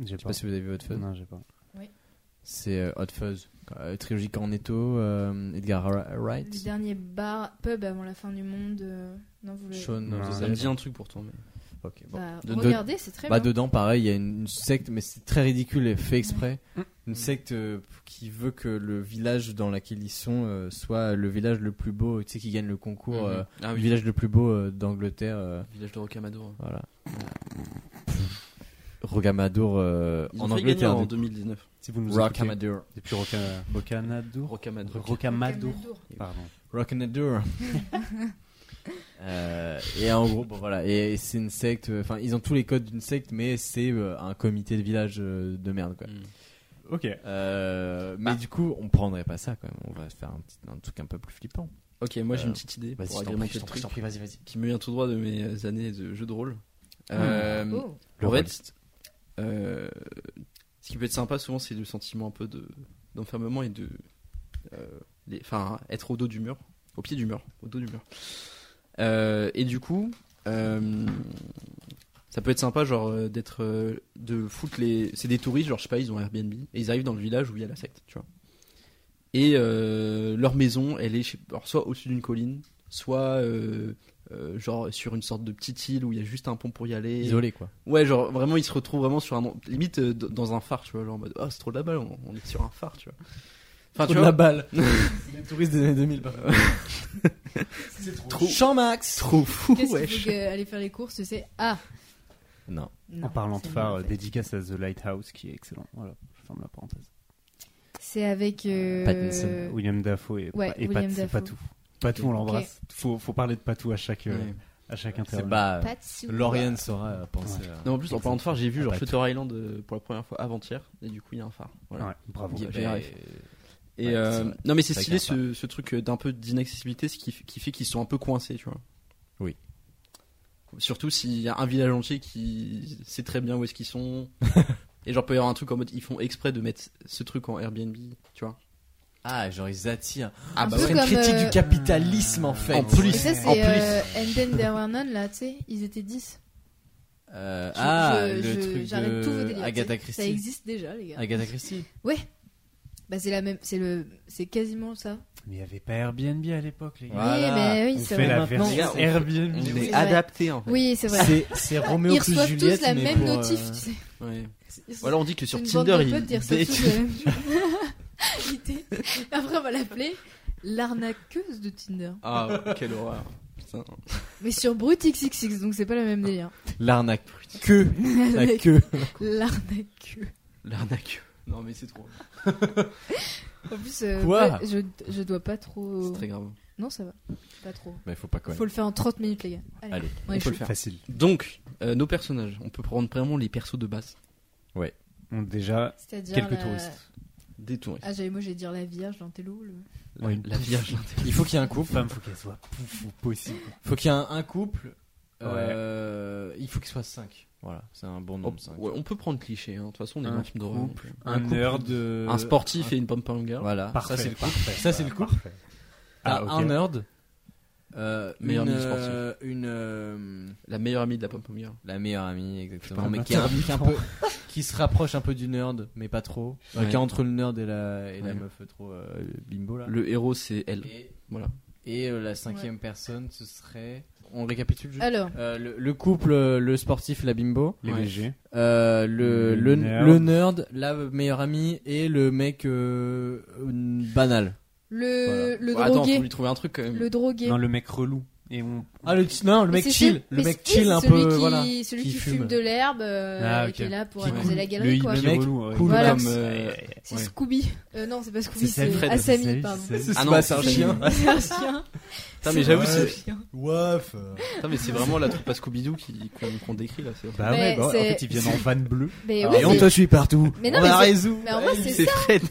S7: J'ai
S5: Je sais pas si vous avez vu Hot Fuzz.
S7: Non, j'ai pas.
S5: C'est euh, Hot Fuzz, euh, trilogie Cornetto, euh, Edgar Ra- Wright,
S6: Le dernier bar, pub avant la fin du monde. euh, Non, vous le.
S5: Sean.
S7: Non,
S5: vous
S8: Ça
S5: savez
S8: me dit
S5: pas.
S8: un truc pour toi. Mais...
S5: l'époque. Bon.
S6: Bah,
S5: De- de-
S6: regardez, c'est très
S5: Bah
S6: bien.
S5: dedans, pareil, il y a une, une secte, mais c'est très ridicule et fait exprès. Une secte euh, qui veut que le village dans lequel ils sont euh, soit le village le plus beau, tu sais, qui gagne le concours, euh,
S8: Ah
S5: le
S8: oui,
S5: village le plus beau euh, d'Angleterre. euh,
S8: village de Rocamadour.
S5: voilà. Rogamadour euh,
S8: Ils ont
S5: en
S8: fait gagner
S5: Angleterre.
S8: en
S5: du-
S8: 2019.
S7: Si vous nous écoutez
S5: Rocamadour.
S7: depuis Roca- Rocamadour,
S8: Rocamadour.
S7: Rocamadour,
S6: Rocamadour.
S7: pardon.
S5: <laughs> Rocamadour. Euh, et en gros, bon voilà, et, c'est une secte. euh, Enfin, ils ont tous les codes d'une secte, mais c'est euh, un comité de village euh, de merde, quoi.
S8: Mm.
S6: Hmm.
S7: Ok.
S5: Euh, mais du coup, on prendrait pas ça quand même. On va faire un, petit, un truc un peu plus flippant.
S8: Ok, moi j'ai
S5: Euh,
S8: une petite idée
S5: Vas-y,
S8: pour
S5: je t'en prie,
S8: agrémenter
S5: je
S8: le
S5: t'en prie,
S8: truc
S5: je t'en prie, vas-y, vas-y.
S8: qui me vient tout droit de mes années de jeux de rôle. Euh,
S5: Mm.
S6: Oh.
S8: En fait, euh, ce qui peut être sympa souvent, c'est le sentiment un peu de d'enfermement et de, euh, les- enfin, être au dos du mur, au pied du mur, au dos du mur. Euh, et du coup, euh, ça peut être sympa, genre euh, d'être, euh, de foutre les, c'est des touristes, genre je sais pas, ils ont Airbnb et ils arrivent dans le village où il y a la secte, tu vois. Et euh, leur maison, elle est je sais- alors, soit au-dessus d'une colline, soit euh, euh, genre sur une sorte de petite île où il y a juste un pont pour y aller.
S5: Isolé quoi.
S8: Ouais, genre vraiment, il se retrouve vraiment sur un. limite euh, d- dans un phare, tu vois, genre en mode, ah, c'est trop de la balle, on, on est sur un phare, tu vois. Enfin,
S5: Ah,
S8: tu vois,
S5: balle. <laughs> les touristes des années 2000. c'est trop. Champ max. Trop fou.
S6: Qu'est-ce qu'il faut que- aller faire les courses, c'est ah.
S5: Non.
S6: Non,
S7: En parlant de
S6: c'est
S7: phare,
S6: nul, en
S7: euh,
S6: fait.
S7: dédicace à The Lighthouse qui est excellent. Voilà, je ferme la parenthèse.
S6: C'est avec euh,
S5: Pattinson.
S7: William Dafoe et,
S6: ouais,
S7: et
S6: William
S7: Pat- c'est
S6: Dafoe.
S7: Patou. Patou, on l'embrasse. Faut, faut parler de Patou à chaque, euh,
S8: Ouais.
S7: à chaque
S5: C'est
S7: interview.
S5: pas.
S6: Patsu.
S5: Lauriane saura euh, penser. à-
S8: Non, en plus, en parlant de phare, j'ai vu
S5: Ah,
S8: genre
S5: bah,
S8: Shutter Island euh, pour la première fois avant-hier, et du coup, il y a un phare. Voilà.
S7: Ouais, bravo.
S8: Guy-
S5: Bah,
S8: GRF. Et
S5: Ouais,
S8: euh,
S5: c'est vrai.
S8: non, mais c'est
S5: C'est
S8: stylé
S5: vrai qu'il
S8: ce, ce truc euh, d'un peu d'inaccessibilité, ce qui, f- qui fait qu'ils sont un peu coincés, tu vois.
S5: Oui.
S8: Surtout s'il y a un village entier qui sait très bien où est-ce
S5: <laughs>
S8: qu'ils sont. Et genre, peut y avoir un truc en mode, ils font exprès de mettre ce truc en Airbnb, tu vois.
S5: Ah, genre ils attirent.
S8: Ah
S6: bah
S5: c'est
S6: ouais.
S5: une
S6: Comme,
S5: critique
S6: euh,
S5: du capitalisme en fait.
S8: En plus.
S6: Et ça,
S8: En
S6: c'est
S8: plus.
S6: euh, Enden There Were None, là, tu sais, ils étaient 10.
S5: Euh,
S6: Je-
S5: ah,
S6: je-
S5: le
S6: je-
S5: truc
S6: j'arrête tous vos délires,
S5: de Agatha
S6: tu sais.
S5: Christie.
S6: Ça
S5: Ah.
S6: existe déjà, les gars.
S5: Agatha Christie.
S6: Bah, c'est la même, c'est le, c'est quasiment ça.
S7: Mais il n'y avait pas Airbnb à l'époque, les gars.
S5: Voilà.
S6: Oui, mais oui, c'est
S7: on fait
S6: vrai.
S7: la
S5: maintenant,
S7: version
S8: on fait-
S7: Airbnb.
S8: On
S6: Oui,
S8: est
S6: c'est
S8: adapté, en fait.
S6: Oui, c'est vrai.
S5: C'est c'est Roméo
S6: ils
S5: plus
S6: reçoivent
S5: Juliette
S6: tous la
S5: mais
S6: même
S5: pour, euh,
S6: notif, tu sais.
S8: Ouais.
S6: Ils-
S8: Ou alors on dit que sur
S6: une
S8: Tinder,
S6: bande de
S8: il
S6: potes, ils reçoivent
S8: <laughs>
S6: tous la même chose. Ils étaient- <laughs> Après, on va l'appeler l'arnaqueuse de Tinder.
S8: Ah, quelle horreur. Putain.
S6: Mais sur Brut XXX, donc c'est pas le même délire.
S5: L'arnaque. Que.
S6: <laughs>
S5: La
S6: L'arnaque-
S5: queue.
S6: L'arnaqueuse.
S8: L'arnaque. Non, mais c'est trop.
S6: En plus, euh,
S5: Quoi
S6: ouais, je, je dois pas trop.
S8: C'est très grave.
S6: Non, ça va. Pas trop.
S5: Mais Bah, faut pas quoi.
S6: Faut le faire en 30 minutes, les gars. Allez,
S5: Allez,
S6: on est
S8: on peut
S6: chaud.
S8: le faire.
S7: Facile.
S8: Donc, euh, nos personnages. On peut prendre vraiment les persos de base.
S7: On déjà
S6: C'est-à-dire.
S7: quelques
S6: la-
S7: touristes.
S8: Des touristes.
S6: Ah, j'avais moi, j'allais dire la Vierge, l'Antello. Le...
S7: Ouais,
S8: La vierge.
S5: Il faut qu'il y ait un couple.
S7: Femme, faut qu'elle soit pouf ou possible.
S5: Faut qu'il y ait un, un couple. euh, il faut qu'il soit 5. Voilà, c'est un bon nombre. cinq.
S8: Ouais, on peut prendre cliché. hein. De toute façon, on est
S7: Un
S8: dans un film d'horreur.
S7: couple,
S8: donc,
S7: Un nerd.
S5: de.
S8: euh, Un sportif
S5: un-
S8: et une pompe girl.
S5: Voilà,
S7: Parfait.
S5: ça c'est le couple.
S7: parfait.
S5: Ça, c'est le couple.
S7: Parfait.
S5: T'as
S7: Ah, ok.
S5: un nerd. Euh,
S8: Meilleur
S5: une,
S8: ami sportif.
S5: euh, une euh,
S8: La meilleure amie de la pompe girl.
S5: la meilleure amie exactement
S7: Putain,
S5: mais qui, est un, qui est un peu qui se rapproche un peu du nerd mais pas trop Enfin,
S8: Ouais.
S5: qui est entre le nerd et la et la
S8: Ouais.
S5: meuf trop euh, bimbo là
S8: Le héros, c'est elle.
S5: et,
S8: Voilà.
S5: et, euh, la cinquième personne ce serait on récapitule juste
S6: Alors,
S5: Euh, le, le couple euh, le sportif la bimbo
S7: Les
S8: Ouais.
S7: VG.
S5: Euh, le, le,
S7: Le
S5: le nerd.
S7: nerd.
S5: la meilleure amie et le mec euh, euh, banal.
S6: le,
S5: Voilà.
S6: le
S8: Ouais, attends,
S6: drogué.
S8: faut lui trouver un truc quand même.
S6: le drogué.
S7: Non, le mec relou. Et on.
S5: Ah le non le
S6: Mais
S5: mec
S6: c'est
S5: chill,
S6: celui-
S5: le
S6: mais
S5: mec
S6: c'est-
S5: chill
S6: c'est
S5: un
S6: celui
S5: peu
S6: qui-
S5: voilà.
S6: Celui
S5: qui
S6: qui,
S5: fume.
S6: fume de l'herbe euh,
S7: Ah, ok.
S6: et qui est là pour
S8: Qui
S6: amuser
S8: coule.
S6: la
S7: Le
S6: galerie,
S7: hippie
S6: quoi.
S5: Le mec
S7: relou. ouais.
S5: cool.
S6: Voilà.
S8: Comme, euh,
S6: C'est
S8: ouais.
S6: Scooby. Euh, non, c'est pas Scooby,
S7: C'est
S6: c'est
S7: Fred.
S6: Asami,
S7: Salut,
S6: pardon.
S7: salut.
S8: Ah non,
S5: Bah,
S8: c'est
S5: c'est un
S8: un
S5: chien.
S6: <laughs> C'est un chien.
S8: Putain, mais j'avoue,
S5: Ouais.
S8: c'est
S6: c'est.
S5: Waf.
S8: Putain, mais c'est vraiment la troupe pas Scooby-Doo qui- qu'on qu'on décrit là. c'est-
S7: Bah
S6: Mais
S7: ouais, bah ouais, en
S6: c'est-
S7: fait, ils viennent en van bleu.
S6: Mais
S5: Et
S6: ouais,
S5: on
S6: c'est-
S5: te suit partout.
S6: Mais
S5: on
S6: non, mais
S5: la
S6: c'est-
S5: résoudre.
S6: mais en vrai, c'est
S8: C'est
S6: ça.
S8: Fred.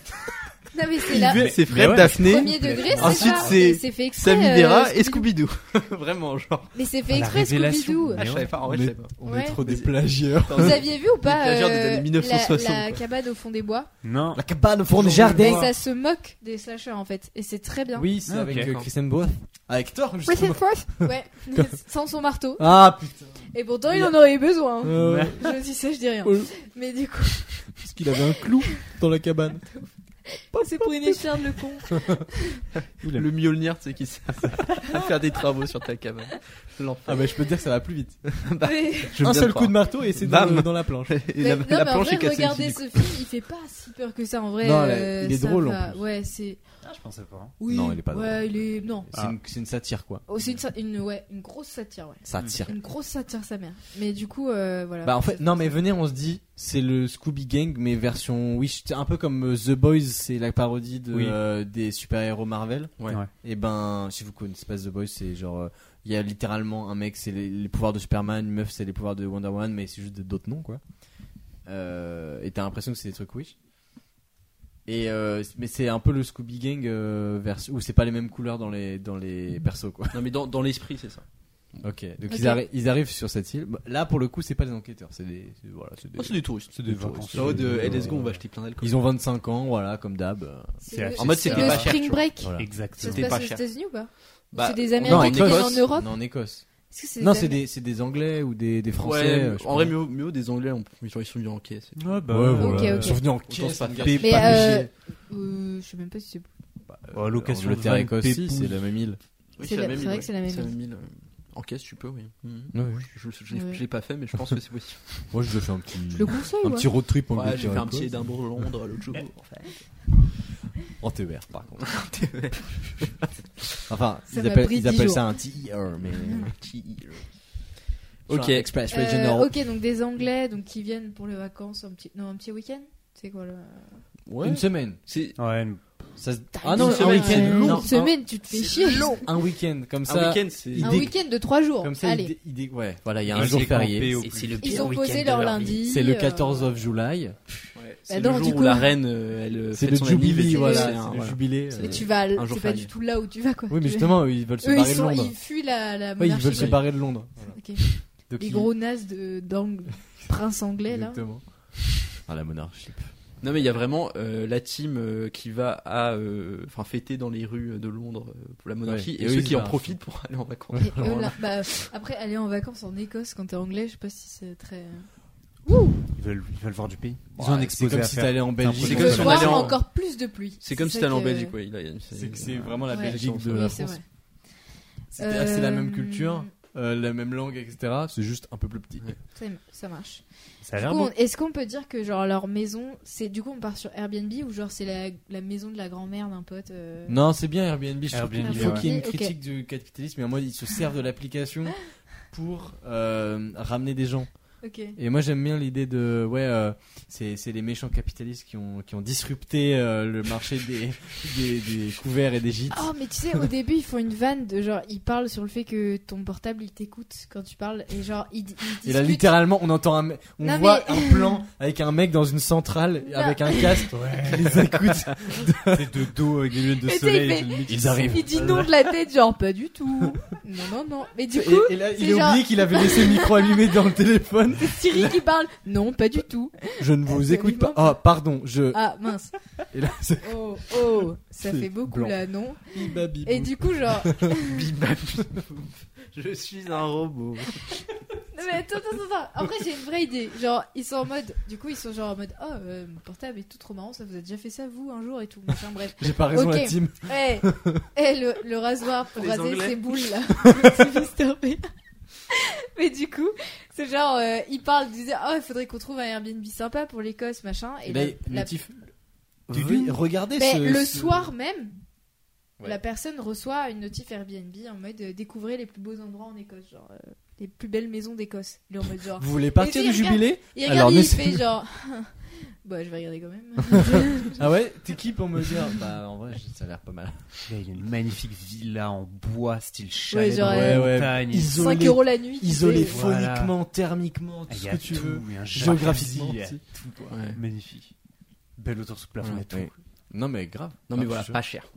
S6: Non, mais c'est la.
S8: C'est
S7: Mais
S8: Fred,
S7: ouais.
S8: Daphné,
S6: Premier degré, c'est
S8: Ensuite,
S6: ça.
S8: c'est
S6: Et fait exprès,
S8: Samy
S6: euh,
S8: Vera Ah, et
S6: Scooby-Doo.
S8: Scooby-Doo. <laughs> Vraiment, genre.
S6: Mais c'est fait
S7: Ah, la
S6: exprès
S7: révélation.
S6: Scooby-Doo.
S7: Ah, je savais pas,
S8: en vrai,
S5: je
S8: je
S5: savais
S8: pas.
S5: On
S6: Ouais.
S5: est trop des plagieurs.
S8: <laughs>
S6: Vous aviez vu ou pas
S8: Les plagieurs des
S6: euh,
S8: années 1960,
S6: la, la
S8: quoi.
S6: cabane au fond des bois
S7: Non.
S5: La cabane au fond
S7: du
S6: Mais
S7: jardin.
S6: ça se moque des slashers en fait, et c'est très bien.
S5: Oui, c'est
S7: Ah,
S5: avec
S7: ok.
S5: euh, Kristen Booth. Avec Thor
S6: Prison
S5: justement.
S6: Force Ouais, <laughs> sans son marteau.
S5: Ah putain.
S6: Et pourtant, il en aurait besoin. hein.
S5: Euh,
S6: Je dis ça, je dis rien.
S5: euh,
S6: Mais du coup, <laughs>
S5: parce qu'il avait un clou dans la cabane.
S6: C'est pour une écharde, le
S5: <laughs>
S6: con.
S7: Oula.
S8: Le Mjolnir, tu sais, qui sert à faire des travaux sur ta cabane. L'enfer.
S5: Ah bah je peux te dire que ça va plus vite.
S6: Mais-
S8: Je veux
S5: Un
S8: bien
S5: seul
S8: le
S5: coup de
S8: croire.
S5: marteau et c'est
S8: Bam.
S5: dans, dans Bah, la planche.
S8: Et
S6: Mais-
S8: la,
S6: non,
S8: la
S6: mais en
S8: planche
S6: vrai,
S8: est cassée.
S6: regarder
S8: du
S6: ce film, il fait pas si peur que ça en vrai.
S5: Non,
S6: euh,
S5: il est
S6: ça
S5: drôle, en
S6: va.
S5: plus.
S6: Ouais, c'est.
S7: Ah, je pensais pas.
S6: Oui.
S5: Non, il est pas drôle. Ah.
S6: Ouais, il est. Non.
S5: C'est une, c'est une satire quoi.
S6: Oh, c'est une, sa- une, ouais, une grosse satire, ouais.
S5: Satire.
S6: Une grosse satire, sa mère. Mais du coup, euh, voilà.
S5: Bah en fait non mais venez on se dit c'est le Scooby Gang mais version Wish un peu comme euh, The Boys c'est la parodie de,
S7: Oui.
S5: euh, des super héros Marvel
S8: Ouais.
S7: Ouais.
S5: et ben si vous connaissez pas The Boys c'est genre euh, il y a littéralement un mec c'est les, les pouvoirs de Superman une meuf c'est les pouvoirs de Wonder Woman mais c'est juste d'autres noms quoi Euh, et t'as l'impression que c'est des trucs Wish et euh, mais c'est un peu le Scooby Gang euh, version où c'est pas les mêmes couleurs dans les dans les persos quoi
S8: type. Non, mais dans, dans l'esprit, c'est ça.
S5: ok donc
S6: Ok.
S5: Ils, arri- ils arrivent sur cette île Bah, là pour le coup c'est pas des enquêteurs c'est des c'est- voilà Ah, c'est des-
S8: Oh, c'est des touristes.
S5: c'est des vacances.
S8: En mode, euh, hey, let's go, on va acheter plein d'alcool.
S5: Ils ont 25 ans, voilà, comme d'hab. euh,
S7: c'est
S6: le-
S7: assez-
S8: En mode,
S6: c'est
S8: c'était
S6: le
S8: pas cher,
S6: Spring
S8: tu vois.
S6: Break.
S7: Voilà.
S6: Ça
S7: Exactement.
S6: se
S8: C'était
S6: passe
S8: pas
S6: aux
S8: cher.
S6: États-Unis ou pas
S8: Bah,
S6: C'est des
S8: en
S6: Américains qui viennent
S8: Écosse.
S6: en Europe
S5: Non, en Écosse.
S6: Est-ce que c'est
S5: non,
S6: des
S5: c'est
S6: Amé-
S5: des, c'est des Anglais ou des, des
S8: Ouais,
S5: Français. euh, je
S8: en vrai,
S5: sais
S8: mieux, mieux des Anglais, on- ils sont- ils sont venus en caisse.
S7: Ouais, bah,
S5: pas. Ouais,
S7: ouais,
S5: voilà.
S6: ok.
S5: Ils sont venus en
S8: Autant
S5: caisse,
S8: se pas faire
S5: des
S6: Mais
S5: pas
S6: euh,
S5: de
S6: euh, je sais même pas si c'est.
S7: Ouais, Oh, location de
S5: Angleterre
S7: van,
S5: Écosse, si,
S7: pépouze.
S5: c'est la même île.
S8: Oui,
S6: C'est la- c'est vrai
S8: ouais.
S6: que c'est la même Mm.
S8: la île. euh, En caisse, tu peux, oui. Mhm. Je, je, je l'ai-
S6: Ouais.
S8: je l'ai pas fait, mais je pense que
S5: <laughs>
S8: c'est possible.
S5: Moi, je fais un petit,
S6: Je le conseille,
S5: un
S6: ouais.
S5: petit road trip en
S8: Ouais, j'ai fait un petit Édimbourg-Londres l'autre jour.
S6: <laughs>
S8: en fait.
S5: En TER, par contre.
S8: <laughs>
S5: Enfin,
S6: Ça
S5: ils
S6: m'a
S5: appellent,
S6: pris
S5: ils
S6: dix
S5: appellent
S6: jours.
S5: ça
S6: Ah.
S5: un TER, mais.
S8: Ok.
S5: Train Express
S6: Euh,
S5: Regional.
S6: ok, donc des Anglais donc qui viennent pour les vacances, un petit, non, un petit week-end C'est quoi le.
S8: Ouais.
S5: Une semaine.
S8: C'est
S7: Ouais, une-
S5: Ça se-
S6: Putain,
S5: Ah non,
S6: une
S5: un
S6: semaine,
S5: week-end.
S6: euh,
S5: Non,
S6: Une semaine, tu te fais chier.
S5: Un, un week-end, comme
S8: un
S5: ça.
S8: week-end, c'est.
S6: Un
S5: Idée-
S6: week-end de 3 jours.
S5: Comme ça,
S6: Allez.
S5: idée- idée- ouais, voilà, il y a un
S9: Il
S5: jour
S9: s'est
S5: férié.
S9: campé au
S2: Et
S9: plus.
S2: c'est le
S6: Ils
S2: pire
S6: ont posé
S2: week-end
S6: leur
S2: de leur vie.
S6: lundi.
S5: C'est le
S6: euh,
S5: 14 of July.
S8: Ouais, C'est
S6: non,
S8: le
S6: Bah du
S8: jour
S6: coup-
S8: où la reine, euh, elle
S5: C'est
S8: fait
S5: le
S8: son anniv et
S5: jubilé,
S8: tout,
S5: voilà.
S8: c'est
S5: C'est
S8: un-
S5: le
S8: voilà.
S5: jubilé. euh.
S6: Mais tu vas,
S8: jour
S6: c'est pas
S8: férié.
S6: du tout là où tu vas quoi.
S5: Oui, mais
S6: Tu
S5: justement, ils veulent se
S6: vas- Eux, ils,
S5: barrer de
S6: sont,
S5: Londres.
S6: ils fuient la, la
S5: Ouais, ils
S6: monarchie.
S5: veulent se barrer de Londres.
S6: Ok.
S5: Donc,
S6: Les
S5: ils-
S6: gros nazes de, d'ang- prince anglais là.
S5: Exactement. Ah, la monarchie.
S8: Non, mais il y a vraiment euh, la team euh, qui va à, euh, enfin, fêter dans les rues de Londres euh, pour la monarchie
S5: Ouais.
S8: et,
S5: Et eux,
S8: ceux
S5: ils
S8: qui en
S5: partent.
S8: profitent pour aller en vacances.
S5: <laughs>
S6: Et eux, là, bah, pff, après, aller en vacances en Écosse quand t'es anglais, je sais pas si c'est très. euh,
S7: ils, veulent, ils veulent voir du pays. Ils
S5: Ouais,
S7: ont un exposé
S5: C'est comme
S7: à
S5: si
S7: faire.
S5: t'allais en Belgique. euh,
S8: C'est
S6: On
S8: comme
S6: peut
S8: si on
S6: voir
S8: allait en-
S6: encore plus de pluie.
S8: C'est comme si
S6: ça
S8: t'allais en
S6: que-
S8: Belgique, ouais. il a- euh, il-
S5: C'est que c'est vraiment la
S6: Ouais.
S5: Belgique de
S6: Oui,
S5: la
S6: c'est
S5: France.
S6: vrai.
S5: C'est ah, c'est la même
S6: Euh,
S5: culture, euh, la même langue, etc. C'est juste un peu plus petit.
S6: Ça, ça marche.
S7: Ça a
S6: Du
S7: l'air
S6: coup,
S7: beau.
S6: on- Est-ce qu'on peut dire que genre leur maison, c'est du coup on part sur Airbnb ou genre c'est la, la maison de la grand-mère d'un pote euh,
S5: Non, c'est bien Airbnb. Je trouve qu'il
S7: Airbnb,
S5: faut
S7: ouais.
S5: qu'il y ait une
S6: Ok.
S5: critique du capitalisme. Et en mode, ils se servent de l'application pour euh, ramener des gens.
S6: Ok.
S5: Et moi j'aime bien l'idée de ouais euh, c'est c'est les méchants capitalistes qui ont qui ont disrupté euh, le marché des, des des couverts et des gîtes.
S6: Oh mais tu
S5: <laughs>
S6: sais au début ils font une vanne de genre ils parlent sur le fait que ton portable il t'écoute quand tu parles et genre ils, ils
S5: Et là
S6: discutent.
S5: littéralement on entend un me- on
S6: Non,
S5: voit
S6: mais-
S5: un plan avec un mec dans une centrale
S6: Non.
S5: avec un casque qui <laughs> les écoute.
S7: C'est de dos avec des lunettes de
S6: Mais tu sais,
S7: soleil.
S6: il
S7: et
S6: fait-
S7: une mix.
S5: Ils arrivent.
S6: Il dit non de la tête genre pas
S5: <laughs>
S6: du tout. Non non non. Mais du coup
S5: Et, et là
S6: c'est
S5: il est
S6: genre-
S5: oublié qu'il avait laissé le micro allumé dans le téléphone.
S6: <laughs> c'est Siri qui parle non pas du tout.
S5: Je ne vous écoute pas. Ah pardon, je
S6: Ah mince.
S5: et là c'est
S6: Oh oh ça
S5: C'est
S6: fait beaucoup
S5: blanc.
S6: là non.
S5: Bibabibou.
S6: Et du coup genre
S7: <laughs>
S8: Je suis un robot.
S6: Non mais attends, attends, attends. Après j'ai une vraie idée. Genre ils sont en mode, du coup ils sont genre en mode, oh euh, mon portable est tout trop marrant, ça vous a déjà fait ça vous un jour et tout. Enfin
S8: <laughs>
S6: bref.
S5: j'ai pas raison
S6: Ok.
S5: la team.
S6: Eh, eh, le, le rasoir pour
S8: Les
S6: raser
S8: Anglais.
S6: ses boules
S8: <laughs>
S6: là. C'est Mr. P. <laughs> mais du coup c'est genre euh, ils parlent, ils disaient, oh il faudrait qu'on trouve un Airbnb sympa pour l'Écosse machin. Et
S5: Et là,
S6: la- la-
S5: le tif- Venez- Regardez
S6: Mais
S5: Eh ben, ce-
S6: le
S5: ce-
S6: soir même.
S5: Ouais.
S6: La personne reçoit une notif Airbnb en mode euh, découvrez les plus beaux endroits en Écosse, genre euh, les plus belles maisons d'Écosse. Il est en mode
S5: <laughs>
S6: genre
S5: Vous voulez partir
S6: Et
S5: du
S6: tu regardes-
S5: jubilé
S6: Il
S5: Alors,
S6: regarde et il
S5: laissez-le.
S6: fait genre. <laughs> bah, je vais regarder quand même.
S5: Ah ouais, t'es qui pour me dire Bah en vrai, ça a l'air pas mal.
S7: Là, il y a une magnifique villa en bois, style chalet
S6: Ouais,
S7: dans
S6: genre,
S7: la
S5: euh, Ouais, ouais.
S7: montagne.
S5: Ils- <laughs> Isolé.
S6: 5 euros la nuit.
S5: Isolé
S6: tu sais.
S7: Voilà.
S5: phoniquement, thermiquement, tout
S7: Ah, Il
S5: ce
S7: y
S5: que
S7: a
S5: tu
S7: tout,
S5: veux.
S7: il y a un
S5: Géographiquement.
S7: jacuzzi,
S5: tu-
S8: Ouais.
S7: Magnifique. Belle hauteur sous plafond
S8: Ouais,
S7: et tout.
S5: ouais. Non mais grave.
S8: Non, mais
S5: Ah,
S8: voilà,
S5: je-
S8: pas cher.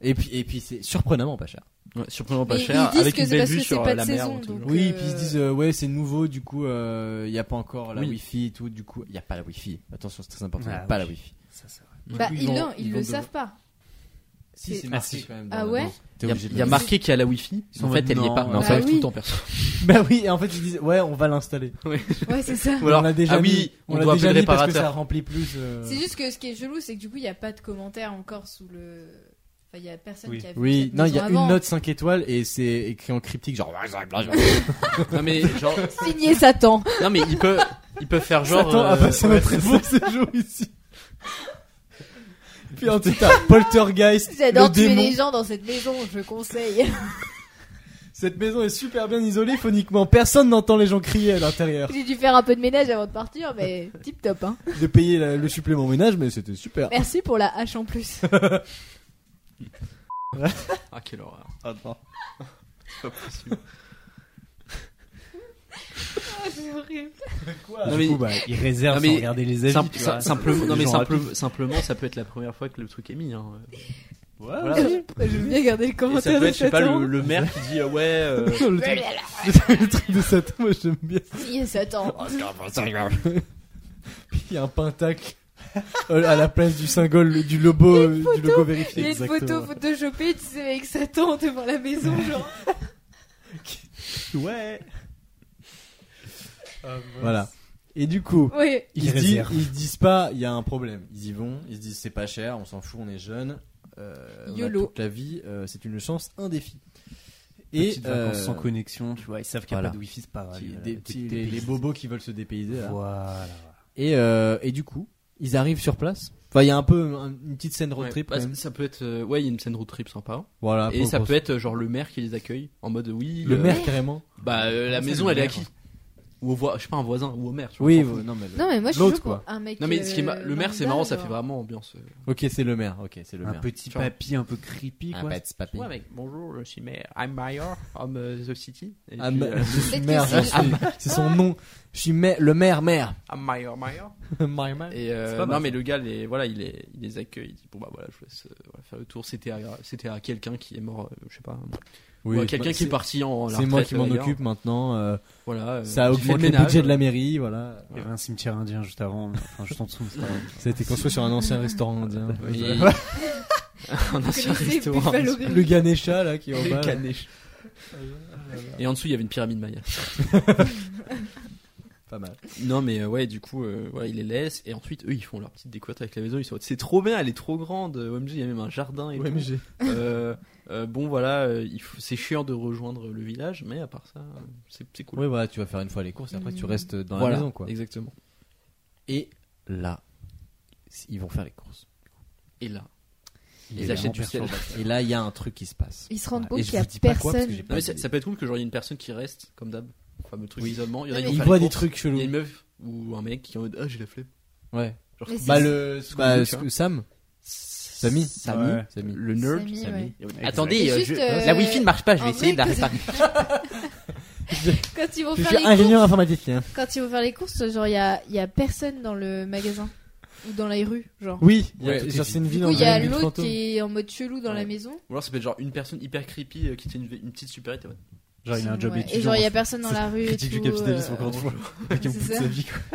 S5: Et puis et puis c'est surprenamment pas cher.
S8: Ouais, surprenant pas
S6: Mais
S8: cher,
S6: ils disent
S8: avec
S6: que
S8: une
S6: c'est
S8: belle
S6: parce
S8: vue
S6: que c'est
S8: sur
S6: pas
S8: euh,
S6: de
S8: la mer.
S6: saison,
S8: donc,
S6: donc.
S8: genre.
S6: Donc,
S5: oui,
S6: euh,
S5: puis ils se disent euh, ouais c'est nouveau, du coup il n'y y a pas encore la
S8: Oui.
S5: wifi et tout, du coup il y a pas la wifi. Attention c'est très important, il y a
S7: Ah,
S5: pas
S7: oui.
S5: la wifi.
S7: Ça, c'est vrai.
S6: Bah,
S5: Ils
S6: ils,
S5: vont-
S6: l'ont-
S5: ils
S6: ils
S5: vont
S6: le
S5: devoir-
S6: savent pas. <laughs>
S10: Si,
S6: C'est-
S10: c'est
S7: Ah, si.
S10: marqué quand même. dans
S6: Ah
S10: la
S6: ouais
S10: bande.
S5: T'es
S8: Il y a-
S5: obligé de
S8: il y a
S5: le-
S8: marqué qu'il y a la Wi-Fi.
S5: Ils sont euh,
S8: En
S5: en
S8: fait,
S5: mode,
S8: elle n'est
S5: non,
S8: pas.
S5: ouais.
S8: Non,
S6: Bah
S8: ça arrive tout
S6: oui.
S8: le temps, perso.
S5: <laughs> Bah oui, et en fait, ils disent ouais, on va l'installer.
S6: Ouais,
S5: <laughs>
S6: c'est ça.
S8: Ou alors,
S5: on l'a déjà
S8: ah oui,
S5: mis,
S8: on,
S5: l'a
S8: doit
S5: déjà
S8: appeler le
S5: mis parce que ça
S8: réparateur.
S5: remplit plus. euh,
S6: C'est juste que ce qui est chelou, c'est que du coup, il n'y a pas de commentaire encore sous le. Enfin, il n'y a personne
S7: Oui.
S6: qui a vu.
S5: Oui,
S6: cette
S5: non, il y
S6: maison
S5: a
S6: avant.
S5: une note 5 étoiles et c'est écrit en cryptique genre.
S8: Non, mais genre.
S6: Signé Satan.
S8: Non, mais il peut, il peut faire genre.
S5: Satan a
S8: euh,
S5: passé notre beau séjour ici. Puis en tout cas, Poltergeist, le
S6: J'adore tuer
S5: démon.
S6: les gens dans cette maison, je conseille. <laughs>
S5: Cette maison est super bien isolée phoniquement. Personne n'entend les gens crier à l'intérieur.
S6: J'ai dû faire un peu de ménage avant de partir, mais tip top. Hein.
S5: De payer la- le supplément ménage, mais c'était super.
S6: Merci pour la hache en plus. <laughs>
S8: Ah, quelle horreur. C'est pas possible.
S6: c'est horrible.
S8: Non,
S7: Du
S8: mais-
S7: coup, bah, ils réservent
S8: Non, mais-
S7: sans regarder les avis.
S8: Simple-
S7: tu
S8: sim-
S7: vois.
S8: simplement, non,
S7: Les
S8: mais
S7: gens
S8: simple-
S7: rapides.
S8: simplement, ça peut être la première fois que le truc est mis. <laughs> Hein.
S5: Voilà. <laughs>
S8: Voilà.
S6: Je veux bien garder le
S8: Et ça
S6: commentaire
S8: peut
S6: de
S8: être, je sais pas,
S6: Satan.
S8: le, le maire qui dit euh, ouais. euh,
S5: le, truc, le truc de Satan, moi j'aime bien.
S6: Signé Satan.
S5: Il y a un pentacle euh, à la place du symbole du logo, euh, du logo
S6: Il
S5: vérifié.
S6: y a une photo
S5: Exactement.
S6: photoshopée, tu sais, avec Satan devant la maison, genre.
S5: Ouais. Voilà. Et du coup,
S6: Oui.
S5: ils,
S7: Ils
S5: se disent,
S7: réservent.
S5: ils se disent pas, il y a un problème. Ils y vont, ils se disent c'est pas cher, on s'en fout, on est jeune. Euh, on a
S6: YOLO.
S5: toute la vie, euh, c'est une chance, un défi.
S7: Et
S5: Et
S7: vacances
S5: euh,
S7: sans connexion, tu vois, ils savent qu'il n'y a
S5: voilà.
S7: pas de wifi, c'est pas grave.
S5: qui-
S7: Voilà,
S5: des
S7: t'es-
S5: petits-
S7: t'es
S5: les, les
S7: paysan.
S5: bobos qui veulent se dépayser. là.
S7: Voilà.
S5: Et, euh, et du coup, ils arrivent sur place. Enfin, il y a un peu un- une petite scène road
S8: ouais,
S5: trip.
S8: bah,
S5: quand même.
S8: ça peut être, euh, ouais, il y a une scène road trip sympa.
S5: Voilà.
S8: et
S5: pour-
S8: ça
S5: pour-
S8: peut être euh, genre le maire qui les accueille en mode oui.
S5: le
S8: euh,
S5: maire carrément.
S8: Bah, euh, la
S5: C'est
S8: maison,
S5: le
S8: elle est à
S5: maire.
S8: qui Ou au voi- je sais pas, un voisin ou au maire. Tu vois,
S5: Oui,
S8: on s'en fout.
S5: non mais. le-
S6: Non, mais moi, je suis
S5: L'autre,
S6: chaud pour
S5: quoi.
S6: un mec.
S8: Non mais ce qui est ma-
S6: euh,
S8: le maire c'est
S6: lambda,
S8: marrant, ça
S6: genre.
S8: fait vraiment ambiance. euh,
S5: Ok, c'est le maire. Ok, c'est le
S7: Un
S5: maire.
S7: petit
S8: Genre-
S7: papy un peu creepy, quoi.
S8: Ouais mec, bonjour, je suis maire. I'm mayor of euh, the city. Et
S5: Ah,
S8: puis,
S5: ma-
S8: euh,
S5: je suis
S6: Peut-être
S5: maire,
S6: que
S5: je
S6: c'est-
S5: suis-
S8: Ah,
S5: c'est son nom. Je suis maire- le maire, maire.
S1: Ah,
S8: I'm
S5: <laughs>
S8: mayor, mayor. Et
S7: C'est
S8: euh,
S7: pas mal,
S8: non
S7: ça.
S8: mais le gars, les, voilà, il, les- il les accueille. Il dit bon bah voilà, je vous laisse euh, voilà, faire le tour. C'était à, c'était à quelqu'un qui est mort, euh, je sais pas. ou à quelqu'un qui est parti en. la
S5: bah, C'est moi
S8: retraite,
S5: qui m'en
S8: euh,
S5: occupe maintenant. euh,
S8: Voilà. euh,
S5: ça
S8: qui fait
S5: augmente le
S8: ménage.
S5: budget de la mairie, voilà.
S7: Il y avait un cimetière indien juste avant, enfin juste en dessous. c'est pas grave.
S5: Ça a été construit sur un ancien restaurant <laughs> indien.
S8: Et- <laughs> bah, un
S6: Vous
S8: ancien
S6: connaissez
S8: restaurant.
S6: Buffalo Grill
S5: Le Ganesha là qui est en
S8: Le
S5: bas. là.
S8: Ganesh. Et en dessous, il y avait une pyramide maya.
S5: Pas mal.
S8: Non mais euh, ouais du coup euh, voilà il les laisse et ensuite eux ils font leur petite découverte avec la maison ils sont c'est trop bien elle est trop grande euh, OMG il y a même un jardin et tout.
S5: OMG.
S8: Euh, euh, bon voilà euh, il faut- c'est chiant de rejoindre le village mais à part ça euh, c'est c'est cool
S5: Oui, voilà, tu vas faire une fois les courses et après tu restes dans la
S8: Voilà,
S5: maison quoi.
S8: exactement
S5: Et là, ils vont faire les courses.
S8: et là
S5: Il est
S8: ils
S5: vraiment
S8: achètent du sel
S5: perturbé. Et là, il y a un truc qui se passe.
S6: Ils se rendent
S5: Voilà.
S6: compte
S5: Et je
S6: qu'il y a
S5: vous dis pas quoi, parce que
S6: personne.
S5: j'ai pas
S8: Non, mais
S5: de
S8: ça,
S5: idée.
S8: ça peut être cool que genre il y a une personne qui reste comme d'hab le fameux truc
S5: Oui.
S8: d'isolement il y en a
S6: Non,
S8: qui
S6: mais
S8: vont
S5: Il
S8: faire
S5: voit
S8: les
S5: des
S8: courses.
S5: trucs
S8: il y a une
S5: chelous.
S8: meuf ou un mec qui est en mode ah j'ai la flemme Euh,
S5: Ouais.
S8: Genre,
S6: Mais c'est-
S5: Bah le bah,
S8: Scooby-Doo,
S5: ce
S8: tu
S5: que-
S8: vois.
S5: Sam, Samy, Samy,
S7: Ouais.
S5: Samy.
S8: le nerd
S6: Samy,
S5: Samy.
S6: euh, ouais.
S8: attendez
S6: C'est
S8: euh,
S6: juste,
S8: je-
S6: euh,
S8: la wifi ne marche pas je vais
S6: en
S8: essayer de la
S6: vrai, que
S8: réparer
S5: <laughs>
S6: Quand ils vont
S5: Je
S6: faire
S5: suis
S6: les courses,
S5: ingénieur informaticien.
S6: quand ils vont faire les courses, genre il y a, il y a personne dans le magasin ou dans les rues, genre.
S5: Oui,
S8: Ouais, tout est
S5: c'est une
S6: Du
S5: ville
S6: coup,
S5: en
S6: il y a
S5: ville
S6: l'autre
S5: fantôme.
S6: qui est en mode chelou dans
S8: Ouais.
S6: la maison.
S8: Ou alors ça peut être genre une personne hyper creepy euh, qui tient une, une petite supérette. et ouais.
S7: Genre il a un job
S6: Ouais.
S7: étudiant.
S6: Et genre il y a personne dans la rue et
S7: Critique
S6: tout.
S7: du capitalisme
S6: euh, <laughs>
S7: encore une fois.
S6: c'est ça.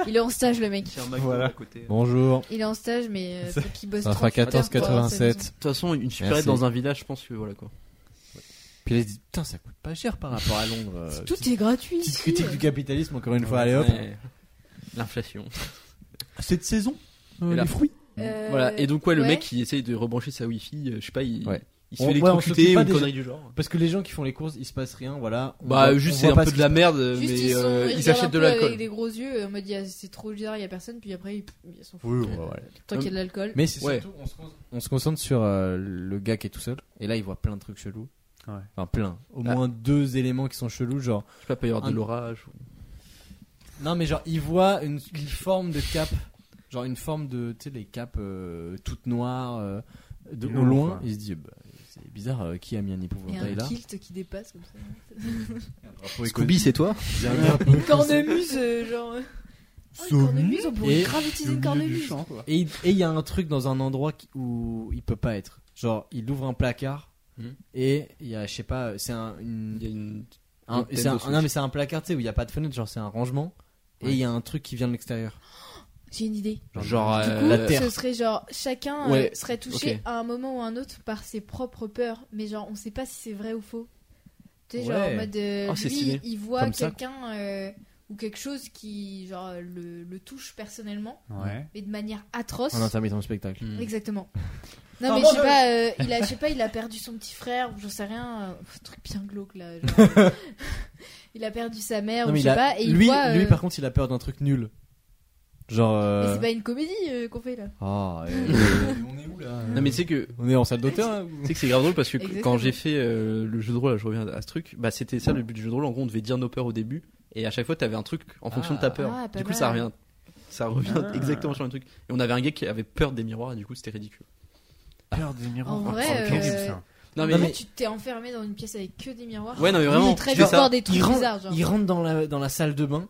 S6: Il est en stage le mec.
S8: Qui a un McDo
S7: Voilà.
S8: à côté.
S5: Bonjour.
S6: Il est en stage mais euh, qui bosse.
S5: Ça fera
S6: 38 heures pour avoir sa
S5: 14,87.
S6: maison.
S8: De toute façon, une supérette
S5: Merci.
S8: dans un village, je pense que voilà quoi.
S5: Puis là, dit putain, ça coûte pas cher par rapport à Londres. euh,
S6: Tout est gratuit.
S5: Petite
S6: ici.
S5: critique du capitalisme, encore une fois, allez hop.
S8: Ouais. L'inflation.
S5: Cette saison,
S8: Et la-
S5: les fruits.
S6: Euh,
S8: Voilà. Et donc ouais, le
S6: ouais.
S8: mec qui essaye de rebrancher sa wifi, euh, je sais pas, il,
S5: Ouais.
S8: il se
S5: On-
S8: fait
S5: ouais, on se
S8: électrocuter
S5: fait
S8: ou
S5: pas
S8: une
S5: des-
S8: connerie du genre.
S5: Parce que les gens qui font les courses, il se passe rien, voilà. On
S8: Bah
S5: voit-
S8: juste
S5: on
S8: c'est
S5: voit
S8: un
S5: pas
S8: peu
S5: ce
S8: de
S5: qui
S8: la
S5: se
S8: merde,
S6: Juste,
S8: mais
S6: ils, sont,
S8: euh,
S6: ils
S8: ils
S6: regardent un
S8: achètent de
S6: peu
S8: l'alcool.
S6: Avec des gros yeux, en mode il y a- c'est trop bizarre, il y a personne, puis après ils ils s'en
S5: passe.
S6: foutent.
S5: Oui, ouais, ouais.
S6: Tant qu'il y a de l'alcool.
S5: Mais c'est
S8: Ouais.
S5: surtout, on se, con- on se concentre sur euh, le gars qui est tout seul. Et là, il voit plein de trucs chelous.
S7: Ouais.
S5: Enfin, plein. Au
S8: Ah.
S5: moins deux éléments qui sont chelous. Genre,
S8: Je sais pas, peut y avoir de
S5: Un-
S8: l'orage. ou-
S5: non, mais genre, il voit une, une forme de cape. Genre, une forme de, tu sais, les capes euh, toutes noires. euh, de,
S7: Non,
S5: au loin,
S7: enfin.
S5: il se dit, bah, c'est bizarre, euh, qui a mis un
S6: Il y a
S5: épouvantail
S6: un
S5: là
S6: kilt qui dépasse comme ça.
S8: Scooby, c'est toi
S5: Il y a un gars un peu-
S6: Une cornemuse, euh, genre. euh. Oh, une cornemuse, on pourrait
S5: Et
S6: grave utiliser une cornemuse.
S5: Et il et il y a un truc dans un endroit qui- où il peut pas être. Genre, il ouvre un placard
S8: Mhm.
S5: et il y a, je sais pas, c'est un, une-
S8: Il y a une.
S5: un-
S8: Nintendo
S5: c'est un-
S8: Switch.
S5: non mais c'est un placard, tu sais, où il y a pas de fenêtre, genre c'est un rangement et il y a un truc qui vient de l'extérieur.
S6: J'ai une idée.
S8: Genre
S6: Du
S8: euh,
S6: coup,
S8: la
S6: ce serait genre chacun euh,
S8: Ouais,
S6: serait touché
S8: ok.
S6: à un moment ou un autre par ses propres peurs, mais genre on sait pas si c'est vrai ou faux. Tu sais, genre
S11: Ouais.
S6: en mode euh,
S8: Oh, c'est
S6: lui,
S8: stylé.
S6: il voit
S8: Comme ça.
S6: quelqu'un euh, ou quelque chose qui genre le, le touche personnellement,
S7: Ouais.
S6: mais de manière atroce. Mm.
S5: En intermittent spectacle.
S8: Hmm.
S6: Exactement. Non mais je sais pas, euh, il a, je sais pas, il a perdu son petit frère ou j'en sais rien, euh, pff, truc bien glauque là. genre. euh, il a perdu sa mère
S5: Non,
S6: ou
S5: mais
S6: je
S5: il
S6: sais
S5: a-
S6: pas et il
S5: lui,
S6: voit.
S5: lui,
S6: euh,
S5: par contre, il a peur d'un truc nul. Genre.
S6: mais
S5: euh,
S6: c'est pas une comédie euh, qu'on fait là.
S5: Ah, euh,
S11: On est où là
S8: Non mais tu sais que
S5: on est en salle d'auteur. hein, ou-
S8: tu sais que c'est grave drôle parce que qu-
S6: Exactement.
S8: quand j'ai fait euh, le jeu de rôle, là, je reviens à ce truc, bah c'était ça le but du jeu de rôle. En gros, on devait dire nos peurs au début et à chaque fois t'avais un truc en fonction de ta peur.
S6: Ah, pas
S8: du coup, ça
S6: mal.
S8: revient, ça revient exactement sur le truc. Et on avait un gars qui avait peur des miroirs et du coup c'était ridicule.
S7: Peur des miroirs.
S6: En
S7: Ah,
S6: vrai,
S7: c'est horrible,
S6: euh,
S7: ça.
S8: Non mais,
S6: Vraiment, tu t'es enfermé dans une pièce avec que des miroirs.
S8: ouais non mais
S6: Lui,
S8: vraiment.
S6: il traite
S8: tu fais
S6: de voir
S8: ça.
S6: des trucs
S5: il rentre,
S6: bizarres. Genre.
S5: il rentre dans la, dans la salle de bain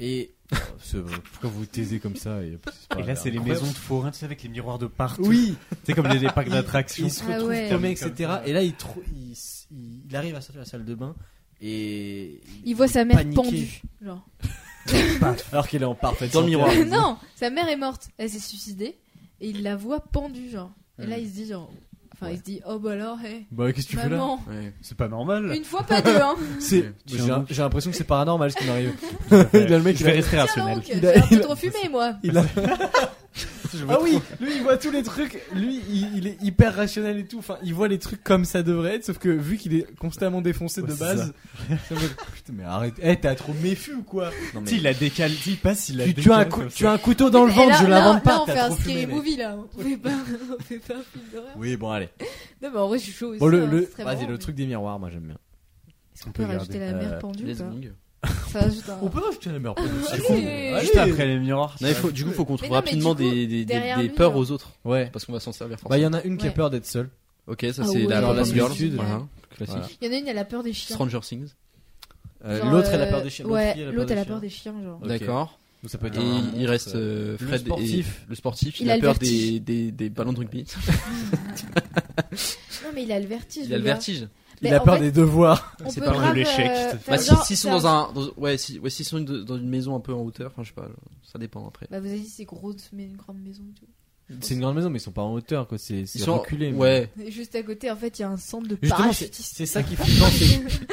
S5: et. Oh, c'est vrai, Pourquoi vous taisez comme ça et, c'est pas
S7: Et là, c'est les
S5: incroyable.
S7: maisons de forains, tu sais, avec les miroirs de partout.
S5: Oui,
S7: C'est comme les, les parcs
S5: <laughs>
S7: d'attractions.
S5: il se
S6: Ah
S5: retrouve
S6: ouais.
S5: paumé,
S7: Comme-
S5: etc.
S7: comme-
S5: Et là, il, trou- il, s- il- il arrive à sortir de la salle de bain et.
S6: Il voit sa mère
S5: paniqué.
S6: pendue. Genre.
S5: Alors qu'il est en parfaite
S8: Dans le
S5: santé.
S8: miroir.
S5: <laughs>
S6: <laughs>
S8: Ah,
S6: non, sa mère est morte. Elle s'est suicidée et il la voit pendue. Genre. Et là, il se dit genre. Enfin, il se dit oh bah alors, hé,
S5: Bah, qu'est-ce que tu fais là
S6: maman,
S8: Ouais.
S7: C'est pas normal.
S6: <laughs> une fois pas deux, hein.
S5: C'est-
S7: Tu
S5: J'ai
S7: viens d'où
S5: j'ai l'impression que c'est paranormal ce qui m'arrive. <laughs>
S7: Je
S5: Là, le mec, il a-
S7: vais rester
S6: Tiens
S7: rationnel.
S6: donc,
S5: Il
S6: j'ai
S5: a-
S6: un peu
S5: il a-
S6: trop fumé moi.
S5: Il a- ah oui, lui il voit tous les trucs, lui il, il est hyper rationnel et tout, enfin il voit les trucs comme ça devrait être, sauf que vu qu'il est constamment défoncé
S7: Ouais,
S5: de
S7: c'est
S5: base, ça me- <laughs> putain mais arrête, Eh, t'as trop méfu ou quoi
S7: Tu
S8: <laughs>
S7: sais, il la décale, tu sais, il passe, il la
S5: tu, tu as un
S7: décale
S5: cou-
S7: comme
S5: tu as un couteau dans le
S6: Et
S5: ventre,
S6: là-
S5: je
S6: là,
S5: l'invente
S6: Là,
S5: pas,
S6: on
S5: t'as
S6: fait un
S5: trop fumé,
S6: scary
S5: mec.
S6: movie là. On fait pas, on fait pas un <laughs> film d'horreur.
S5: Oui bon allez,
S6: Non, mais en vrai, je suis chaud aussi.
S5: bon le,
S6: hein,
S5: le-
S6: c'est très
S5: vas-y
S6: marrant,
S5: le
S6: mais-
S5: truc des miroirs, moi j'aime bien.
S6: Est-ce qu'on peut rajouter la
S5: regarder.
S6: mère
S5: Euh,
S6: pendue ou
S8: Let's
S6: pas
S8: gong.
S6: Ça ajoute un.
S5: On peut rajouter la miroir,
S7: ça.
S5: c'est
S6: Allez.
S5: fou.
S6: Allez.
S7: Juste après les miroirs.
S8: Non, il faut, du coup, faut qu'on trouve
S6: non, mais du
S8: rapidement
S6: coup,
S8: des, des, des,
S6: derrière
S8: des
S6: lui, hein.
S8: peurs
S6: genre.
S8: aux autres.
S5: Ouais,
S8: Parce qu'on va s'en servir
S5: bah il y
S8: forcément.
S5: en a une qui a
S6: Ouais.
S5: peur d'être seule.
S8: Ok, ça
S6: Ah
S8: c'est
S6: ouais.
S8: la
S6: Genre
S8: pop-up
S6: la Ah,
S8: girl.
S5: solitude.
S8: Voilà, classique.
S5: Voilà.
S6: Il y en a une, elle a peur des chiens.
S8: Stranger Things.
S5: Euh,
S6: Genre,
S5: l'autre elle a
S6: euh,
S5: peur des chiens,
S6: Ouais,
S5: fille,
S6: l'autre elle a peur des chiens, genre.
S5: Ok.
S8: D'accord.
S5: Donc, ça peut être un
S8: Et il
S5: monstre,
S8: reste euh,
S5: le
S8: Fred
S5: sportif.
S8: et le sportif. Il,
S6: Il a
S8: a
S6: le
S8: peur
S6: vertige.
S8: des, des, des ballons de rugby.
S6: Non, mais il a le vertige.
S8: Il a le
S6: gars.
S8: vertige.
S5: il
S6: Mais
S5: a
S6: en
S5: peur
S6: fait,
S5: des devoirs.
S6: on
S8: c'est
S6: peut
S8: pas un jeu
S6: grave,
S7: d'échecs,
S6: euh,
S7: c'est-
S6: faire
S8: Bah,
S6: genre-
S8: si- s'ils sont
S6: faire-
S8: dans un, dans- ouais, si, ouais, s'ils sont une- dans une maison un peu en hauteur, enfin, je sais pas, ça dépend après.
S6: Bah, vous avez dit, c'est gros, mais une grande maison et tout.
S5: C'est une grande maison mais ils sont pas en hauteur quoi, c'est
S8: Ils
S5: c'est
S8: sont
S5: reculé. mais-
S8: Ouais.
S6: Et juste à côté, en fait, il y a un centre de
S5: Justement, c'est
S6: parachutistes.
S5: c'est ça qui fait non, c'est-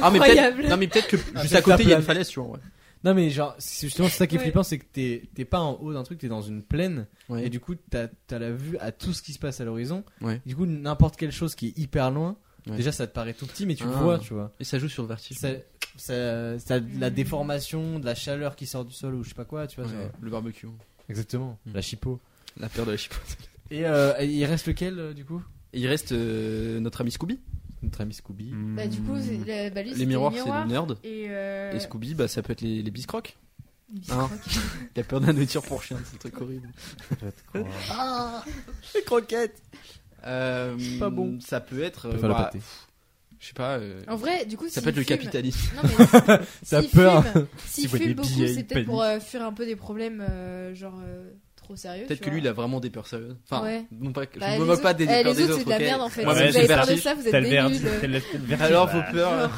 S8: Ah mais
S6: Incroyable.
S8: peut-être. Non mais peut-être que juste
S5: c'est
S8: à côté il y a
S5: la
S8: une falaise, tu vois. ouais.
S5: Non mais genre c'est justement ça qui est
S6: Ouais.
S5: flippant c'est que t'es t'es pas en haut d'un truc t'es dans une plaine
S8: Ouais.
S5: et du coup t'as as la vue à tout ce qui se passe à l'horizon
S8: Ouais.
S5: du coup n'importe quelle chose qui est hyper loin
S8: Ouais.
S5: déjà ça te paraît tout petit mais tu le
S8: Ah.
S5: vois tu vois
S8: Et ça joue sur le vertige.
S5: ça, ça, ça a de
S6: Mm.
S5: la déformation de la chaleur qui sort du sol ou je sais pas quoi tu vois
S8: Ouais,
S5: ça-
S8: Le barbecue,
S5: exactement
S8: Mm.
S5: la chipot
S8: la peur de la chipote.
S5: et euh, et il reste lequel euh, du <laughs> coup
S8: Et il reste euh, notre ami Scooby.
S5: notre ami Scooby
S6: Bah, du coup,
S7: Mmh.
S6: c'est- la- bah, lui, c'était
S8: Les miroirs, c'est le nerd.
S6: Et, euh...
S8: Et Scooby, bah ça peut être les, les biscrocs.
S6: il se
S8: Hein.
S6: croque.
S8: Il a peur de la nourriture pour chien, c'est un truc horrible.
S6: <laughs> Ah,
S7: Ah,
S5: les croquettes
S8: Euh,
S5: Pas bon.
S8: Ça peut être. euh,
S5: peut faire la
S8: bah,
S5: pâtée.
S8: je sais pas. euh,
S6: En vrai, du coup,
S8: ça
S6: s'il
S8: peut être le
S6: fume-
S8: capitalisme.
S6: Non, mais
S5: Ça
S6: s'il
S5: peur.
S6: fume- S'il
S7: Tu vois
S6: fume
S7: des
S6: beaucoup,
S7: billets,
S6: c'est
S7: il
S6: peut-être pour
S7: panique.
S6: euh, fuir un peu des problèmes, euh, genre, euh, trop sérieux.
S8: Peut-être
S6: tu
S8: que lui,
S6: vois.
S8: il a vraiment des peurs sérieuses. Enfin,
S6: Ouais.
S8: non pas que-
S6: Bah,
S8: je me
S6: les
S8: moque pas
S6: autres-
S8: des,
S6: eh,
S8: des
S6: les
S8: peurs des
S6: autres, c'est
S8: autres.
S6: de la
S8: ok.
S6: merde, hein. en fait.
S8: Moi,
S6: Vous
S8: mais
S6: avez
S8: j'ai
S6: peur de
S8: vertige.
S6: ça, vous
S7: T'as
S6: êtes euh.
S7: le
S6: des
S7: vertige,
S6: nuls.
S7: t'as le vertige.
S8: <laughs> Alors, vos
S7: Bah,
S6: <laughs>
S8: peurs.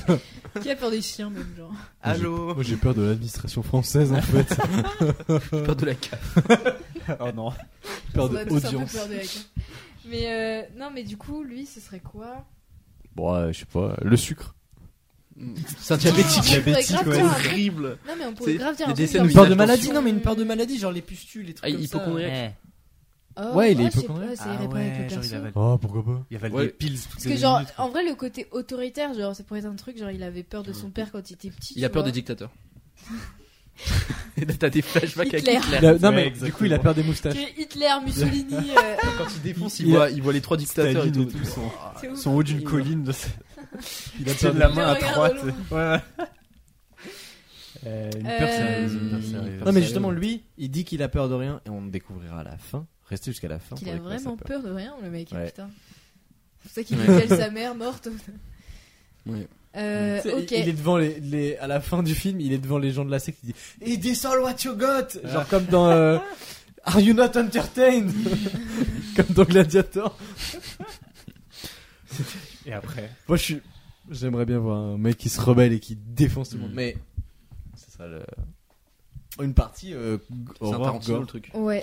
S5: <laughs>
S6: Qui a peur des chiens, même, genre.
S8: Allô.
S5: j'ai peur de l'administration française en fait
S8: <laughs> J'ai peur de la cave.
S7: Oh non.
S5: peur
S6: On a
S5: de
S6: tous un peu
S5: audience
S6: peur de la gueule. Mais euh, non, mais du coup, lui, ce serait quoi
S5: bon euh, je sais pas le sucre
S8: C'est
S6: <laughs>
S8: un
S6: diabétique.
S8: diabétique.
S6: Ah, Diabétique, ouais.
S7: Diabétique, ouais.
S6: ouais.
S8: Horrible.
S6: Non, mais on
S8: C'est
S6: pourrait grave dire
S8: des
S6: un truc
S8: scènes
S6: genre-
S8: où
S5: une
S8: il a
S5: peur de maladie
S6: tension.
S5: non mais une peur de maladie genre les pustules les
S8: Ah,
S5: trucs comme ça
S8: hypochondriaque.
S6: Oh,
S5: Ouais, il est
S6: ouais, c'est-
S5: hypochondriaque.
S6: ouais, C'est
S7: Ah
S6: irréparable avec
S7: ouais,
S6: le
S7: genre, il
S6: perso.
S7: avait-
S5: oh pourquoi pas
S7: Il y avait
S8: Ouais.
S7: des piles toutes
S6: Parce
S7: les
S6: que genre,
S7: minutes, quoi.
S6: en vrai, le côté autoritaire, genre, ça pourrait être un truc, genre, il avait peur de son père quand il était petit.
S8: Il a
S6: tu
S8: peur
S6: vois.
S8: des
S6: <laughs>
S8: dictateurs. <laughs> Et là, t'as des flashbacks avec
S6: Hitler.
S8: Hitler.
S5: Il a- non
S7: Ouais,
S5: mais du
S7: exactement.
S5: coup il a peur des moustaches.
S6: Que Hitler, Mussolini,
S5: <laughs>
S6: euh,
S8: Quand il défonce, il,
S7: Il a-
S8: voit, il voit les trois dictateurs et
S7: Staline
S8: tout.
S7: et tout, son-
S6: c'est ouf.
S7: sont
S6: <laughs>
S7: haut d'une colline. De... Il a
S5: peur
S7: de la
S6: de-
S7: main à
S6: Je regarde
S7: droite.
S6: au loin.
S7: Ouais.
S5: Euh,
S6: Euh,
S7: une peur sérieuse.
S5: Non mais justement lui, il dit qu'il a peur de rien et on le découvrira à la fin. Restez jusqu'à la fin.
S6: Qu'il
S5: pour
S6: a
S5: découvrir sa
S6: vraiment
S5: peur.
S6: peur de rien, le mec, hein,
S5: Ouais.
S6: putain. C'est pour ça qu'il
S8: Ouais.
S6: appelle sa mère morte.
S8: Ouais.
S6: Euh,
S5: Tu sais,
S6: ok.
S5: il- Il est devant les, les- à la fin du film, il est devant les gens de la secte, il dit "It is all what you got." Genre comme dans
S6: <laughs>
S5: euh, Are you not entertained Comme dans Gladiator.
S7: Et après.
S5: Moi je suis j'aimerais bien voir un mec qui se rebelle et qui défonce tout Mm. le monde.
S8: Mm.
S5: Mais ce sera le une partie euh,
S8: C'est un
S5: horreur,
S8: Tarantino
S5: gore.
S8: le truc.
S6: Ouais.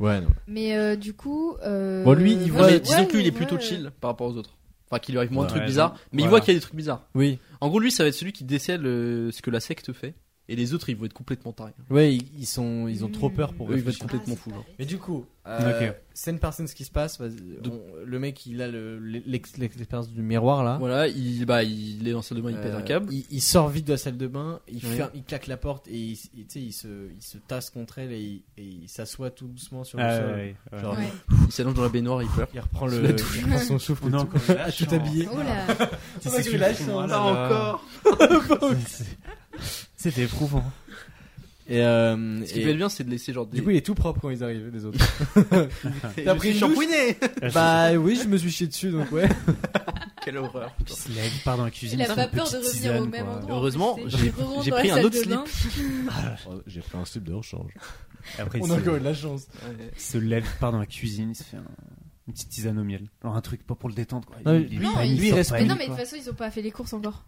S5: Ouais, non.
S6: Mais euh, du coup. euh,
S5: Bon, lui, il
S6: non,
S5: voit-
S6: mais
S8: mais disons
S6: ouais,
S8: que lui, il
S6: mais
S8: est plutôt
S6: ouais, Ah,
S8: chill par rapport aux autres. Enfin, qu'il lui arrive moins de
S7: Ouais,
S8: trucs
S7: ouais,
S8: bizarres, mais il
S7: voilà.
S8: voit qu'il y a des trucs bizarres.
S5: Oui,
S8: En gros, lui, ça va être celui qui décèle euh, ce que la secte fait, et les autres, ils vont être complètement tarés.
S5: ouais, ils, ils sont, ils ont trop peur pour
S8: Eux, ils vont être
S5: réfléchir.
S8: complètement
S6: Ah, c'est
S8: fous. genre.
S6: pareil.
S5: Mais du coup, euh,
S7: Ok.
S5: scène par scène, ce qui se passe, vas-y, on- le mec, il a le- l'ex- l'expérience du miroir là.
S8: Voilà, il, bah, il est dans sa demain, il pète un
S5: Ah. Euh,
S8: câble.
S5: il, il sort vite de la salle de bain, il,
S8: Ouais.
S5: ferme- il claque la porte et il, s- il- tu sais, il se, il se tasse contre elle et il, et il s'assoit tout doucement sur le
S7: Ah,
S5: sol.
S7: ouais, ouais.
S5: Genre,
S6: Ouais.
S8: Il s'allonge dans la baignoire, il pleure.
S5: Il reprend,
S8: Sous
S5: le,
S8: la
S5: il
S8: douche.
S5: reprend son souffle.
S7: On
S5: et
S7: a
S5: tout, <laughs>
S7: encore
S5: comme-
S7: la
S5: ah, tout
S7: chance.
S5: habillé.
S6: Oh là
S7: Si
S5: Ah,
S7: c'est
S5: que la
S7: suffisant,
S5: chance.
S7: là, là. <laughs>
S6: <laughs>
S7: C'est- C'était éprouvant.
S5: Et, euh,
S8: Ce qui
S5: et-
S8: peut être bien, c'est de laisser genre des. <laughs>
S5: du coup, il est tout propre quand ils arrivent, les autres.
S8: des-
S5: t'as
S8: je
S5: pris
S8: suis
S5: une douche
S8: shampooiné
S7: Ah,
S5: bah oui, je me suis chié dessus, donc ouais. <laughs>
S8: Quelle horreur.
S7: Puis c'est là, il part dans la cuisine.
S6: Il a
S7: c'est
S6: pas
S7: une
S6: peur de
S7: petite
S6: revenir
S7: tisane,
S6: au même
S7: quoi.
S6: endroit.
S8: Heureusement,
S6: C'est-
S8: j'ai-
S6: je rentre
S8: j'ai
S6: dans
S8: pris
S6: la
S8: un
S6: salle
S8: autre
S6: de
S8: slip.
S6: bain.
S5: J'ai pris un slip de rechange.
S7: Après, il
S5: On
S7: se,
S5: a encore eu de la chance.
S7: il se lève, il part dans la cuisine, il se fait un- une petite tisane au miel. Alors un truc pas pour le détendre. Quoi.
S5: Non,
S7: Il- il-
S5: lui,
S7: il-
S6: il-
S7: il
S5: lui,
S7: sort
S5: reste-
S7: pas,
S6: Mais
S7: il-
S6: non, mais de toute façon, ils ont pas fait les courses encore.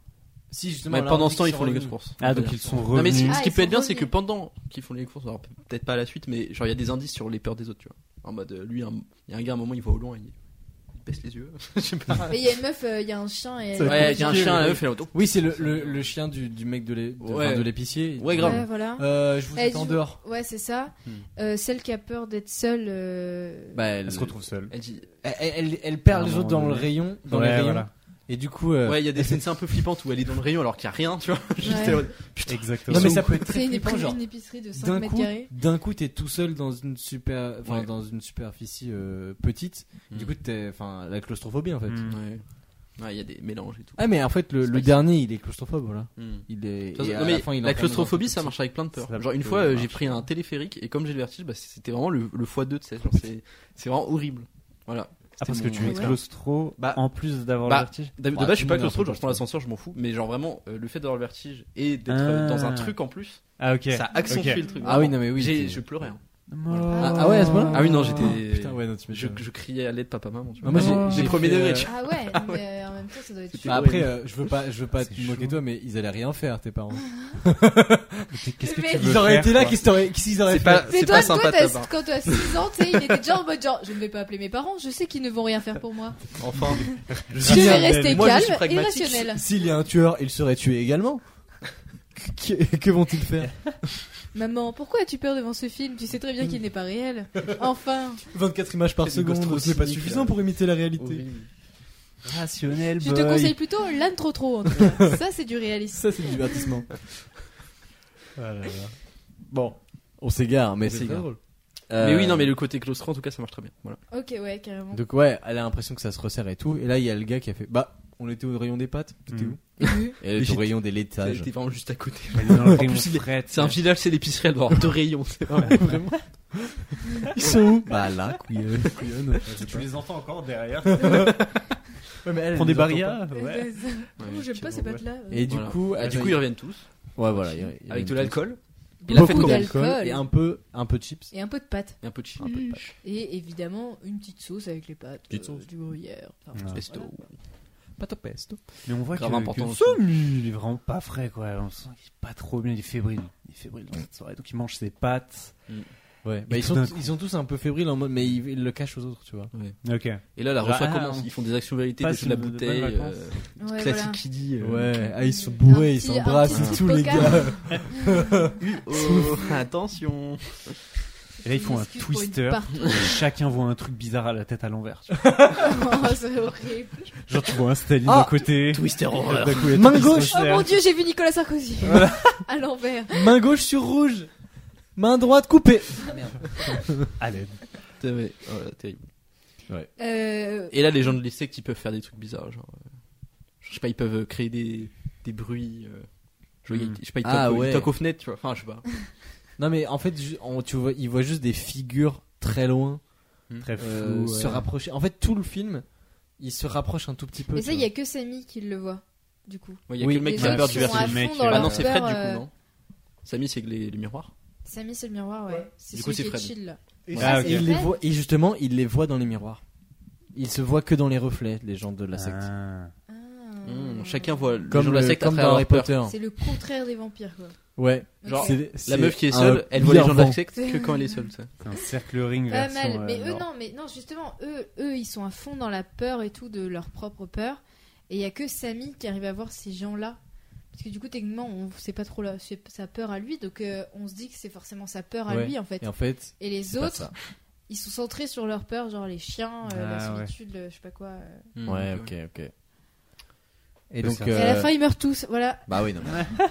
S5: Si, justement.
S8: Mais
S5: là,
S8: pendant
S5: on
S8: ce
S5: dit
S8: temps,
S5: qu'ils
S8: ils font
S5: sont
S8: les
S5: revenus.
S8: courses.
S7: Ah, donc ils sont revenus.
S8: Non, mais ce-
S6: Ah,
S8: ce qui
S6: ils
S8: peut être
S6: sont
S8: bien, c'est que
S6: revenus.
S8: pendant qu'ils font les courses, alors peut-être pas à la suite, mais genre il y a des indices sur les peurs des autres, tu vois. En mode, euh, lui, un- il y a un gars, à un moment, il voit au loin, il, il baisse les yeux. Je sais pas.
S6: Mais il y a une meuf, euh, il y a un chien et.
S5: Ça va
S8: Ouais, Ah, il y a un chien, la meuf, elle est en mode,
S5: Oui, c'est le, le, le chien du, du mec de l'é- de-
S8: Ouais.
S5: enfin, de l'épicier.
S8: Ouais, grave.
S6: Ouais, voilà.
S5: Euh, je vous
S6: Elle
S5: attends
S6: dit-
S5: dehors.
S6: Ouais, c'est ça.
S8: Hmm.
S6: Euh, celle qui a peur d'être seule. euh,
S5: Bah, elle,
S8: oh.
S5: seule.
S8: Elle dit,
S5: Elle, Eh, elle- elle perd
S7: À un
S5: les
S7: moment
S5: autres dans le
S7: donné.
S5: rayon, dans
S7: Ouais,
S5: les rayons.
S7: voilà.
S5: Et du coup, euh,
S8: ouais, il y a des scènes c'est un peu flippantes où elle est dans le rayon alors qu'il y a rien, tu vois. <laughs> Juste,
S6: Ouais.
S8: elle est en mode,
S7: Exactement.
S5: non mais ça peut être
S6: C'est
S5: très
S6: une,
S5: flippant, genre
S6: une épicerie de 5
S5: d'un
S6: mètres
S5: coup,
S6: carrés.
S5: d'un coup, t'es tout seul dans une super, enfin,
S8: Ouais.
S5: dans une superficie euh, petite.
S8: Mm.
S5: Du coup, t'es, enfin, la claustrophobie en fait.
S7: Mm.
S8: Ouais, Ouais, il y a des mélanges et tout.
S5: Ah mais en fait, le,
S8: C'est
S5: le
S8: pas-
S5: dernier, il est claustrophobe voilà.
S8: Hmm.
S5: Il est.
S8: De toute façon,
S5: et à
S8: non, mais
S5: la, fin, il est enfermé
S8: la
S5: dans un
S8: claustrophobie,
S5: truc
S8: ça
S5: petit.
S8: marche avec plein de peurs.
S5: C'est la
S8: Genre, une
S5: peur
S8: fois,
S5: qui
S8: euh, j'ai
S5: marche.
S8: pris un téléphérique et comme j'ai le vertige, bah, c'était vraiment le, le x2 de ça. genre, C'est c'est vraiment horrible. Voilà.
S7: Ah, parce que tu es
S6: Ouais.
S7: claustro
S8: Bah,
S7: en plus d'avoir
S8: bah,
S7: le vertige.
S8: De, de
S5: Bah,
S8: base, je suis
S5: tout
S8: pas
S5: le monde est un
S8: claustro,
S5: peu
S8: genre je prends l'ascenseur, je m'en fous. Mais genre vraiment, euh, le fait d'avoir le vertige et d'être
S7: Ah.
S8: euh, dans un truc en plus,
S7: Ah, ok.
S8: ça accentue
S7: ok.
S8: le truc.
S5: Ah oui, non, mais oui,
S8: J'ai-
S5: t'es-
S8: je pleurais. hein.
S5: Ah, ah ouais, à ce moment-là
S8: Ah oui, non, j'étais.
S5: Putain, ouais, non, tu
S8: je,
S5: m'étonnes.
S8: je criais à l'aide papa maman. Tu
S5: Ah,
S8: vois.
S5: moi,
S7: Oh.
S5: j'ai,
S8: J'ai
S5: j'ai
S8: premier
S5: fait,
S8: degré,
S5: euh,
S8: tu
S6: Ah
S8: <laughs>
S6: ouais, mais euh, en même temps, ça doit être
S8: C'était
S5: bah,
S6: chaud.
S5: après, euh, je veux pas, je veux pas
S7: C'est
S5: te moquer
S7: chaud.
S5: de toi, mais ils allaient rien faire, tes parents.
S7: Qu'est-ce que
S6: Mais-
S7: tu veux
S5: Ils auraient
S7: faire,
S5: été là,
S7: quoi
S5: qu'est-ce qu'ils auraient- qu'est-ce qu'ils auraient
S8: C'est
S5: fait
S8: pas,
S6: C'est
S8: c'est
S6: toi,
S8: pas
S6: toi,
S8: sympa
S6: t'as-
S8: de ta hein. part.
S6: quand t'as 6 ans, tu sais, il était déjà en mode genre, je ne vais pas appeler mes parents, je sais qu'ils ne vont rien faire pour moi.
S5: <laughs>
S8: Enfin,
S6: Je vais rester
S8: Moi, je suis
S6: calme et
S8: pragmatique.
S6: rationnel.
S5: S'il y a un tueur, il serait tué
S8: <laughs>
S5: également. Que, que vont-ils faire
S6: Maman, pourquoi as-tu peur devant ce film Tu sais très bien qu'il n'est pas réel. Enfin,
S5: 24 images par
S8: C'est
S5: seconde,
S8: du
S5: ce n'est pas
S8: claustrophobique,
S5: suffisant
S8: là.
S5: pour imiter la réalité.
S8: horrible.
S7: Rationnel,
S8: Bah
S6: je te
S7: boy.
S6: conseille plutôt l'âne trop trop en tout
S8: <laughs>
S6: cas. Ça, c'est du réalisme.
S5: Ça, c'est du divertissement.
S7: Ah là là.
S5: <laughs> Bon, on s'égare, mais
S8: On
S5: c'est
S8: s'égare.
S5: drôle.
S8: Mais
S5: Euh,
S8: oui, non, mais le côté claustro, en tout cas, ça marche très bien. Voilà.
S6: Ok, ouais, carrément.
S5: Donc, ouais, elle a l'impression que ça se resserre et tout. Et là, il y a le gars qui a fait Bah, on était au rayon des pâtes, t'étais
S7: Mm.
S5: <laughs> où
S6: Oui.
S5: Et elle était au rayon des laitages.
S8: C'était vraiment juste à côté.
S7: Elle est dans le rayon
S8: plus, il est-
S7: fret.
S8: C'est un village, c'est l'épicerie, elle doit avoir deux rayons. c'est vrai.
S5: Vraiment Ils sont où Bah, là, couillonne. <laughs> couillonne.
S7: Tu les entends encore derrière.
S5: <laughs> Prends
S7: Prends des barrières. Ouais.
S6: <laughs> Oh, J'aime pas ces pattes-là.
S5: Et Bah, du
S8: Voilà.
S5: coup,
S8: Et
S5: elle-
S8: Ah, Du coup, ils reviennent tous,
S5: ouais, voilà, il y a- il y a
S8: avec
S5: une
S8: de l'alcool. Et la fête
S6: Beaucoup
S8: commence.
S5: Et
S6: d'alcool
S5: un peu, un peu de chips.
S6: et un peu de pâte.
S8: Et un peu de chips.
S5: Un peu de pâtes.
S6: Et évidemment, une petite sauce avec les pâtes.
S5: Petite
S6: euh,
S5: sauce.
S6: Du gruyère. Enfin,
S7: Ouais.
S8: Pesto.
S5: Pas top pesto.
S7: Mais on voit que,
S8: Grave important
S7: que
S8: aussi.
S7: Somu, il est vraiment pas frais, quoi. On sent qu'il est pas trop bien, il est fébrile. Il est fébrile dans cette soirée. Donc il mange ses pâtes.
S5: Ouais, bah,
S7: Et
S5: ils,
S7: tout
S5: sont,
S7: d'un coup-
S5: ils sont tous un peu fébriles en mode, mais ils, ils le cachent aux autres, tu vois.
S7: Ok.
S8: Et là, la
S5: Bah,
S7: Genre,
S8: reçoit
S7: ah,
S8: commence.
S7: on
S8: Ils font des actions vérités, des
S7: passe
S8: jeux de la
S7: une bonne
S8: bouteille,
S7: vacances.
S8: euh,
S6: ouais,
S8: classique
S6: voilà.
S8: qui dit. euh,
S5: Ouais, ah, ils sont
S6: Un
S5: bourrés, ils
S6: petit- un
S5: s'embrassent
S6: petit
S5: et tout, les
S6: poker. <laughs>
S5: gars.
S8: Oh, attention
S7: Et là, ils font un
S6: Excuse pour une
S7: twister.
S6: part-
S7: Chacun voit un truc bizarre à la tête à l'envers. tu vois.
S6: Oh, c'est horrible.
S7: Genre, tu vois un Staline
S5: Ah
S7: à côté.
S8: Twister horreur
S7: D'un coup, il y a
S5: Main
S7: tout qui se
S5: gauche.
S6: Oh
S7: resserre.
S6: mon dieu, j'ai vu Nicolas Sarkozy. <laughs> à l'envers.
S5: Main gauche sur rouge, main droite coupée.
S7: À l'aide.
S8: terrible.
S6: Euh,
S8: Et là, les gens de l'essai qui peuvent faire des trucs bizarres, genre. euh, je sais pas, ils peuvent euh, créer des, des bruits. euh, je, vois,
S5: Hmm.
S8: ils- je sais pas, ils
S5: Ah,
S8: toquent, ils
S5: ouais.
S8: toquent aux fenêtres, tu vois. Enfin, je sais pas.
S5: Non, mais en fait, ju- on- tu vois, ils voient juste des figures très loin
S7: Très flou.
S5: euh, se
S7: ouais.
S5: rapprocher. En fait, tout le film, ils se rapprochent un tout petit peu.
S6: mais
S5: tu
S6: ça, il
S5: vois.
S6: y a que Samy qui le voit. Du coup.
S8: Ouais, Il y a
S5: Oui,
S8: que le mec
S6: Les
S8: qui a
S6: autres
S8: peur
S6: qui
S8: du
S6: sont à
S8: vertige.
S7: Le mec,
S6: fond
S7: tu
S6: dans
S7: vois.
S8: Ah
S6: leur
S8: non, c'est
S6: peur,
S8: Fred du coup,
S6: euh,
S8: non Samy, c'est que les, les miroirs.
S6: Samy, c'est le miroir, ouais. C'est
S8: Du coup,
S6: celui
S8: c'est
S6: qui est
S8: Fred.
S6: chill. là.
S5: Et,
S7: Ah,
S5: et
S7: ok.
S5: il les voit- et justement, il les voit dans les miroirs. Ils se voient que dans les reflets, les gens de la secte.
S7: Ah.
S6: Ah.
S8: Hmm, chacun voit les gens
S5: Comme,
S8: de la
S5: le-
S8: secte à
S5: comme
S8: travers
S5: dans Harry
S8: leur peur.
S5: Potter.
S6: C'est le Ah. contraire des vampires, quoi.
S12: Ouais.
S8: Genre,
S12: C'est- c'est
S8: La meuf qui est
S12: un
S8: seule, elle voit les gens de la
S12: bien-vent.
S8: secte que quand elle est seule. ça.
S7: C'est un cercle ring
S6: Pas
S7: version.
S6: mal, mais
S7: euh,
S6: eux
S7: genre.
S6: non, mais non justement, eux, eux ils sont à fond dans la peur et tout de leur propre peur, et il y a que Samy qui arrive à voir ces gens-là, parce que du coup techniquement on sait pas trop la- c'est sa peur à lui, donc euh, on se dit que c'est forcément sa peur à
S12: Ouais.
S6: lui en fait.
S12: Et en fait,
S6: Et les
S12: c'est pas
S6: autres,
S12: ça.
S6: ils sont centrés sur leur peur, genre les chiens, euh,
S7: Ah,
S6: la
S7: ouais.
S6: solitude, le- je sais pas quoi. euh.
S5: Mm.
S12: Ouais, ok, ok. Et
S7: Peut
S12: donc.
S7: faire ça.
S6: Et à
S12: euh,
S6: la fin ils meurent tous, voilà.
S5: Bah oui, non. mais-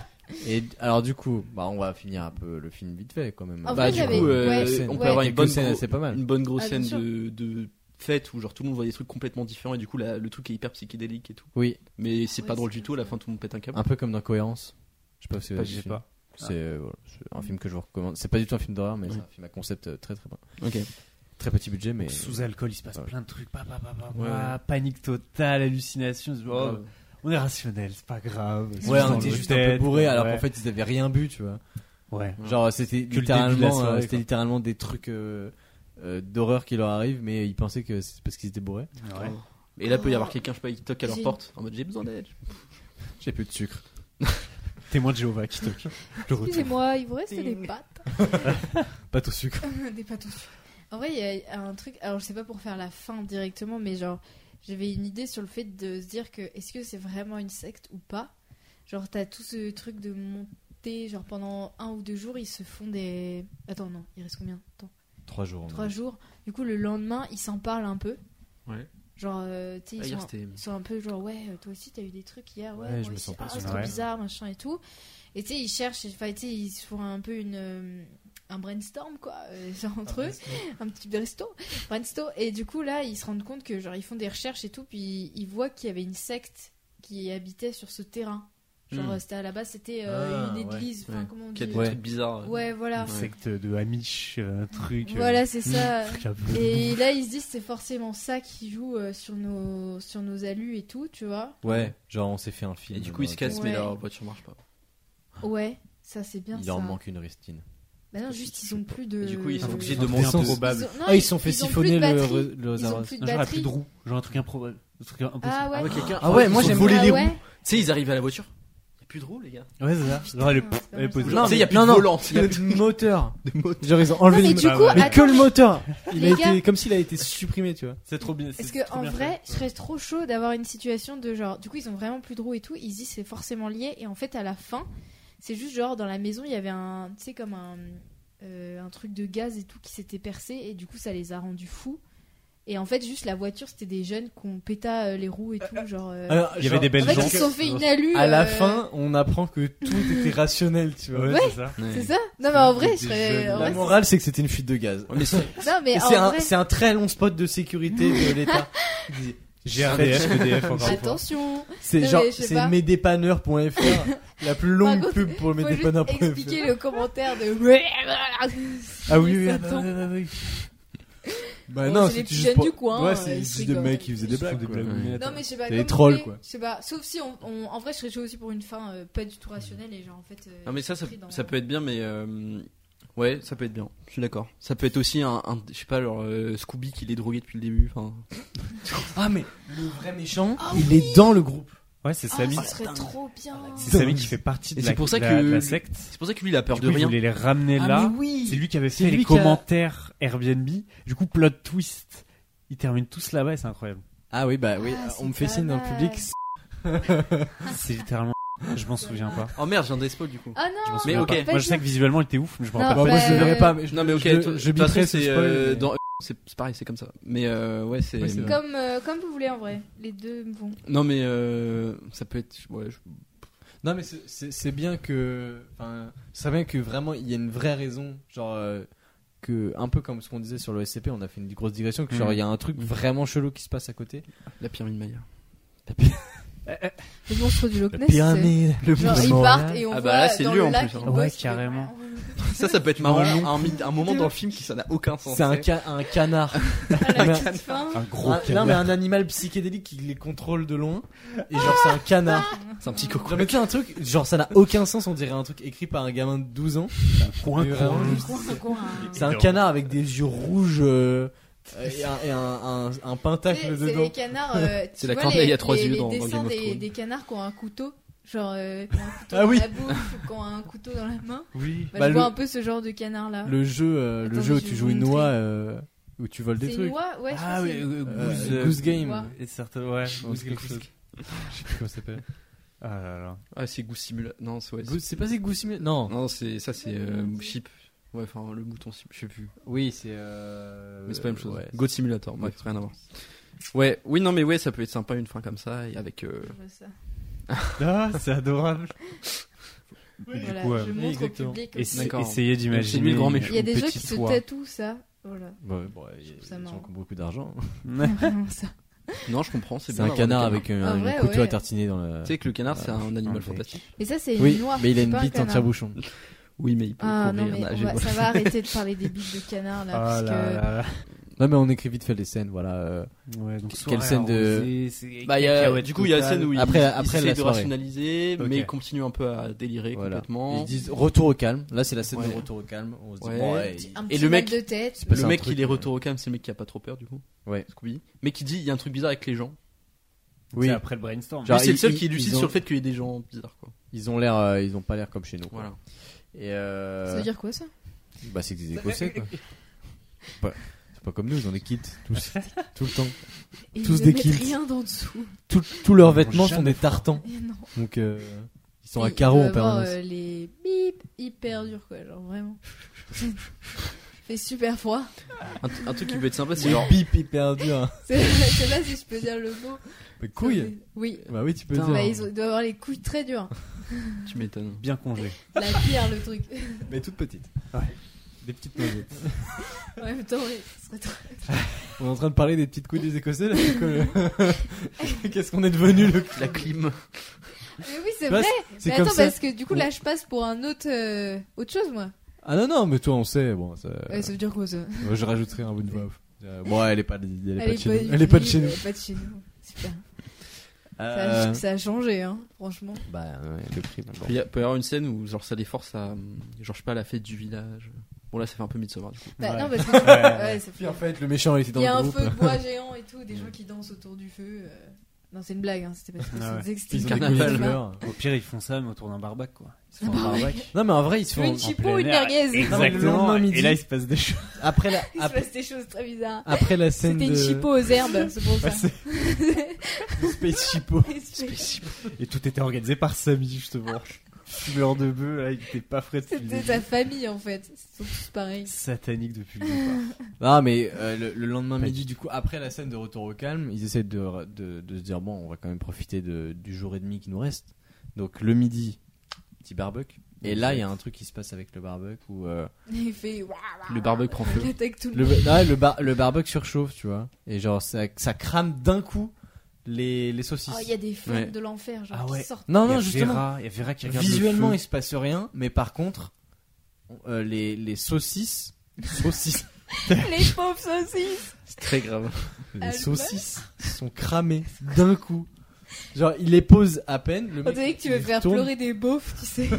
S5: Et alors du coup, bah on va finir un peu le film vite fait quand même.
S6: En
S8: Bah,
S6: vrai,
S8: du
S6: j'avais-
S8: coup, euh,
S6: ouais,
S8: on peut
S6: ouais.
S8: avoir une bonne,
S5: scène
S8: gros-
S5: assez pas mal.
S8: une bonne grosse
S6: Ah, bien
S8: scène
S6: sûr.
S8: de, de fête où genre tout le monde voit des trucs complètement différents et du coup la- le truc est hyper psychédélique et tout.
S5: Oui,
S8: Mais c'est
S6: Ouais,
S8: pas drôle
S6: c'est
S8: du
S6: pas
S8: tout, à la
S6: ça.
S8: fin tout le monde pète un câble.
S5: un peu comme dans Cohérence. Je sais pas si vous
S7: Pas,
S5: avez
S7: je
S5: vu
S7: sais
S5: ce film.
S7: pas.
S5: C'est euh, voilà, c'est un film que je vous recommande. C'est pas du tout un film d'horreur, mais
S8: Oui.
S5: c'est un film à concept euh, très très bon.
S8: Ok.
S5: Très petit budget, mais
S7: Sous alcool, il se passe
S5: Ouais.
S7: plein de trucs. pa, pa, pa, pa,
S8: Ouais,
S7: pa, Panique totale, hallucination. oh,
S8: Grave.
S7: On est rationnel, c'est pas grave. C'est
S5: ouais,
S7: juste dans
S5: on était
S7: nos
S5: juste un
S7: têtes,
S5: peu bourré
S7: quoi,
S5: alors
S7: ouais.
S5: qu'en fait ils avaient rien bu, tu vois.
S7: Ouais.
S5: Genre c'était
S7: début de la
S5: littéralement,
S7: soirée,
S5: euh, c'était
S7: quoi.
S5: littéralement des trucs euh, euh, d'horreur qui leur arrivent, mais ils pensaient que c'est parce qu'ils étaient bourrés.
S7: ouais.
S8: Et là peut y avoir quelqu'un, je sais pas, qui toque à leur
S6: Oh. J'ai-
S8: porte en mode j'ai besoin d'aide.
S5: J'ai plus de sucre.
S7: Témoin de Jéhovah qui toque.
S6: <laughs>
S7: Le retour.
S6: Excusez-moi, il vous reste des pattes.
S5: Pâte au sucre.
S6: <laughs> des pâtes au sucre. En vrai, il y a un truc. Alors, je sais pas pour faire la fin directement, mais genre, j'avais une idée sur le fait de se dire que est-ce que c'est vraiment une secte ou pas Genre, t'as tout ce truc de monter, genre pendant un ou deux jours, ils se font des. Attends, non, il reste combien de temps
S5: Trois jours. on
S6: Trois
S5: a-
S6: jours. Du coup, le lendemain, ils s'en parlent un peu.
S8: Ouais.
S6: Genre, euh, tu sais,
S8: Ah,
S6: ils
S8: hier,
S6: sont-
S8: c'était-
S6: ils sont un peu genre, ouais, euh, toi aussi, t'as eu des trucs hier, ouais,
S7: Ouais,
S6: moi
S7: je me
S6: aussi.
S7: sens pas
S6: Ah, c'est
S7: seul.
S6: trop
S7: Ouais.
S6: bizarre, machin et tout. Et tu sais, ils cherchent, enfin, tu sais, ils se font un peu une, euh, un brainstorm, quoi, euh, <laughs> genre entre eux, un petit brainstorm, brainstorm. Et du coup, là, ils se rendent compte que, genre, ils font des recherches et tout, puis ils voient qu'il y avait une secte qui habitait sur ce terrain. Genre,
S8: Hmm.
S6: euh, c'était à la base, c'était euh,
S5: Ah,
S6: une église, enfin,
S8: ouais.
S6: comment on
S8: Qui a
S6: dit euh,
S8: des
S5: Ouais.
S8: trucs bizarres.
S6: Ouais, voilà.
S7: Une secte de Amish, euh, un truc. euh,
S6: Voilà, c'est ça.
S7: truc un peu-
S6: Et là, ils se disent c'est forcément ça qui joue euh, sur nos sur nos alus et tout, tu vois.
S5: Ouais, genre on s'est fait un film.
S8: Et du coup ils se
S5: euh,
S8: cassent mais
S6: Ouais.
S8: leur voiture marche pas.
S6: Ouais, ça c'est bien
S5: Il
S6: ça.
S5: leur manque une restine.
S6: Bah non, juste ils ont plus de.
S8: Et du coup, ils sont obligés de
S7: Un truc
S8: monter.
S7: improbable.
S6: Ils ont- non,
S5: Ah, ils se sont fait
S6: ont
S5: siphonner
S6: plus de
S5: le,
S6: batterie.
S5: re- le
S6: Ils ont
S5: Zaras.
S6: plus de
S7: Genre, elle a plus
S6: batterie.
S7: de roue. Genre, un truc improbable. Un truc impossible.
S6: Ah ouais.
S8: Ah ouais, quelqu'un.
S5: Ah ouais, moi,
S8: ils ont
S5: j'aime
S8: volé
S5: bien.
S8: les
S6: Ah
S8: roues.
S6: ouais.
S8: Tu sais, ils arrivent à la voiture. Y a plus de roues, les gars.
S7: Ouais, c'est ça. Genre, elle est-
S6: Putain,
S7: elle est
S6: Ah, c'est pas mal,
S7: posée.
S6: ça.
S8: Non, mais y a plus
S5: non,
S8: de
S5: non,
S8: volant.
S5: <laughs> Il y a
S8: <laughs>
S5: plus <laughs> de moteur. Genre ils ont
S6: Non,
S5: enlevé
S6: mais
S5: le
S6: du
S7: bah
S6: coup,
S7: ouais.
S5: mais
S6: attends,
S5: que le moteur. Il a
S6: Les gars.
S5: été comme s'il a été supprimé, tu vois.
S7: C'est trop bien.
S6: Est-ce
S7: c'est trop
S6: que en
S7: bien
S6: vrai,
S7: fait.
S6: je serais trop chaud d'avoir une situation de genre, du coup ils ont vraiment plus de roues et tout, ils se disent c'est forcément lié et en fait à la fin, c'est juste genre dans la maison il y avait un, tu sais comme un, euh, un truc de gaz et tout qui s'était percé et du coup ça les a rendus fous. Et en fait juste la voiture c'était des jeunes qu'on péta euh, les roues et tout genre. euh,
S5: Alors,
S7: Il y
S5: genre,
S7: avait des
S6: en
S7: belles
S6: fait
S7: gens.
S6: ils se sont fait une alu.
S5: À la
S6: euh,
S5: fin, on apprend que tout était rationnel, tu vois.
S7: Ouais, c'est ça.
S6: C'est ça Non mais en vrai
S7: Des
S6: je serais.
S7: jeunes.
S6: en
S5: La
S6: vrai,
S5: morale, c'est que c'était une fuite de gaz.
S8: Ouais,
S6: <laughs>
S8: mais c'est-
S6: c'est- Non mais
S5: Et
S6: en
S5: C'est un,
S6: vrai.
S5: c'est un très long spot de sécurité
S6: <laughs>
S5: de l'État.
S7: GRDF,
S8: E
S7: EDF, encore une fois.
S6: Attention.
S5: C'est
S6: Non,
S5: genre,
S6: mais je sais
S5: c'est
S6: pas.
S5: mesdépanneurs.fr, la plus longue
S6: Par contre,
S5: pub pour
S6: Faut juste
S5: mesdépanneurs.fr.
S6: expliquer le commentaire de.
S5: Ah oui, oui,
S6: Ça
S5: ah bah,
S6: tend.
S5: ouais, ouais, ouais. Bah
S6: Bon,
S5: non,
S6: c'est les
S5: c'était
S6: petits
S5: juste
S6: jeunes
S5: pour-
S6: du coin,
S5: Ouais,
S6: euh,
S5: c'est
S6: ils
S5: juste des
S6: rigolent.
S5: mecs qui faisaient des
S7: Ils font
S5: blagues.
S7: des
S5: quoi.
S7: blagues.
S6: Non mais je sais pas.
S5: T'as
S6: comme
S5: des trolls,
S6: vous voulez,
S5: quoi.
S6: Je sais pas. Sauf si on, on- en vrai je serais chaud aussi pour une fin euh, pas du tout rationnelle et genre en fait. euh,
S8: Non mais ça, ça,
S6: pris dans-
S8: ça peut être bien, mais euh, ouais, ça peut être bien. Je suis d'accord. Ça peut être aussi un, un- je sais pas, genre euh, Scooby qui les drogué depuis le début. Enfin,
S5: Ah, mais le vrai méchant,
S6: Ah
S5: il est dans le groupe.
S7: Ouais, c'est
S6: Ah,
S7: Samy.
S6: ça serait trop bien.
S7: C'est Samy qui fait partie
S8: Et
S7: de
S8: c'est
S7: la
S8: pour ça
S7: de la-
S8: que-
S7: de la secte.
S8: c'est pour ça que lui, il a
S7: Du
S8: peur de
S7: coup, il
S8: rien.
S7: voulait les ramener là. C'est
S5: Ah, oui.
S7: lui qui avait
S5: C'est
S7: fait
S5: lui
S7: les
S5: qui a-
S7: commentaires Airbnb. Du coup, plot twist. Ils terminent tous là-bas et c'est incroyable.
S5: Ah oui, bah oui,
S6: Ah,
S5: on me
S6: c'est
S5: fait
S6: pas
S5: signe dans le
S6: mal.
S5: public.
S6: <laughs>
S7: C'est littéralement. <laughs> Je m'en souviens pas.
S8: Oh merde, j'ai un des spoils du coup.
S6: Ah
S7: Je m'en
S6: non.
S7: souviens
S8: Mais ok.
S7: pas. Moi, je sais que visuellement, il était ouf, mais je me
S6: Non,
S7: rappelle
S5: Bah,
S7: pas.
S5: moi, je
S6: Euh,
S5: le verrai pas, mais je,
S8: non mais ok,
S5: je-
S8: toi-
S5: je
S8: de toute façon,
S5: biterai ce
S8: c'est
S5: spoil,
S8: euh,
S5: mais-
S8: dans- c'est c'est pareil, c'est comme ça. Mais euh, ouais, c'est.
S5: Ouais, c'est vrai.
S6: Comme euh, comme vous voulez en vrai. Les deux vont.
S8: non mais euh, ça peut être. Ouais, je-
S5: Non, mais c'est- c'est c'est bien que. Enfin, c'est bien que vraiment, il y a une vraie raison. Genre, euh, que, un peu comme ce qu'on disait sur le SCP, on a fait une grosse digression, que genre,
S7: Mhm.
S5: il y a un truc vraiment chelou qui se passe à côté.
S8: la pyramide Maya.
S6: Le monstre du Loch Ness.
S5: le
S6: Genre ils partent et on
S8: Ah bah
S6: voit
S8: là, c'est
S6: dans
S8: lui,
S6: le
S8: en
S6: lac
S8: plus, hein.
S6: une euh,
S7: Ouais,
S6: bosse qui fait- <laughs>
S7: carrément.
S8: <laughs> ça, ça peut être marrant.
S5: Voilà.
S8: Un, mythe- un moment dans le film qui ça n'a aucun sens.
S5: C'est un,
S8: tu sais.
S5: ca- un canard.
S6: Ah, la
S5: Mais-
S6: petite fin.
S7: Un gros
S5: Un- ah, non, mais un animal psychédélique qui les contrôle de loin. Et genre,
S6: <laughs>
S5: c'est un canard.
S8: C'est un petit coco.
S5: Non, mais tu sais, un truc, genre, ça n'a aucun sens. On dirait un truc écrit par un gamin de 12 ans.
S7: coin,
S5: Mais
S7: coin.
S5: vraiment,
S6: Un coin, un coin.
S5: C'est un
S7: Non.
S5: canard avec des yeux rouges euh, et un, et un- un- un
S6: Tu sais,
S5: pentacle
S6: C'est
S5: dedans.
S6: les canards. euh, tu
S8: C'est la
S6: vois
S8: corneille
S6: les-
S8: à trois
S6: les-
S8: yeux
S6: les
S8: dans- dans
S6: dessins
S8: Game of
S6: des-
S8: Thrones.
S6: des canards qui ont un couteau. Genre, euh, qui a un couteau
S13: Ah
S6: dans
S13: oui.
S6: la bouche ou qui a un couteau dans la main.
S5: Oui.
S6: Bah,
S5: Bah,
S6: je vois un
S5: le,
S6: peu ce genre de canard là.
S5: le jeu, euh, le
S6: Attends,
S5: jeu où
S6: je
S5: tu
S6: vais
S5: joues
S6: vous
S5: une
S6: montrer.
S5: noix, euh, où tu voles des
S6: C'est une
S5: trucs.
S6: oie Ouais, je crois
S7: Ah
S6: que
S7: oui,
S6: c'est une-
S7: euh,
S5: Euh,
S7: Goose,
S5: Goose Game.
S6: Oie.
S7: Et certains, ouais,
S5: Goose
S7: c'est
S5: quelque
S7: quelque chose.
S5: chose. Je sais plus comment ça s'appelle.
S7: Ah là là.
S8: Ah, c'est Goose Simula. Non, c'est ouais,
S5: Goose- C'est pas c'est Goose Simulator Non.
S8: Non, c'est ça, c'est euh, Sheep. Ouais, enfin, le mouton, Sheep, je sais plus.
S5: Oui, c'est. euh,
S8: Mais c'est pas la même chose.
S5: ouais.
S8: Goat Simulator, bref, rien à voir. Ouais, oui, non, mais ouais, ça peut être sympa une fin comme ça, et avec. euh,
S6: Je vois ça.
S7: Ah, c'est adorable.
S6: Voilà,
S7: coup, euh,
S6: je montre
S5: exactement.
S6: au public.
S7: Et
S6: aussi.
S7: c'est-
S8: D'accord.
S7: essayez d'imaginer.
S8: C'est lui le grand
S6: Il y a
S8: méchant.
S6: des
S7: une
S6: gens qui
S7: petite
S6: se
S7: oie.
S6: tatouent ça. Voilà, <laughs>
S5: Bah, bon, il y a
S6: trouve ça
S5: des gens
S6: marrant.
S5: qui ont beaucoup d'argent.
S6: vraiment ça.
S8: Non, je comprends, c'est
S5: C'est
S8: bien
S5: un
S8: d'avoir
S5: canard
S8: des
S5: avec Ah, un,
S6: Ah,
S5: un
S6: vrai,
S5: couteau
S6: ouais.
S5: à tartiner dans le.
S8: canards. Tu sais que le canard, c'est un animal
S7: mec.
S8: fantastique.
S6: Mais ça, c'est une
S5: Oui,
S6: noire.
S5: mais il a
S6: c'est
S5: une
S6: pas
S5: bite en
S6: canard.
S5: tire-bouchon.
S8: Oui, mais il peut
S6: Ah non,
S8: courir,
S6: mais on
S8: nager,
S6: va-
S8: voilà.
S6: ça va arrêter de parler des bites de canard là. parce
S7: <laughs> Ah là
S6: que...
S7: là là.
S5: Non, mais on écrit vite fait les scènes, voilà. euh,
S7: Ouais, donc
S5: Quelle scène de-
S8: Bah, il y a- du coup, il y a la scène où il,
S5: Après-
S8: il
S5: après
S8: essaie
S5: la
S8: de
S5: soirée.
S8: rationaliser,
S5: Ok.
S8: mais il continue un peu à délirer
S5: Voilà.
S8: complètement.
S5: Ils disent retour au calme. Là, c'est la scène
S8: Ouais.
S5: de retour au calme. On se dit,
S8: Ouais.
S5: bon, ouais, il-
S6: Un
S8: Et
S6: petit
S8: le
S6: mal
S8: mec-
S6: de tête.
S5: Bah, c'est
S8: Le
S5: un
S8: mec,
S5: truc,
S8: il est
S5: euh,
S8: retour au calme, c'est le mec qui a pas trop peur, du coup.
S5: Ouais.
S8: Scooby. Mais qui dit, il y a un truc bizarre avec les gens.
S5: Oui,
S7: après le brainstorm.
S5: Genre,
S8: Lui, c'est le
S5: ils-
S8: seul
S5: ils-
S8: qui est lucide
S5: ils ont-
S8: sur le fait qu'il y ait des gens bizarres, quoi.
S5: ils ont l'air, euh, ils ont pas l'air comme chez nous. quoi.
S8: Voilà.
S5: Et
S6: Ça
S5: euh,
S6: veut dire quoi ça
S5: bah, c'est que des Écossais, quoi. C'est pas- C'est pas comme nous, ils ont des kits tous, tout le temps.
S6: Et
S5: Tous
S6: ils ne
S5: des
S6: mettent
S5: kilts.
S6: rien d'en dessous.
S5: Tout- Tous leurs
S7: Ils ont
S5: vêtements sont
S7: jamais
S5: des tartans,
S6: <laughs> Et non.
S5: donc euh, ils sont
S6: Et
S5: à
S6: il
S5: carreaux
S6: doit
S5: en
S6: avoir,
S5: permanence.
S6: euh, les bip hyper durs quoi, genre vraiment. <laughs> fait super <laughs> froid.
S8: Un, t- un truc qui peut être sympa, c'est genre.
S5: Bip hyper dur. <laughs> hein.
S6: C'est c'est là si je peux dire le mot.
S5: Bah, couille.
S6: Oui.
S5: Bah oui, tu peux
S8: Putain.
S5: dire.
S6: Bah, ils ont- ils doivent avoir les couilles très dures.
S8: Tu m'étonnes.
S7: Bien congelé.
S6: La pierre, le <laughs> truc.
S5: Mais toute petite.
S7: Des petites noisettes.
S6: En même temps, ouais, ce serait trop-
S5: On est en train de parler des petites couilles des Écossais là. c'est quoi, le- <laughs> Qu'est-ce qu'on est devenu le
S8: La clim.
S6: Mais oui, c'est
S5: Bah,
S6: vrai.
S5: C'est
S6: Mais
S5: comme
S6: attends,
S5: ça.
S6: parce que du coup, là, je passe pour un autre, euh, autre chose, moi.
S5: Ah non non, mais toi on sait. Bon, ça-
S6: Ouais, ça veut dire quoi, ça
S5: Moi, je rajouterai un bout de voix off. Euh, Bon, elle est pas, elle est pas de
S6: est
S5: chez
S6: pas-
S5: nous. Elle est pas de chez nous.
S6: Elle est pas de chez nous. Super. Ça,
S5: Euh,
S6: a, ça a changé, hein, franchement.
S5: Bah ouais, le prix. bon.
S8: Il y a- peut y avoir une scène où genre ça les force à hum, genre je sais pas à la fête du village. Bon là ça fait un peu Midsommar du coup.
S6: Bah,
S7: Ouais. <laughs>
S6: Non, parce que.
S7: Ouais.
S6: ouais, ça fait-
S5: Puis en fait, le méchant il était
S6: Il
S5: dans
S6: y a
S5: le
S6: un
S5: groupe.
S6: feu de bois géant et tout, des gens qui dansent autour du feu. euh. Non, c'est une blague, hein, c'était parce que
S7: Ah ouais.
S6: c'est des
S5: Ils ont
S8: Carnaval.
S5: des couilles de
S8: Carnaval.
S5: fleurs.
S7: Au pire, ils font ça, mais autour d'un barbac, quoi. Ils
S6: Un
S7: se font
S8: Ah bah
S7: un
S6: barbac.
S7: barbac.
S5: Non mais en vrai, ils se font
S6: Une
S7: en
S6: chip
S7: plein
S6: ou une
S7: air.
S6: merguez
S5: Le lendemain
S7: Exactement.
S5: midi.
S7: Et là, il se passe des choses.
S5: après la
S6: <laughs> Il se
S5: après,
S6: passe des choses très bizarres.
S5: après la scène
S6: C'était
S5: de <laughs>
S6: une chipot aux herbes, c'est pour ça.
S7: <laughs> Ouais,
S6: <laughs>
S7: Space Chipo. Et tout était organisé par Samy, justement. Fumeur de bœuf, là, il était pas frais depuis le
S6: C'était
S7: début.
S6: ta famille, en fait. Ils sont tous pareils.
S7: Satanique depuis le départ.
S5: Ah mais euh, le, le lendemain
S7: Pas
S5: midi du coup après la scène de retour au calme, ils essaient de, de, de se dire bon on va quand même profiter de- du jour et demi qui nous reste. Donc le midi petit barbecue. Et là il y a un truc qui se passe avec le barbecue où euh,
S6: Il fait. ouah, ouah,
S8: Le barbecue prend feu.
S6: Il attaque tout le
S5: le
S6: monde.
S5: ouais, le, bar- le barbecue surchauffe tu vois et genre ça, ça crame d'un coup les, les saucisses.
S6: Oh, il y a des flammes
S8: Ouais.
S6: de l'enfer, genre,
S7: Ah ouais.
S6: qui
S8: <laughs>
S6: sortent.
S5: Non
S7: Il y a
S5: non justement
S7: Vera, il y a Vera qui regarde le
S5: Visuellement,
S7: feu.
S5: il se passe rien, mais par contre, euh, les, les
S6: <laughs>
S5: saucisses. Saucisses.
S6: Les pauvres saucisses
S8: C'est très grave.
S5: les
S6: Ah,
S5: saucisses sont cramées d'un coup. Genre, il les pose à peine. Le
S6: On
S5: mec,
S6: dirait que tu
S5: il
S6: veux faire
S5: retourne,
S6: pleurer des beaufs, tu
S8: <laughs>
S6: sais.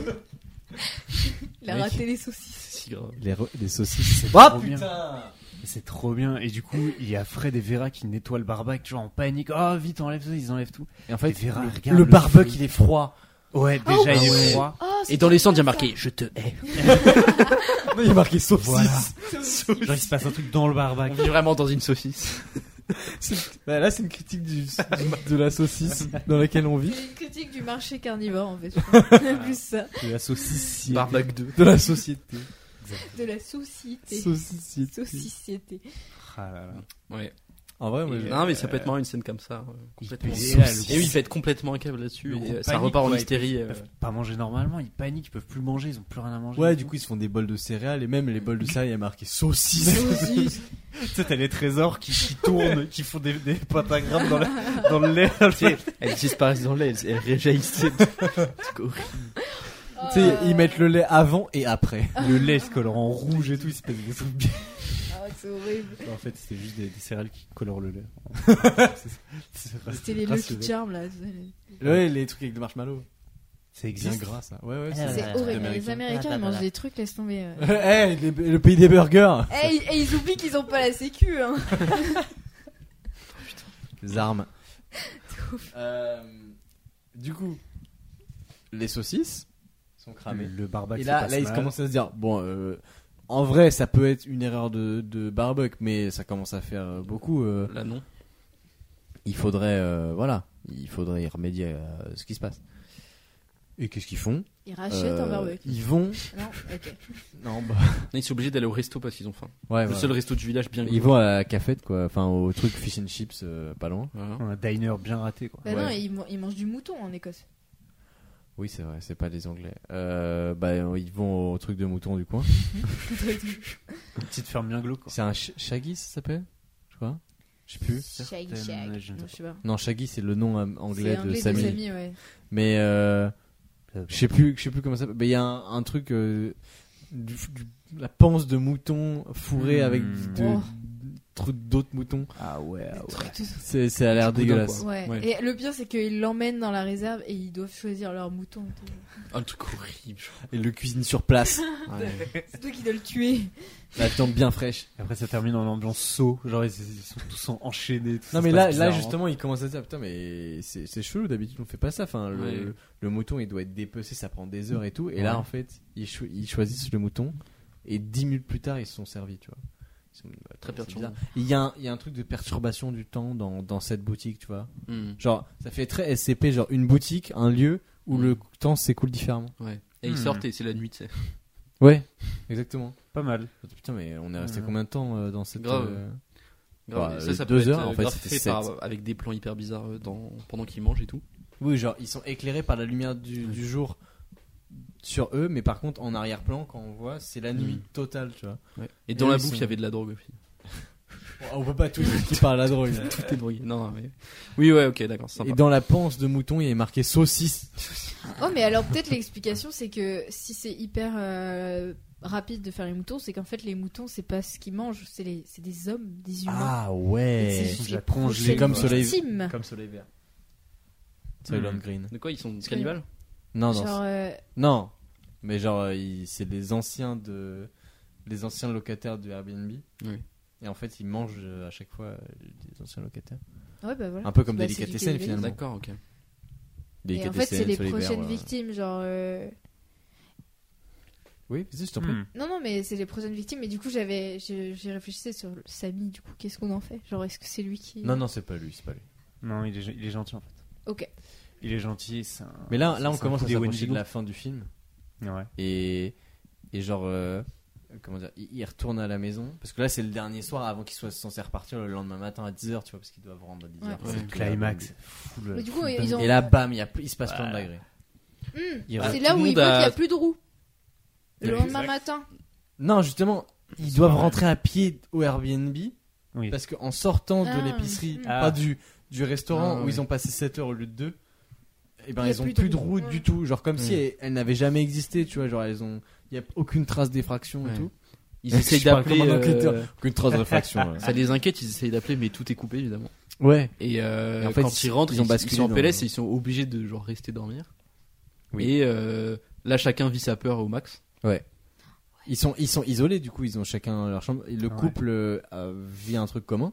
S6: Il a
S5: Mec.
S6: raté les saucisses.
S8: C'est si grave.
S5: Les, re- les saucisses.
S7: C'est
S5: Ah
S7: trop bien.
S5: putain
S7: Oh, C'est trop bien. Et du coup, il y a Fred et Vera qui nettoient le barbac, tu vois, en panique. Oh, vite, enlève ça, ils enlèvent tout.
S5: Et en fait,
S7: Et Vera,
S5: le,
S7: regarde
S5: le
S7: le
S5: barbecue,
S7: feu.
S5: il est froid.
S7: Ouais,
S8: Ah
S7: déjà,
S6: Oh,
S7: il est
S5: ouais.
S7: froid.
S6: Oh, c'est
S8: Et dans les cendres il y a
S6: trop bien,
S8: marqué je te hais.
S5: Non, il est marqué saucisses.
S7: Voilà. Genre, il se passe un truc dans le barbac.
S8: On vit vraiment dans une saucisse.
S5: Bah, là, c'est une critique du- du- de la saucisse dans laquelle on
S7: <laughs>
S5: vit.
S6: ça. C'est une critique du marché carnivore, en fait. je crois. C'est plus ça.
S5: De la saucisse.
S8: Barbac 2.
S5: De la société.
S6: De la société.
S5: Saucisse.
S6: Saucissité.
S7: Ah là là.
S8: Ouais.
S5: En vrai, moi,
S8: Et-
S5: je-
S8: non mais ça peut être marrant une scène comme ça. euh, complètement.
S7: pète
S8: Et
S7: là, le
S8: oui
S7: gros-
S8: il peut être complètement incapable là-dessus.
S7: Le
S8: et,
S7: gros
S8: euh, Ça
S7: panique,
S8: repart en
S7: ouais,
S8: hystérie.
S7: Ils
S8: euh,
S7: peuvent pas manger normalement, ils paniquent, ils peuvent plus manger, ils ont plus rien à manger.
S5: Ouais, du coup, ils se font des bols de céréales et même les bols de céréales, il y a marqué
S8: <laughs>
S5: saucisse. <laughs>
S6: Saucisse.
S7: tu sais, t'as les trésors qui, qui tournent, qui font des, des pentagrammes dans, la-
S8: <laughs>
S7: dans le lait.
S8: Elles disparaissent dans l'aile, elles réjaillissent.
S6: Oh.
S5: Tu sais, ils mettent le lait avant et après.
S7: <laughs> le lait se colore en rouge et tout, il se passe des trucs bien.
S6: Ah, c'est horrible.
S7: En fait, c'était juste des, des céréales qui colorent le lait.
S5: <laughs> Ah,
S6: C'était les Lucky Charms, là. c'est-
S5: Ouais, les trucs avec le marshmallow.
S7: C'est
S5: Bien
S7: exact.
S5: gras, ça. Ouais, ouais,
S6: C'est
S5: un truc
S6: horrible. Les
S5: d'Américain.
S6: Américains, ils mangent des trucs, laisse tomber. euh.
S5: <laughs> Eh, hey, les- le pays des burgers.
S6: Eh, ils- eh, ils oublient qu'ils ont pas la sécu, hein.
S5: Les armes.
S6: C'est <laughs> ouf.
S5: Euh, du coup, les saucisses
S14: Ils sont cramés.
S5: Mmh.
S7: Le barbac,
S5: Ah, et
S7: c'est
S5: là,
S7: pas
S5: là
S7: si
S5: ils
S7: mal.
S5: commencent à se dire bon, euh, en vrai, ça peut être une erreur de, de Barbuck, mais ça commence à faire euh, beaucoup. euh,
S8: Là, non.
S5: il faudrait, euh, voilà, il faudrait y remédier à ce qui se passe. Et qu'est-ce qu'ils font
S6: Ils rachètent un
S5: Euh,
S6: barbecue.
S5: Ils vont.
S6: Non, ok.
S5: Non, bah,
S8: Là, ils sont obligés d'aller au resto parce qu'ils ont faim.
S5: <laughs> ouais,
S8: le
S5: voilà.
S8: seul resto du village bien
S5: Ils vont à la cafette, quoi. Enfin, au truc fish and chips, euh, pas loin.
S8: Voilà.
S7: Un diner bien raté, quoi.
S6: Bah non,
S5: Ouais.
S6: ils, man- ils mangent du mouton en Écosse.
S5: Oui, c'est vrai, c'est pas des Anglais. Euh, bah, ils vont au truc de mouton du coin.
S7: Une petite ferme bien glauque, quoi.
S5: C'est un ch- shaggy, ça s'appelle Je crois. Je sais plus.
S6: Shag,
S7: Certaines-
S6: shag.
S7: je ne sais
S6: Non, je sais pas.
S5: Non, shaggy, c'est le nom am- anglais,
S6: C'est anglais
S5: de Samy.
S6: Samy, ouais.
S5: Mais euh,
S7: Ça dépend.
S5: je sais plus, je sais plus comment ça. s'appelle. Mais il y a un, un truc, euh, du, du- la panse de mouton fourrée avec
S7: Mmh.
S5: de-
S6: Oh.
S5: trou- d'autres moutons.
S7: Ah ouais, ah ouais.
S5: C'est, ça a l'air
S8: Boudin,
S5: dégueulasse.
S8: quoi.
S6: Ouais.
S8: Ouais.
S6: Et le pire, c'est qu'ils l'emmènent dans la réserve et ils doivent choisir leur mouton.
S8: Ah, le truc horrible.
S5: Et le cuisine sur place,
S6: C'est toi qui dois le tuer.
S5: la viande bien fraîche.
S7: Après, ça termine en ambiance saut. Genre, ils, ils sont tous en- enchaînés. tout
S5: Non
S7: ça
S5: mais
S7: se
S5: là,
S7: passe
S5: là
S7: bizarrement.
S5: justement, il commence à se dire putain mais c'est, c'est chelou d'habitude on fait pas ça. Enfin, le,
S8: Ouais.
S5: le mouton il doit être dépecé, ça prend des heures et tout. Et là
S7: Ouais.
S5: en fait, ils, cho- ils choisissent le mouton et 10 minutes plus tard ils se sont servis, tu vois. Ils sont- bah,
S8: Très
S5: c'est
S8: perturbant.
S5: bizarre. Il y, a un, il y a un truc de perturbation du temps dans, dans cette boutique, tu vois.
S8: Hmm.
S5: Genre, ça fait très SCP, genre une boutique, un lieu
S8: Mm.
S5: où le temps s'écoule différemment.
S8: Ouais. Et ils
S7: Hmm.
S8: sortent et c'est la nuit, tu sais.
S5: Ouais, exactement.
S7: Pas mal.
S5: Putain, mais on est resté
S7: Ouais.
S5: combien de temps euh, dans cette.
S8: Mm. Grave.
S5: euh,
S8: Grave,
S5: Bah,
S8: et
S5: euh,
S8: ça, ça
S5: deux
S8: peut
S5: heures,
S8: être,
S5: en
S8: euh,
S5: fait,
S8: grave
S5: c'était
S8: fait
S5: sept.
S8: par- avec des plans hyper bizarres euh, dans, pendant qu'ils mangent et tout.
S5: Oui, genre, ils sont éclairés par la lumière du, du jour sur eux, mais par contre, en arrière-plan, quand on voit, c'est la nuit totale, tu vois.
S8: Et dans
S5: Et
S8: la
S5: ils
S8: bouffe, il
S5: sont-
S8: y avait de la
S5: <laughs>
S8: drogue aussi.
S5: On peut pas tout dire qui parle la drogue.
S8: Tout est drogué. Non, non, mais... Oui, ouais, ok, d'accord, c'est
S5: Et
S8: sympa.
S5: dans la panse de mouton, il y a marqué saucisse.
S6: Oh, mais alors peut-être l'explication, c'est que si c'est hyper euh, rapide de faire les moutons, c'est qu'en fait les moutons, c'est pas ce qu'ils mangent, c'est les, c'est des hommes, des
S5: Ah,
S6: humains.
S5: ouais.
S7: ils sont
S6: juste
S7: déjà
S6: les
S7: congelés,
S6: prochaines
S5: comme Soleil-
S6: victimes.
S5: Comme soleil vert. Soylent Green.
S8: De quoi ils sont cannibales
S5: Non, non.
S6: Genre, euh,
S5: Non, mais genre, euh, il- c'est les anciens de, les anciens locataires du Airbnb.
S8: Oui.
S5: Et en fait, ils mangent euh, à chaque fois euh, les anciens locataires.
S6: ouais, bah voilà.
S5: Un peu comme
S6: Bah, c'est du
S5: Délicatessen,
S6: cannibalisme.
S5: finalement.
S8: D'accord, ok.
S6: Et en fait, c'est les prochaines victimes, genre. euh,
S5: Oui, vas-y, je t'en prie.
S7: Hmm.
S6: Non, non, mais c'est les prochaines victimes. Mais du coup, j'avais, j'ai j'ai réfléchi sur le- Samy. Du coup, qu'est-ce qu'on en fait Genre, est-ce que c'est lui qui
S5: Non, non, c'est pas lui, c'est pas lui.
S7: Non, il est, il est gentil en fait.
S6: Ok.
S7: Il est gentil. c'est un-
S5: Mais là, là, on
S7: Ah, c'est un
S5: commence à
S7: peu des
S5: s'approcher de
S7: Wendigo.
S5: la fin du film.
S7: Ouais.
S5: Et, et genre, euh, comment dire, il il retourne à la maison. Parce que là, c'est le dernier soir avant qu'il soit censé repartir le lendemain matin à 10h, tu vois, parce qu'ils doivent rendre à 10h.
S6: Ouais.
S8: Ouais.
S7: Le climax. fou, le-
S6: Mais du coup,
S7: fou,
S6: ils ont.
S5: Et là, bam, il, y a, il se passe plein de
S7: Ouais.
S5: degrés.
S6: Hmm,
S5: Il
S8: Ah,
S6: c'est
S8: tout
S6: là
S8: le
S6: où ils
S8: monde
S6: voient
S8: a-
S6: qu'il n'y a plus de roues. Le
S7: Exact.
S6: lendemain matin.
S5: Non, justement, ils
S7: C'est
S5: doivent
S7: pas mal.
S5: rentrer à pied au Airbnb
S7: Oui.
S5: parce qu'en sortant
S6: Ah,
S5: de l'épicerie,
S6: mm.
S5: pas du, du restaurant
S8: Ah,
S5: où
S8: oui.
S5: ils ont passé 7 heures au lieu de 2, et ben
S6: Il y a
S5: ils ont
S6: plus
S5: plus,
S6: de
S5: de
S6: route.
S5: route du tout. Genre comme si elles, elles n'avaient jamais existé, tu vois. Genre elles ont. Il n'y a aucune trace d'effraction et
S8: Ouais.
S5: tout.
S8: Ils
S5: Je
S8: essayent
S5: parle
S8: d'appeler.
S5: comme un
S8: euh,
S5: enquêteur. Aucune trace d'effraction. ouais.
S8: <laughs> Ça les inquiète, ils essayent d'appeler, mais tout est coupé évidemment.
S5: ouais.
S8: Et, euh,
S5: Et en fait,
S8: quand
S5: ils-
S8: ils rentrent,
S5: ils
S8: ils,
S5: ont
S8: ils
S5: basculé
S8: sont en
S5: dans-
S8: PLS et ils sont obligés de genre rester dormir.
S5: Oui.
S8: Et euh, là, chacun vit sa peur au max.
S5: Ils sont, ils sont isolés du coup, ils ont chacun leur chambre. Et le
S7: Ouais.
S5: couple euh, euh, vit un truc commun,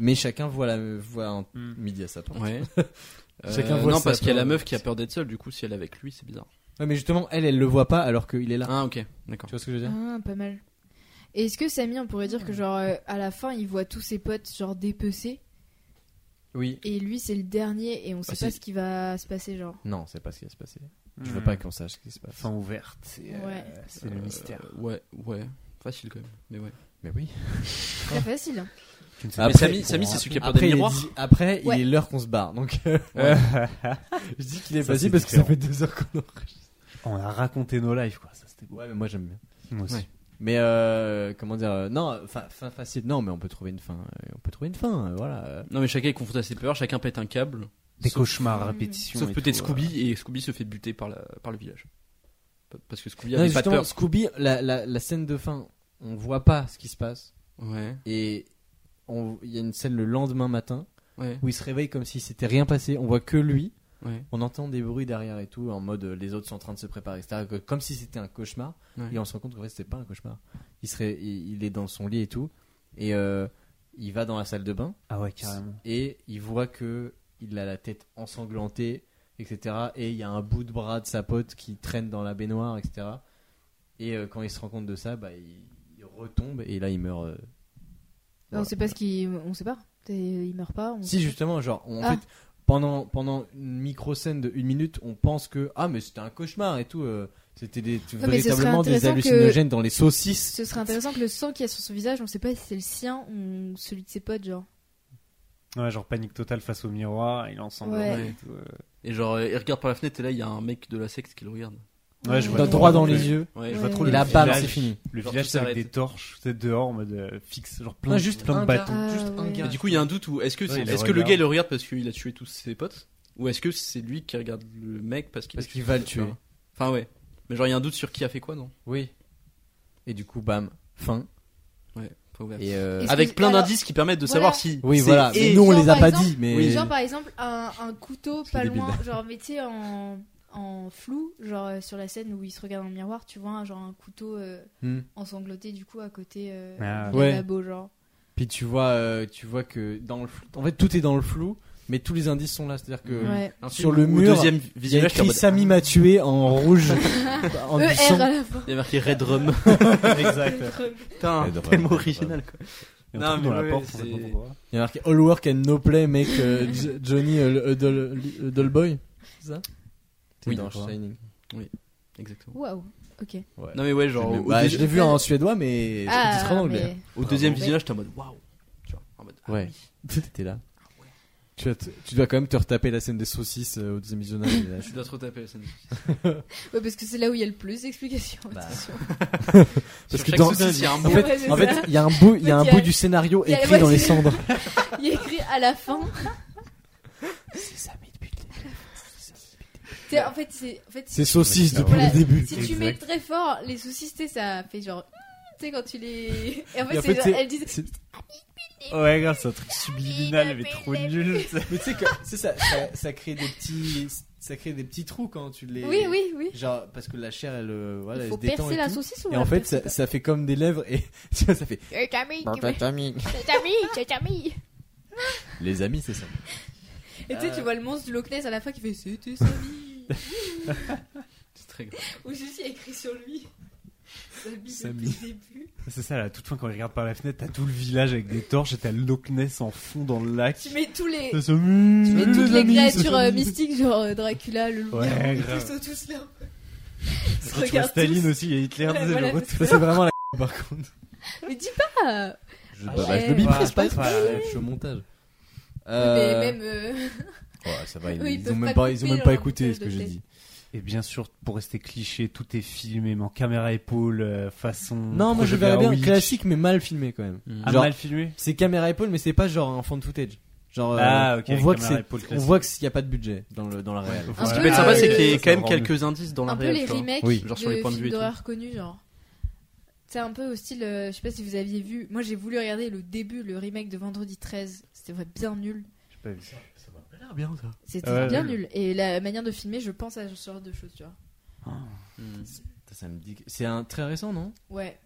S5: mais chacun voit, la, voit un
S7: Hmm.
S5: midi à sa porte.
S8: Ouais. Euh,
S5: Chacun voit
S8: non,
S5: sa
S8: parce qu'il y a
S5: peur.
S8: la meuf qui a peur d'être seule, du coup, si elle est avec lui, c'est bizarre.
S5: Ouais, mais justement, elle, elle le voit pas alors qu'il est là.
S8: Ah, ok, d'accord.
S5: Tu vois ce que je veux dire
S6: Ah, pas mal. Et est-ce que Samy, on pourrait dire que genre euh, à la fin, il voit tous ses potes genre dépecés
S5: Oui.
S6: et lui c'est le dernier et on sait
S5: c'est-
S6: pas ce qui va se passer genre.
S5: Non, c'est pas ce qui va se passer. Je
S7: Hmm.
S5: veux pas qu'on sache ce qui se passe.
S7: Fin ouverte. et, euh,
S6: Ouais.
S7: C'est le
S8: Euh,
S7: mystère.
S8: Ouais, ouais. Facile quand même. Mais ouais.
S5: Mais oui.
S6: Très facile. hein.
S7: Tu ne sais
S5: Après-
S8: Mais Samy, Samy, c'est
S7: pour-
S8: celui qui a peur
S5: Après,
S8: des
S5: il est,
S8: miroirs.
S5: dix- après
S6: Ouais.
S5: il est l'heure qu'on se barre. Donc,
S8: <laughs>
S5: euh, <laughs> je dis qu'il est
S7: Ça,
S5: facile
S7: c'est
S5: parce que ça
S7: différent.
S5: fait deux heures qu'on enregistre.
S7: On a raconté nos lives, quoi. Ça, c'était beau.
S5: Ouais, mais moi j'aime bien.
S7: Moi aussi.
S8: Ouais.
S5: Mais euh, comment dire euh, Non, fin, fin facile. Non, mais on peut trouver une fin. euh, On peut trouver une fin. euh, Voilà. euh.
S8: Non, mais chacun est confronté à ses peurs, chacun pète un câble.
S7: Des
S8: Sauf-
S7: cauchemars à
S6: Mmh.
S7: répétition.
S8: Sauf
S7: et
S8: peut-être
S7: tout,
S8: Scooby, et Scooby se fait buter par, la, par le village. Pa- Parce que Scooby
S5: Non,
S8: avait pas
S5: justement,
S8: peur.
S5: Scooby, la, la, la scène de fin, on voit pas ce qui se passe.
S8: Ouais,
S5: Et on- il y a une scène le lendemain matin
S8: ouais,
S5: où il se réveille comme s'il s'était rien passé. On voit que lui.
S8: ouais.
S5: On entend des bruits derrière et tout, en mode euh, les autres sont en train de se préparer, etc. que- Comme si c'était un cauchemar.
S8: Ouais.
S5: Et on se rend compte qu'en fait, c'était pas un cauchemar. Il, serait, il, il est dans son lit et tout. Et euh, il va dans la salle de bain.
S7: euh. Ah ouais, carrément.
S5: Et il voit que il a la tête ensanglantée. etc. Et il y a un bout de bras de sa pote qui traîne dans la baignoire, etc. Et euh, quand il se rend compte de ça, bah, il, il retombe et là il meurt. euh.
S6: Mm. Bah, On sait pas ce qu'il. On sait pas. C'est- Il meurt pas. on
S5: Si
S6: sait
S5: justement, genre, on- en
S6: Ah.
S5: fait, pendant, pendant une micro scène de une minute, on pense que ah mais c'était un cauchemar et tout. euh, c'était des,
S6: serait
S5: véritablement des
S6: intéressant
S5: hallucinogènes dans les
S6: pas.
S5: saucisses.
S6: Ce serait intéressant que le sang qu'il y a sur son visage, on sait pas si c'est le sien ou celui de ses potes, genre.
S7: Ouais, genre panique totale face au miroir, il est ensemble.
S6: Ouais.
S7: et tout, euh.
S8: Et genre, euh, il regarde par la fenêtre et là, il y a un mec de la secte qui le regarde.
S7: Ouais, je vois
S5: Dans-
S7: trop.
S5: droit dans les yeux.
S8: Ouais,
S6: je
S8: je
S6: vois
S8: vois
S6: Ouais.
S8: trop
S5: Et
S6: le
S5: la balle,
S7: village.
S5: c'est fini.
S7: Le
S8: Genre,
S7: village,
S8: tout
S7: c'est avec
S8: s'arrête.
S7: des torches, c'est dehors en mode euh, fixe, genre plein,
S5: Non,
S7: de-
S5: juste
S7: plein
S5: un
S7: de bâtons.
S6: gars.
S5: Juste
S6: Ah,
S5: un
S6: ouais.
S5: gars.
S8: Et du coup, il y a un doute où est-ce que,
S7: Ouais, il
S8: est
S7: le
S8: que le
S7: regarde.
S8: gars il le regarde parce qu'il a tué tous ses potes Ou est-ce que c'est lui qui regarde le mec parce qu'il a
S5: Parce
S8: tué
S5: qu'il
S8: ses
S5: va le
S8: potes,
S5: tuer.
S8: genre. Enfin, ouais. Mais genre, il y a un doute sur qui a fait quoi, non
S5: Oui. Et du coup, bam, fin.
S8: Ouais, pas ouvert.
S5: Et, euh,
S6: Et- Est-ce que-
S8: Avec plein
S6: alors-
S8: d'indices qui permettent de
S6: Voilà.
S8: savoir si.
S5: oui,
S8: c'est-
S5: voilà.
S8: et-
S5: Mais nous, on
S6: Genre,
S5: les a
S6: par
S5: pas
S6: exemple,
S5: dit, mais.
S8: Oui.
S6: Genre par exemple un, un couteau
S5: C'est
S6: pas
S5: débile.
S6: loin, genre mais tu sais en, en flou, genre euh, sur la scène où il se regarde dans le miroir, tu vois un- genre un couteau euh,
S5: Hmm.
S6: ensangloté du coup à côté euh,
S7: Ah,
S6: du
S5: ouais.
S6: lavabo genre.
S5: Puis tu vois, euh, tu vois que dans le flou, en fait, tout est dans le flou, mais tous les indices sont là. C'est-à-dire que
S6: Ouais.
S8: Un
S5: sur
S8: film
S5: le
S8: ou
S5: mur,
S8: deuxième
S5: il y a
S8: Mmh. visuel,
S5: écrit
S8: ah.
S5: Samy m'a tué en rouge. en
S6: ER
S5: buisson.
S6: à la fin.
S8: Il y a marqué Red Rum.
S5: <laughs>
S8: <laughs>
S7: Exact.
S8: Putain,
S15: Red Rum,
S8: tellement
S15: Red
S8: original quoi.
S7: Il y a
S8: Non,
S7: un truc
S8: mais
S7: dans la
S8: ouais,
S7: porte,
S8: c'est-
S7: on sait pas pourquoi.
S5: Il y a marqué All work and no play, mec euh, J- Johnny euh, le- Huddle- Huddleboy. C'est ça C'est
S8: Oui,
S5: dans
S8: d'accord.
S5: Shining.
S8: Exactement.
S6: Waouh. Ok.
S8: Non, mais ouais, genre, au,
S5: Bah,
S8: deuxi-
S5: je l'ai vu en suédois, mais
S6: Ah,
S5: je titre en anglais.
S6: mais-
S8: au deuxième visionnage, j'étais en mode waouh. Tu vois, en mode. ah
S5: Ouais.
S8: oui.
S5: T'étais là. Tu, vas te- tu dois quand même te retaper la scène des saucisses euh, au deuxième visionnage. mais là, je-
S8: Tu dois trop taper la scène.
S6: Ouais, parce que c'est là où il y a le plus d'explications.
S5: Bah.
S6: attention.
S5: Parce
S8: <laughs> Sur
S5: que
S8: chaque
S5: dans-
S8: saucisse, il y a un
S5: En <laughs>
S8: mot.
S6: Ouais,
S5: fait,
S6: c'est
S5: en
S6: ça.
S5: fait, il y a un bout, il y a
S6: Ouais,
S5: un
S6: il y a-
S5: bout du scénario
S6: il y a-
S5: écrit dans les
S6: ouais,
S5: cendres.
S6: <laughs> il y a écrit à la fin.
S5: C'est ça, mais depuis le début.
S6: Tu sais, en fait c'est en fait
S5: C'est saucisse depuis
S6: Voilà,
S5: le début.
S6: si tu mets très fort les soucis, tu sais, ça fait genre tu sais quand tu les Et en fait,
S5: Et en
S6: c'est
S5: fait,
S6: genre,
S5: c'est-
S6: elles disent
S5: c'est-
S7: Ouais, grave, c'est un truc subliminal, mais trop nul.
S5: Mais tu sais que c'est ça, ça, ça crée des petits, ça crée des petits trous quand tu les.
S6: Oui oui oui.
S5: Genre parce que la chair, elle, euh, voilà,
S6: Il
S5: elle
S6: faut
S5: se détend
S6: percer
S5: et
S6: la
S5: tout.
S6: saucisse ou
S5: Et en fait, ça, ça fait comme des lèvres et <laughs> tu vois, ça fait. Les amis, c'est ça.
S6: Et tu sais, tu
S5: Euh.
S6: vois le monstre du Loch Ness à la fin qui fait C'était
S5: <laughs>
S6: sa vie
S8: C'est très grave.
S6: Ou ceci écrit sur lui. Samy
S7: Samy.
S6: depuis le début.
S7: <laughs> C'est ça, là, à toute fin, quand il regarde par la fenêtre, t'as tout le village avec des torches et t'as le Loch Ness en fond dans le lac.
S6: Tu mets tous les.
S7: Ça se-
S6: Tu mets toutes les
S7: amis, ça
S6: créatures
S7: se-
S6: euh, mystiques, genre euh, Dracula, le loup,
S7: Ouais,
S6: ils
S7: grave.
S6: sont tous là. Ils se
S7: Tu vois
S6: regardent
S7: Staline
S6: tous.
S7: aussi, il y a Hitler,
S6: Ouais,
S7: tu sais,
S6: voilà,
S7: le
S6: c'est
S7: retour.
S5: Ça, c'est vraiment la. <laughs> Par contre,
S6: Mais dis pas
S5: je,
S7: Ah,
S6: ouais.
S5: je le bip,
S7: Ouais,
S5: c'est pas-
S7: ouais.
S5: je suis au montage.
S6: Mais
S5: Euh,
S6: même. euh,
S5: ouais, ça va, ils,
S6: Oui, ils
S5: ils ont
S6: peuvent
S5: même
S6: pas
S5: pas, ils ont
S6: couper
S5: même pas
S6: leur
S5: écouté
S6: montage
S5: ce que
S6: de
S5: j'ai
S6: tête.
S5: dit.
S7: Et bien sûr, pour rester cliché, tout est filmé, mais en caméra épaule, euh, façon.
S5: Non, moi je
S7: projet
S5: verrais bien un
S7: Blair Witch.
S5: classique, mais mal filmé quand même.
S7: Ah,
S5: Genre-
S7: mal filmé
S5: <laughs> C'est caméra épaule, mais c'est pas genre un fan footage. Genre, euh,
S7: Ah, ok,
S5: on voit que
S7: caméra
S5: c'est,
S7: épaule
S5: on
S7: classique.
S5: voit qu'il n'y a pas de budget dans le dans la réelle.
S7: Ouais,
S6: Un
S8: Ce qui
S6: peu
S8: peut être sympa,
S6: les-
S8: c'est qu'il y ait
S7: Ça
S8: quand même
S7: me rend mieux.
S8: quelques indices dans la
S6: un peu
S8: réelle.
S6: les
S8: tu vois.
S6: remakes
S5: Oui.
S8: Genre
S6: de
S8: sur les points de
S6: films
S8: vue et tout.
S6: d'horreur connus, genre. C'est un peu au style, euh, je sais pas si vous aviez vu, moi j'ai voulu regarder le début, le remake de Vendredi 13, c'était vrai- bien nul.
S7: J'ai pas vu.
S6: C'était
S7: Ouais,
S6: bien
S7: ouais.
S6: nul. Et la manière de filmer, je pense à ce genre de choses, tu vois.
S8: Hmm.
S5: Ça, ça me dit. que- C'est un très récent, non
S6: Ouais,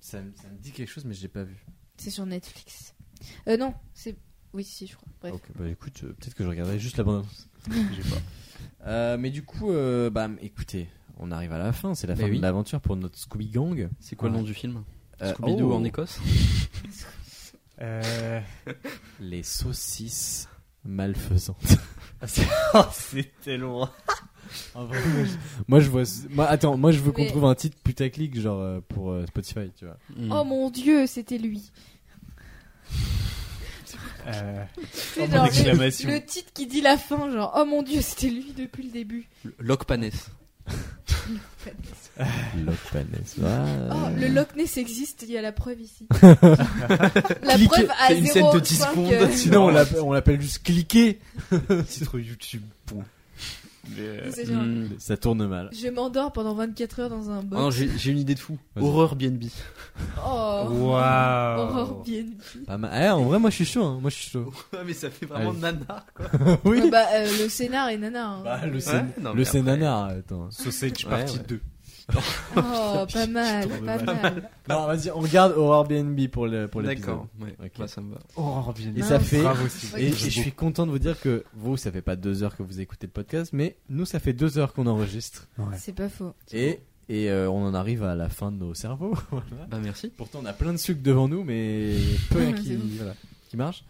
S5: ça me, ça me dit quelque chose, mais je l'ai pas vu.
S6: c'est sur Netflix. Euh, non, c'est. Oui, si, je crois. Bref.
S5: Ok, bah écoute, euh, peut-être que je regarderai juste la bande Euh, mais du coup, euh, bah écoutez, on arrive à la fin. C'est la
S8: Bah
S5: fin
S8: oui.
S5: de l'aventure pour notre Scooby Gang.
S8: C'est quoi le
S5: Ouais.
S8: nom du film
S5: Euh,
S8: Scooby-Doo
S5: oh,
S8: en Écosse
S7: Euh,
S5: Les saucisses
S8: <laughs>
S5: malfaisantes.
S8: Ah, oh,
S7: c'est tellement.
S5: En vrai, Ah, moi, je- moi je vois. moi, attends, moi je veux qu'on
S6: Mais-
S5: trouve un titre putaclic genre euh, pour euh, Spotify, tu vois.
S6: Oh
S8: Hmm.
S6: mon dieu, c'était lui.
S7: Euh,
S6: C'est
S7: mon
S6: genre
S7: exclamation.
S6: le, le titre qui dit la fin, genre oh mon dieu, c'était lui depuis le début.
S8: Locpanes.
S5: Loch Ness.
S6: Oh, le Loch Ness existe, il y a la preuve ici. la
S5: Clique,
S6: preuve à
S8: c'est une scène de 10
S6: 0,5, <laughs>
S8: secondes.
S6: euh,
S5: Sinon, on l'appelle- on l'appelle juste
S8: <laughs>
S5: cliquer.
S7: titre YouTube. Bon. Mais, euh,
S6: c'est
S8: hmm.
S6: genre,
S5: Ça tourne mal.
S6: Je m'endors pendant 24 heures dans un
S8: Ah Mm. non,
S6: box.
S8: j'ai j'ai une idée de fou.
S5: Vas-y.
S8: Horreur BNB.
S6: Oh, horror
S5: Oh.
S7: Waouh.
S6: BNB.
S5: Pas mal. Eh, en vrai, moi je suis chaud. hein. Moi je suis
S6: <laughs>
S5: chaud.
S8: <laughs> Ouais, mais ça fait
S5: vraiment Allez.
S8: nanar quoi.
S5: oui.
S6: Ah bah, euh, Oh, le scénar est nanar. hein.
S5: Bah, le
S8: Ouais,
S5: scén-
S8: non,
S5: le
S8: mais après-
S5: scénanar, attends.
S7: Sausage
S8: Ouais,
S7: Party
S8: ouais.
S7: 2.
S6: Oh, pas mal, pas mal.
S5: Non, vas-y, on regarde Horror BNB pour le pour l'épisode.
S8: D'accord, ouais.
S5: Ok.
S8: Bah, ça me va.
S7: Aurore bien
S5: Et
S6: Mince.
S5: ça fait.
S6: Bravo,
S5: Et, et je suis content de vous dire que vous, ça fait pas deux heures que vous écoutez le podcast, mais nous, ça fait deux heures qu'on enregistre.
S6: C'est pas faux.
S5: Et, et euh, on en arrive à la fin de nos cerveaux. <laughs> Voilà.
S8: Bah merci.
S5: Pourtant, on a plein de sucres devant nous, mais peu
S6: Ouais,
S5: qui,
S6: c'est ouf.
S5: voilà, qui marche.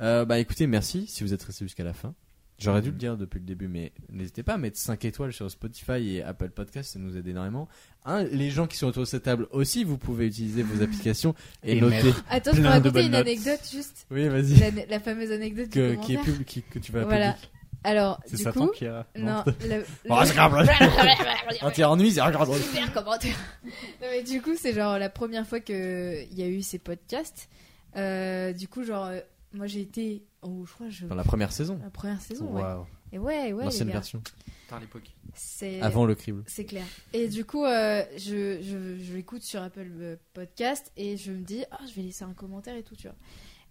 S5: Euh, bah écoutez, merci si vous êtes resté jusqu'à la fin. J'aurais dû le dire depuis le début, mais n'hésitez pas à mettre 5 étoiles sur Spotify et Apple Podcast, ça nous aide énormément. Un, les gens qui sont autour de cette table aussi, vous pouvez utiliser vos applications et,
S7: Et
S5: noter.
S6: Attends, je peux
S7: Plein de
S6: raconter
S7: bonnes
S6: une
S7: notes.
S6: anecdote
S5: <laughs>
S6: juste.
S5: Oui, vas-y.
S6: La, la fameuse anecdote du
S5: Que, qui est
S6: commentaire.
S5: pub- qui- que tu vas
S6: Voilà.
S5: publier.
S6: Alors,
S7: C'est
S6: du
S7: Satan
S6: coup,
S7: qui a.
S6: non, le-
S5: <laughs> Oh,
S6: le-
S5: c'est grave.
S6: <laughs>
S5: Ah, t'es ennuyé, c'est grave.
S6: Super commentaire. Non, mais du coup, c'est genre la première fois que il y a eu ces podcasts. Euh, du coup, genre, euh, moi j'ai été, oh, je crois, je...
S5: Dans la première saison,
S6: la première saison, ouais.
S7: Waouh.
S6: Et ouais, ouais, les
S5: l'ancienne
S6: gars.
S5: version,
S8: Tard l'époque.
S6: C'est
S5: avant le crible.
S6: c'est clair. Et du coup, euh, je, je, je l'écoute sur Apple euh, Podcast et je me dis, ah, je vais laisser un commentaire et tout, tu vois.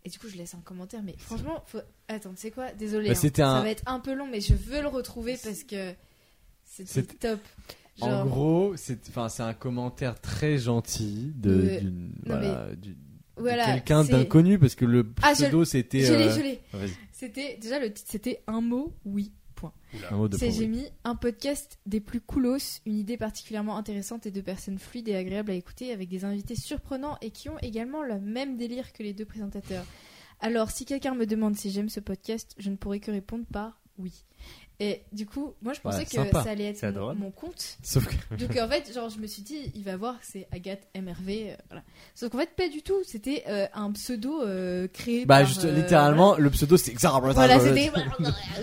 S6: Et du coup, je laisse un commentaire, mais franchement, faut... attends, tu sais quoi Désolé,
S5: Bah,
S6: hein.
S5: c'était un-
S6: ça va être un peu long, mais je veux le retrouver parce que c'était
S5: C'était-
S6: top.
S5: En
S6: Genre-
S5: gros, c'est enfin c'est un commentaire très gentil de
S6: Ouais.
S5: d'une-
S6: Non,
S5: voilà, du- de
S6: Voilà,
S5: quelqu'un
S6: c'est-
S5: d'inconnu parce que le
S6: Ah, je-
S5: pseudo c'était
S6: Je l'ai,
S5: euh,
S6: je l'ai.
S5: vas-y,
S6: C'était déjà le titre, c'était un mot, oui. Point.
S5: un mot de
S6: C'est
S5: pauvre.
S6: j'ai mis un podcast des plus coolos, une idée particulièrement intéressante et de personnes fluides et agréables à écouter avec des invités surprenants et qui ont également le même délire que les deux présentateurs. Alors si quelqu'un me demande si j'aime ce podcast, je ne pourrais que répondre par oui. Et du coup, moi je
S5: Voilà,
S6: pensais que
S5: sympa.
S6: ça allait être
S7: C'est
S6: mon,
S7: adorable.
S6: mon compte.
S5: Sauf que
S6: Donc en fait, genre je me suis dit il va voir que c'est Agathe MRV euh, voilà. Sauf qu'en fait pas du tout, c'était euh, un pseudo euh, créé
S5: bah
S6: par,
S5: juste
S6: euh,
S5: littéralement le pseudo c'est
S6: voilà, c'était.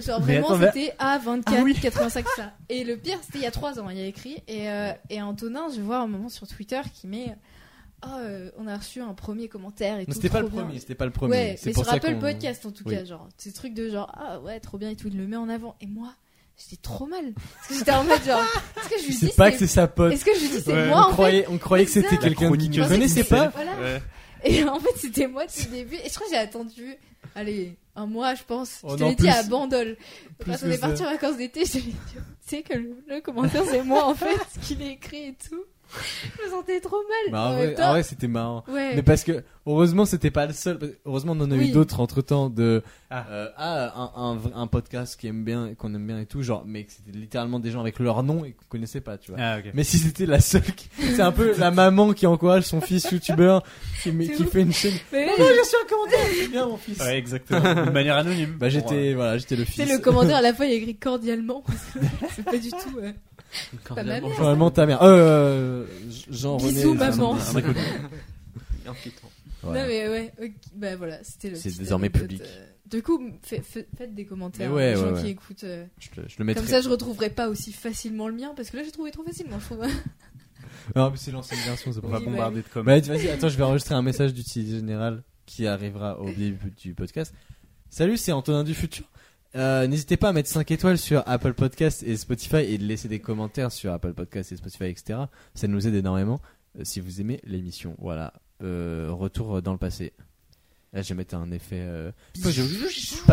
S6: Genre
S7: Mais
S6: vraiment,
S7: attends, mais-
S6: c'était A24,
S7: Ah oui.
S6: 85,
S5: <laughs>
S6: ça. Et le pire, c'était il y a 3 ans, il y a écrit. Et, euh, et Antonin, je vois un moment sur Twitter qui met Ah, euh, on a reçu un premier commentaire et tout.
S5: C'était pas le
S6: trop bien.
S5: premier, c'était pas le premier.
S6: Ouais,
S5: c'est
S6: mais
S5: pour
S6: sur
S5: ça
S6: Apple
S5: qu'on-
S6: Podcast en tout
S5: Oui.
S6: cas, genre, ces trucs de genre Ah ouais, trop bien et tout, il le met en avant. Et moi, j'étais trop mal. Parce que j'étais en mode genre, est-ce que je lui dis.
S5: C'est pas que
S6: c'est-
S5: c'est sa pote.
S6: Est-ce que je lui dis c'est
S7: Ouais,
S6: moi
S5: on
S6: en fait
S5: croyait on croyait que c'était
S6: ça.
S5: quelqu'un qui
S7: chroniqueuse.
S5: ne connaissait pas.
S6: Voilà.
S7: Ouais.
S6: Et en fait, c'était moi depuis le début. Et je crois que j'ai attendu, allez, un mois, je pense.
S5: Oh
S6: je te
S5: non,
S6: l'ai dit
S5: plus.
S6: à Bandol.
S5: Plus
S6: Quand
S5: que
S6: on est
S5: ça.
S6: parti en vacances d'été, je t'ai dit, tu sais que le, le commentaire, c'est moi, en fait, ce qu'il a écrit et tout. Je me sentais trop mal.
S5: Bah, en
S6: en
S5: vrai-
S6: même
S5: en
S6: temps,
S5: vrai c'était marrant.
S6: ouais.
S5: Mais parce que heureusement c'était pas le seul. parce- Heureusement on en a eu
S6: Oui.
S5: d'autres entre temps de
S7: Ah.
S5: euh, ah, un, un, v- un podcast qui aime bien qu'on aime bien et tout genre mais que c'était littéralement des gens avec leur nom et qu'on connaissait pas tu vois.
S7: Ah, ok.
S5: Mais si c'était la seule, qui- c'est un peu la maman qui encourage son fils youtubeur qui, met-
S6: C'est
S5: qui
S6: ouf.
S5: fait une
S6: <laughs>
S5: chaîne.
S6: Mais
S5: Maman, j'ai reçu un commentaire. C'est bien mon fils.
S7: Ouais, exactement. De manière anonyme.
S5: Bah j'étais voilà j'étais le
S6: tu sais,
S5: fils.
S6: le commentaire à la fin, il a écrit cordialement. <laughs> c'est pas du tout. euh, pas ma mère.
S5: Normalement ta mère. Euh, Jean René.
S6: Bisous, maman.
S5: Jean-
S7: Un inconnu.
S8: Inquiétant.
S5: Voilà.
S6: Non, mais ouais, ok, bah voilà, c'était le.
S5: C'est
S6: petit
S5: désormais
S6: anecdote,
S5: public.
S6: euh. Du coup, fait- fait- faites des commentaires
S5: Mais ouais,
S6: aux gens
S5: ouais, ouais.
S6: qui écoutent. euh,
S5: Je, te- je le
S6: Comme
S5: mettrai.
S6: ça, je retrouverai pas aussi facilement le mien parce que là, j'ai trouvé trop facilement, je trouve.
S5: Non mais c'est l'ancienne version c'est
S7: On
S5: pour
S7: va
S6: Oui,
S7: bombarder de commentaires.
S5: Bah, vas-y, attends, je vais enregistrer un message d'utilité générale qui arrivera au début du podcast. Salut, c'est Antonin du futur. Euh, N'hésitez pas à mettre 5 étoiles sur Apple Podcast et Spotify et de laisser des commentaires sur Apple Podcast et Spotify, etc. Ça nous aide énormément euh, si vous aimez l'émission. Voilà, Euh, retour dans le passé. Là, je vais mettre un effet. euh, Pas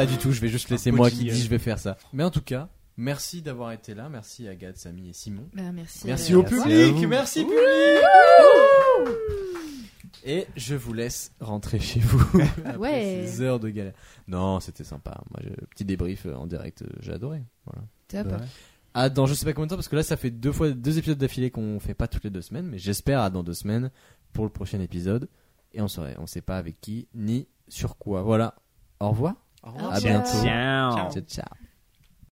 S5: du tout, euh. je vais juste laisser moi qui dis je vais faire ça. Mais en tout cas, merci d'avoir été là. Merci Agathe, Samy et Simon.
S6: merci.
S5: Merci
S7: Euh,
S5: au
S7: merci à
S5: public,
S7: vous.
S5: merci public. Et je vous laisse rentrer chez vous après
S6: Ouais.
S5: ces heures de galère. Non, c'était sympa. Moi, je- petit débrief euh, en direct, euh, j'ai adoré. Voilà.
S6: Top.
S7: Ouais.
S5: Ah, dans je sais pas combien de temps parce que là, ça fait deux fois deux épisodes d'affilée qu'on fait pas toutes les deux semaines, mais j'espère à dans deux semaines pour le prochain épisode et on saurait, on sait pas avec qui ni sur quoi. Voilà. Au revoir.
S8: Au
S6: Au
S8: revoir.
S5: À
S6: revoir.
S5: bientôt.
S7: Tiens.
S5: Ciao, ciao.